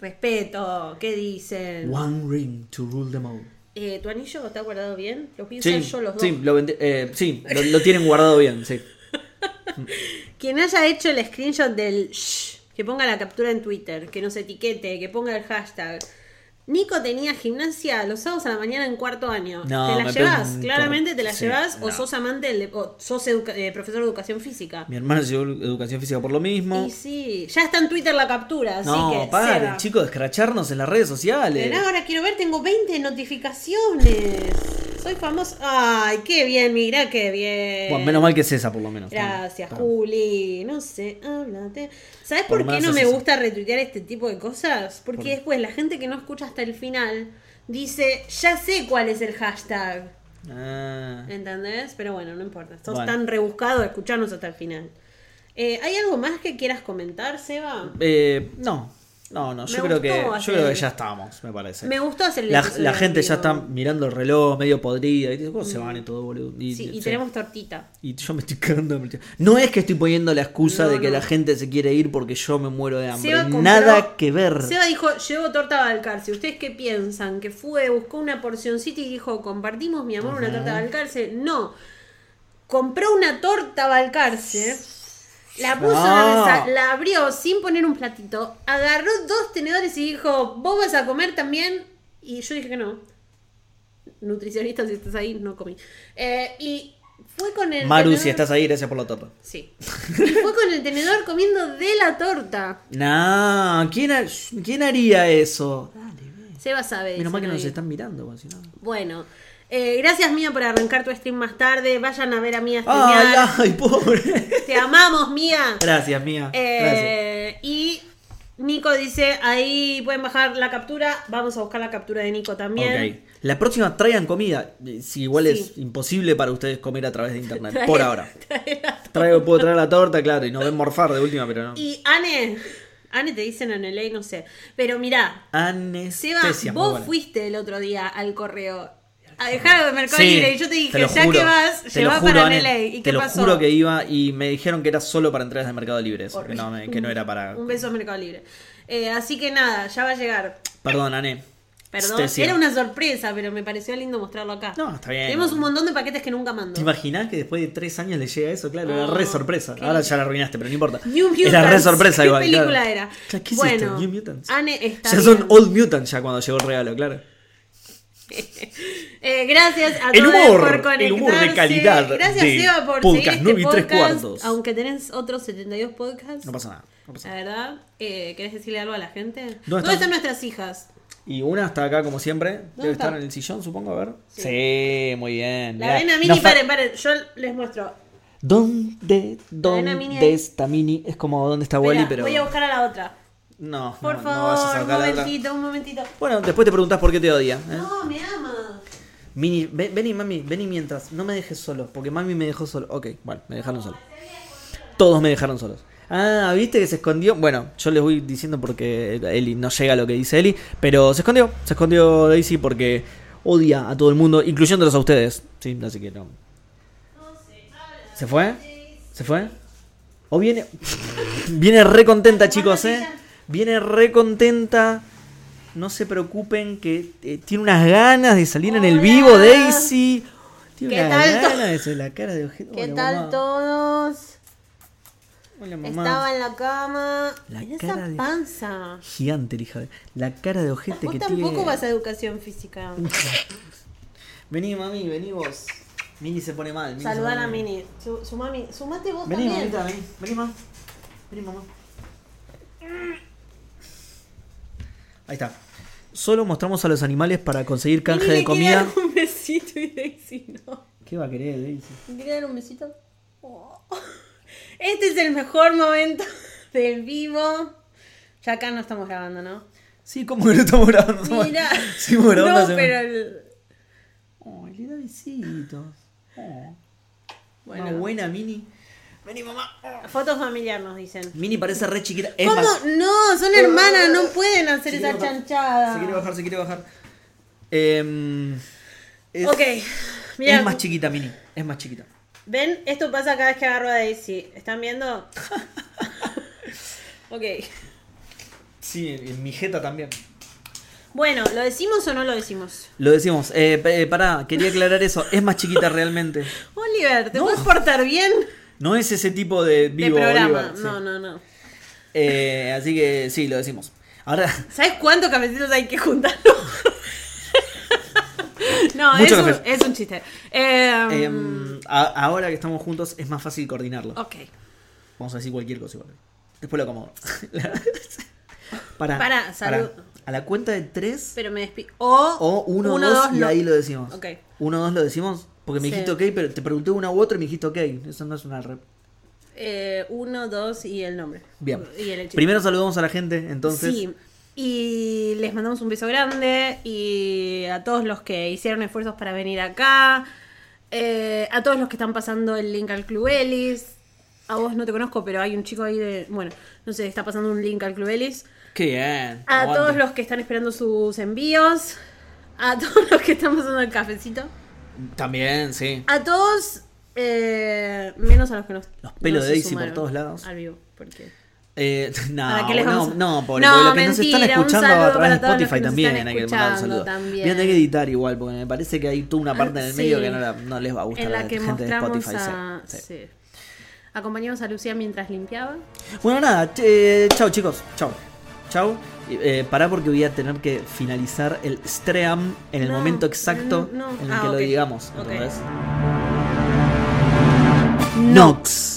S1: Respeto. ¿Qué dicen?
S2: One ring to rule them all.
S1: Eh, ¿Tu anillo está guardado bien? Los voy a usar
S2: Sí,
S1: yo los dos.
S2: sí, lo, vendí- eh, sí lo, lo tienen guardado bien, sí.
S1: Quien haya hecho el screenshot del shh, que ponga la captura en Twitter, que nos etiquete, que ponga el hashtag. Nico tenía gimnasia los sábados a la mañana en cuarto año.
S2: No,
S1: ¿Te la
S2: me
S1: llevas?
S2: pregunto.
S1: Claramente te la
S2: Sí,
S1: llevas
S2: no.
S1: o sos amante del dep- o sos educa- eh, profesor de educación física.
S2: Mi hermana llevó educación física por lo mismo.
S1: Y sí, ya está en Twitter la captura, así
S2: no,
S1: que
S2: paren,
S1: Seba.
S2: chicos, de escracharnos en las redes sociales.
S1: Pero ahora quiero ver, tengo 20 notificaciones. Soy famoso. Ay, qué bien, mira, qué bien.
S2: Bueno, menos mal que es esa, por lo menos.
S1: Gracias,
S2: Perdón.
S1: Juli. No sé, háblate. ¿Sabes
S2: Por
S1: por,
S2: lo
S1: qué no
S2: menos es
S1: me
S2: eso.
S1: gusta retuitear este tipo de cosas? Porque después la gente que no escucha hasta el final dice, ya sé cuál es el hashtag.
S2: Ah.
S1: ¿Entendés? Pero bueno, no importa. Sos
S2: Bueno.
S1: tan rebuscado, escucharnos hasta el final. Eh, ¿Hay algo más que quieras comentar, Seba?
S2: Eh, no, no, no. Yo
S1: Me
S2: creo,
S1: gustó
S2: que, yo
S1: hacer-
S2: creo que ya estamos, me parece.
S1: Me gustó hacer el
S2: la,
S1: episodio
S2: la gente ya está
S1: contigo.
S2: mirando el reloj medio podrida. Y dice, ¿cómo se van y todo, boludo?
S1: Mm. Sí, y
S2: sí.
S1: tenemos tortita.
S2: Y yo me estoy cagando. de hambre. No es que estoy poniendo la excusa
S1: No,
S2: de que
S1: no.
S2: la gente se quiere ir porque yo me muero de hambre.
S1: Seba compró-
S2: Nada que ver.
S1: Seba dijo, llevo torta Balcarce. ¿Ustedes qué piensan? ¿Que fue, buscó una porcioncita y dijo, compartimos, mi amor, una torta Balcarce? No. Compró una torta Balcarce, la puso en la
S2: No.
S1: mesa, la abrió sin poner un platito, agarró dos tenedores y dijo, ¿vos vas a comer también? Y yo dije que no. Nutricionista, si estás ahí, no comí. Eh, y fue con el...
S2: Maru,
S1: tenedor-
S2: si estás ahí, gracias por la tapa.
S1: Sí. Y fue con el tenedor comiendo de la torta.
S2: No, ¿quién, ha- ¿quién haría eso?
S1: Seba sabe.
S2: Menos mal
S1: dice
S2: que nos
S1: Noé.
S2: están mirando. porque si no-
S1: Bueno, eh, gracias Mía por arrancar tu stream más tarde. Vayan a ver a Mía
S2: Ay,
S1: streamear.
S2: ay, pobre.
S1: Te amamos, Mía.
S2: Gracias, mía. Gracias.
S1: Eh, y Nico dice, ahí pueden bajar la captura. Vamos a buscar la captura de Nico también.
S2: Ok. La próxima traigan comida. Eh, Si igual
S1: Sí.
S2: es imposible para ustedes comer a través de internet.
S1: Trae-
S2: por ahora.
S1: trae la-
S2: Traigo, puedo traer la torta, claro, y nos ven morfar de última, pero no.
S1: Y Ane, Ane te dicen en el ley, no sé. Pero mirá, Seba,
S2: Anestesia. muy
S1: vos
S2: buena.
S1: fuiste el otro día al correo. A dejar de Mercado
S2: Sí,
S1: Libre y yo te dije,
S2: lo
S1: ya
S2: juro,
S1: que vas,
S2: te lo
S1: llevá
S2: juro,
S1: para
S2: Ane,
S1: NLA. ¿Y
S2: te
S1: qué
S2: lo
S1: pasó?
S2: juro que iba y me dijeron que era solo para entradas de Mercado Libre, eso, que, no, me- que no era para...
S1: Un beso a Mercado Libre. Eh, así que nada, ya va a llegar.
S2: Perdón, Ané.
S1: Perdón,
S2: Estesia.
S1: era una sorpresa, pero me pareció lindo mostrarlo acá.
S2: No, está bien.
S1: Tenemos un montón de paquetes que nunca
S2: ¿Te
S1: mando.
S2: imaginás que después de tres años le llega eso? Claro, era
S1: Oh,
S2: re sorpresa.
S1: qué
S2: Ahora
S1: lindo.
S2: ya la arruinaste, pero no importa.
S1: New
S2: era re
S1: Mutants.
S2: sorpresa
S1: ¿Qué
S2: igual.
S1: película
S2: claro.
S1: era?
S2: Claro, ¿Qué es
S1: Bueno,
S2: esto? New Mutants.
S1: Ane está
S2: ya son
S1: bien.
S2: Old Mutants ya cuando llegó el regalo, claro.
S1: Eh, gracias a
S2: El
S1: todos
S2: humor,
S1: por
S2: el
S1: conectarse.
S2: humor de calidad
S1: Gracias,
S2: de
S1: Seba, por
S2: podcast
S1: seguir este
S2: nueve y tres
S1: podcast,
S2: cuartos.
S1: Aunque tenés otros 72 podcasts.
S2: No pasa nada. no pasa nada.
S1: La verdad, eh, ¿querés decirle algo a la gente? ¿Dónde,
S2: están?
S1: están nuestras hijas?
S2: Y una está acá como siempre. Debe
S1: Eh. está?
S2: estar en el sillón, supongo, a ver.
S1: Sí.
S2: Sí, muy bien.
S1: La
S2: mirá.
S1: arena mini,
S2: Nos fa-
S1: paren, paren. Yo les muestro.
S2: ¿Dónde,
S1: Cadena Mini
S2: dónde
S1: ahí.
S2: está Mini? Es como dónde está Wally,
S1: Espera,
S2: pero.
S1: Voy a buscar a la otra.
S2: No,
S1: Por
S2: no, no
S1: favor,
S2: vas a
S1: un
S2: sacar la- ¿Eh?
S1: momentito, un momentito.
S2: Bueno, después te preguntas por qué te odia. ¿eh?
S1: No, me ama.
S2: Mini, ve- vení, mami, vení mientras. No me dejes solo, porque mami me dejó solo. Ok, bueno, me dejaron solo. Todos me dejaron solos. Ah, ¿viste que se escondió? Bueno, yo les voy diciendo porque Eli no llega a lo que dice Eli, pero se escondió, se escondió Daisy porque odia a todo el mundo, incluyéndolos a ustedes. Sí, así que no. ¿Se fue? ¿Se fue? ¿O viene? viene re contenta, chicos, ¿eh? Viene re contenta. No se preocupen que eh, tiene unas ganas de salir en el
S1: Hola.
S2: vivo, Daisy. Tiene
S1: ¿Qué
S2: unas
S1: tal to-
S2: ganas de hacer la cara de objeto.
S1: ¿Qué
S2: Hola,
S1: tal
S2: mamá.
S1: todos?
S2: Hola, mamá.
S1: Estaba en la cama.
S2: La
S1: Mirá
S2: cara
S1: esa
S2: de-
S1: panza.
S2: Gigante, el hija. de- La cara de ojete
S1: Vos
S2: que
S1: tampoco
S2: tiene.
S1: vas a educación física.
S2: Vení, mami, vení vos. Mini se pone mal. Mini se
S1: Saludar
S2: pone
S1: a
S2: mal.
S1: Mini. Su, su mami. Sumate vos
S2: Vení,
S1: también.
S2: mamita, vení. Vení, mamá. Vení, mamá. Ahí está. Solo mostramos a los animales para conseguir
S1: Mini
S2: canje
S1: le quiere
S2: de comida.
S1: dar un besito y Daisy no.
S2: ¿Qué va a querer, Daisy?
S1: ¿Me quiere dar un besito? Oh. Este es el mejor momento del vivo. Ya acá no estamos grabando, ¿no?
S2: Sí, como que lo estamos grabando.
S1: Mira.
S2: Sí, bueno,
S1: no,
S2: hace-
S1: pero el...
S2: Oh, le da besitos. Oh, Una
S1: Bueno,
S2: buena Mini. Vení, mamá. Oh.
S1: foto familiar nos dicen.
S2: Mini parece re chiquita. Es
S1: ¿Cómo?
S2: más, eh,
S1: No, son hermanas, no pueden hacer
S2: Se
S1: esa
S2: quiere bajar.
S1: chanchada.
S2: Se quiere bajar, se quiere bajar. Em, es,
S1: ok,
S2: es
S1: mira.
S2: más chiquita, Mini. Es más chiquita.
S1: ¿Ven? Esto pasa cada vez que agarro a Daisy. ¿Están viendo? ok.
S2: Sí, en, en mi jeta también.
S1: Bueno, ¿lo decimos o no lo decimos?
S2: Lo decimos. Eh, pa- eh, pará, quería aclarar eso. Es más chiquita realmente.
S1: Oliver, ¿te puedes portar bien?
S2: No es ese tipo de vivo.
S1: de programa.
S2: Oliver, sí.
S1: No, no, no.
S2: Eh, así que sí, lo decimos. Ahora,
S1: ¿Sabes cuántos cafecitos hay que juntar? no, es
S2: Mucho
S1: un,
S2: café.
S1: es un chiste. Eh,
S2: em, a- ahora que estamos juntos es más fácil coordinarlo.
S1: ok.
S2: Vamos a decir cualquier cosa igual. Después lo acomodo. para,
S1: Pará, salud.
S2: A la cuenta de tres
S1: Pero me despido. O,
S2: o uno,
S1: uno,
S2: dos,
S1: dos,
S2: y
S1: no.
S2: ahí lo decimos.
S1: Ok.
S2: Uno, dos lo decimos. Porque me
S1: Sí.
S2: dijiste ok, pero te pregunté una u otra y me dijiste ok. Eso no es una rep.
S1: Eh, uno, dos y el nombre.
S2: Bien.
S1: Y el chiste.
S2: Primero saludamos a la gente, entonces.
S1: Sí. Y les mandamos un beso grande y a todos los que hicieron esfuerzos para venir acá, eh, a todos los que están pasando el link al Club Ellis. A vos no te conozco, pero hay un chico ahí de. Bueno, no sé, está pasando un link al Club Ellis.
S2: Qué bien.
S1: A
S2: aguante.
S1: todos los que están esperando sus envíos. A todos los que están pasando el cafecito.
S2: También, sí.
S1: A todos, eh, menos a los que nos.
S2: Los pelos
S1: no
S2: de
S1: se
S2: Daisy por
S1: sumaron
S2: todos lados.
S1: Al vivo, porque.
S2: Eh, no,
S1: ¿Para qué les
S2: no,
S1: vamos a-
S2: no, pobre,
S1: No,
S2: porque los que
S1: mentira,
S2: nos están
S1: un
S2: escuchando
S1: saludo
S2: a través de
S1: para todos los
S2: Spotify
S1: que nos
S2: también
S1: están
S2: hay que mandar un saludo.
S1: escuchando también.
S2: Voy a tener que editar igual, porque me parece que hay toda una parte en el
S1: Sí.
S2: medio que no, la- no les va a gustar
S1: en
S2: a
S1: la
S2: la
S1: que
S2: gente de
S1: mostramos
S2: Spotify. sí,
S1: a.
S2: sí.
S1: sí. Acompañamos a Lucía mientras limpiaba.
S2: Bueno, nada, che, eh, chao chicos, chao. Chao. Y, Eh, pará porque voy a tener que finalizar el stream en el
S1: No,
S2: momento exacto
S1: no, no.
S2: en el
S1: Ah,
S2: que lo
S1: ok.
S2: digamos.
S1: Ok.
S2: ¿entendés? Nox.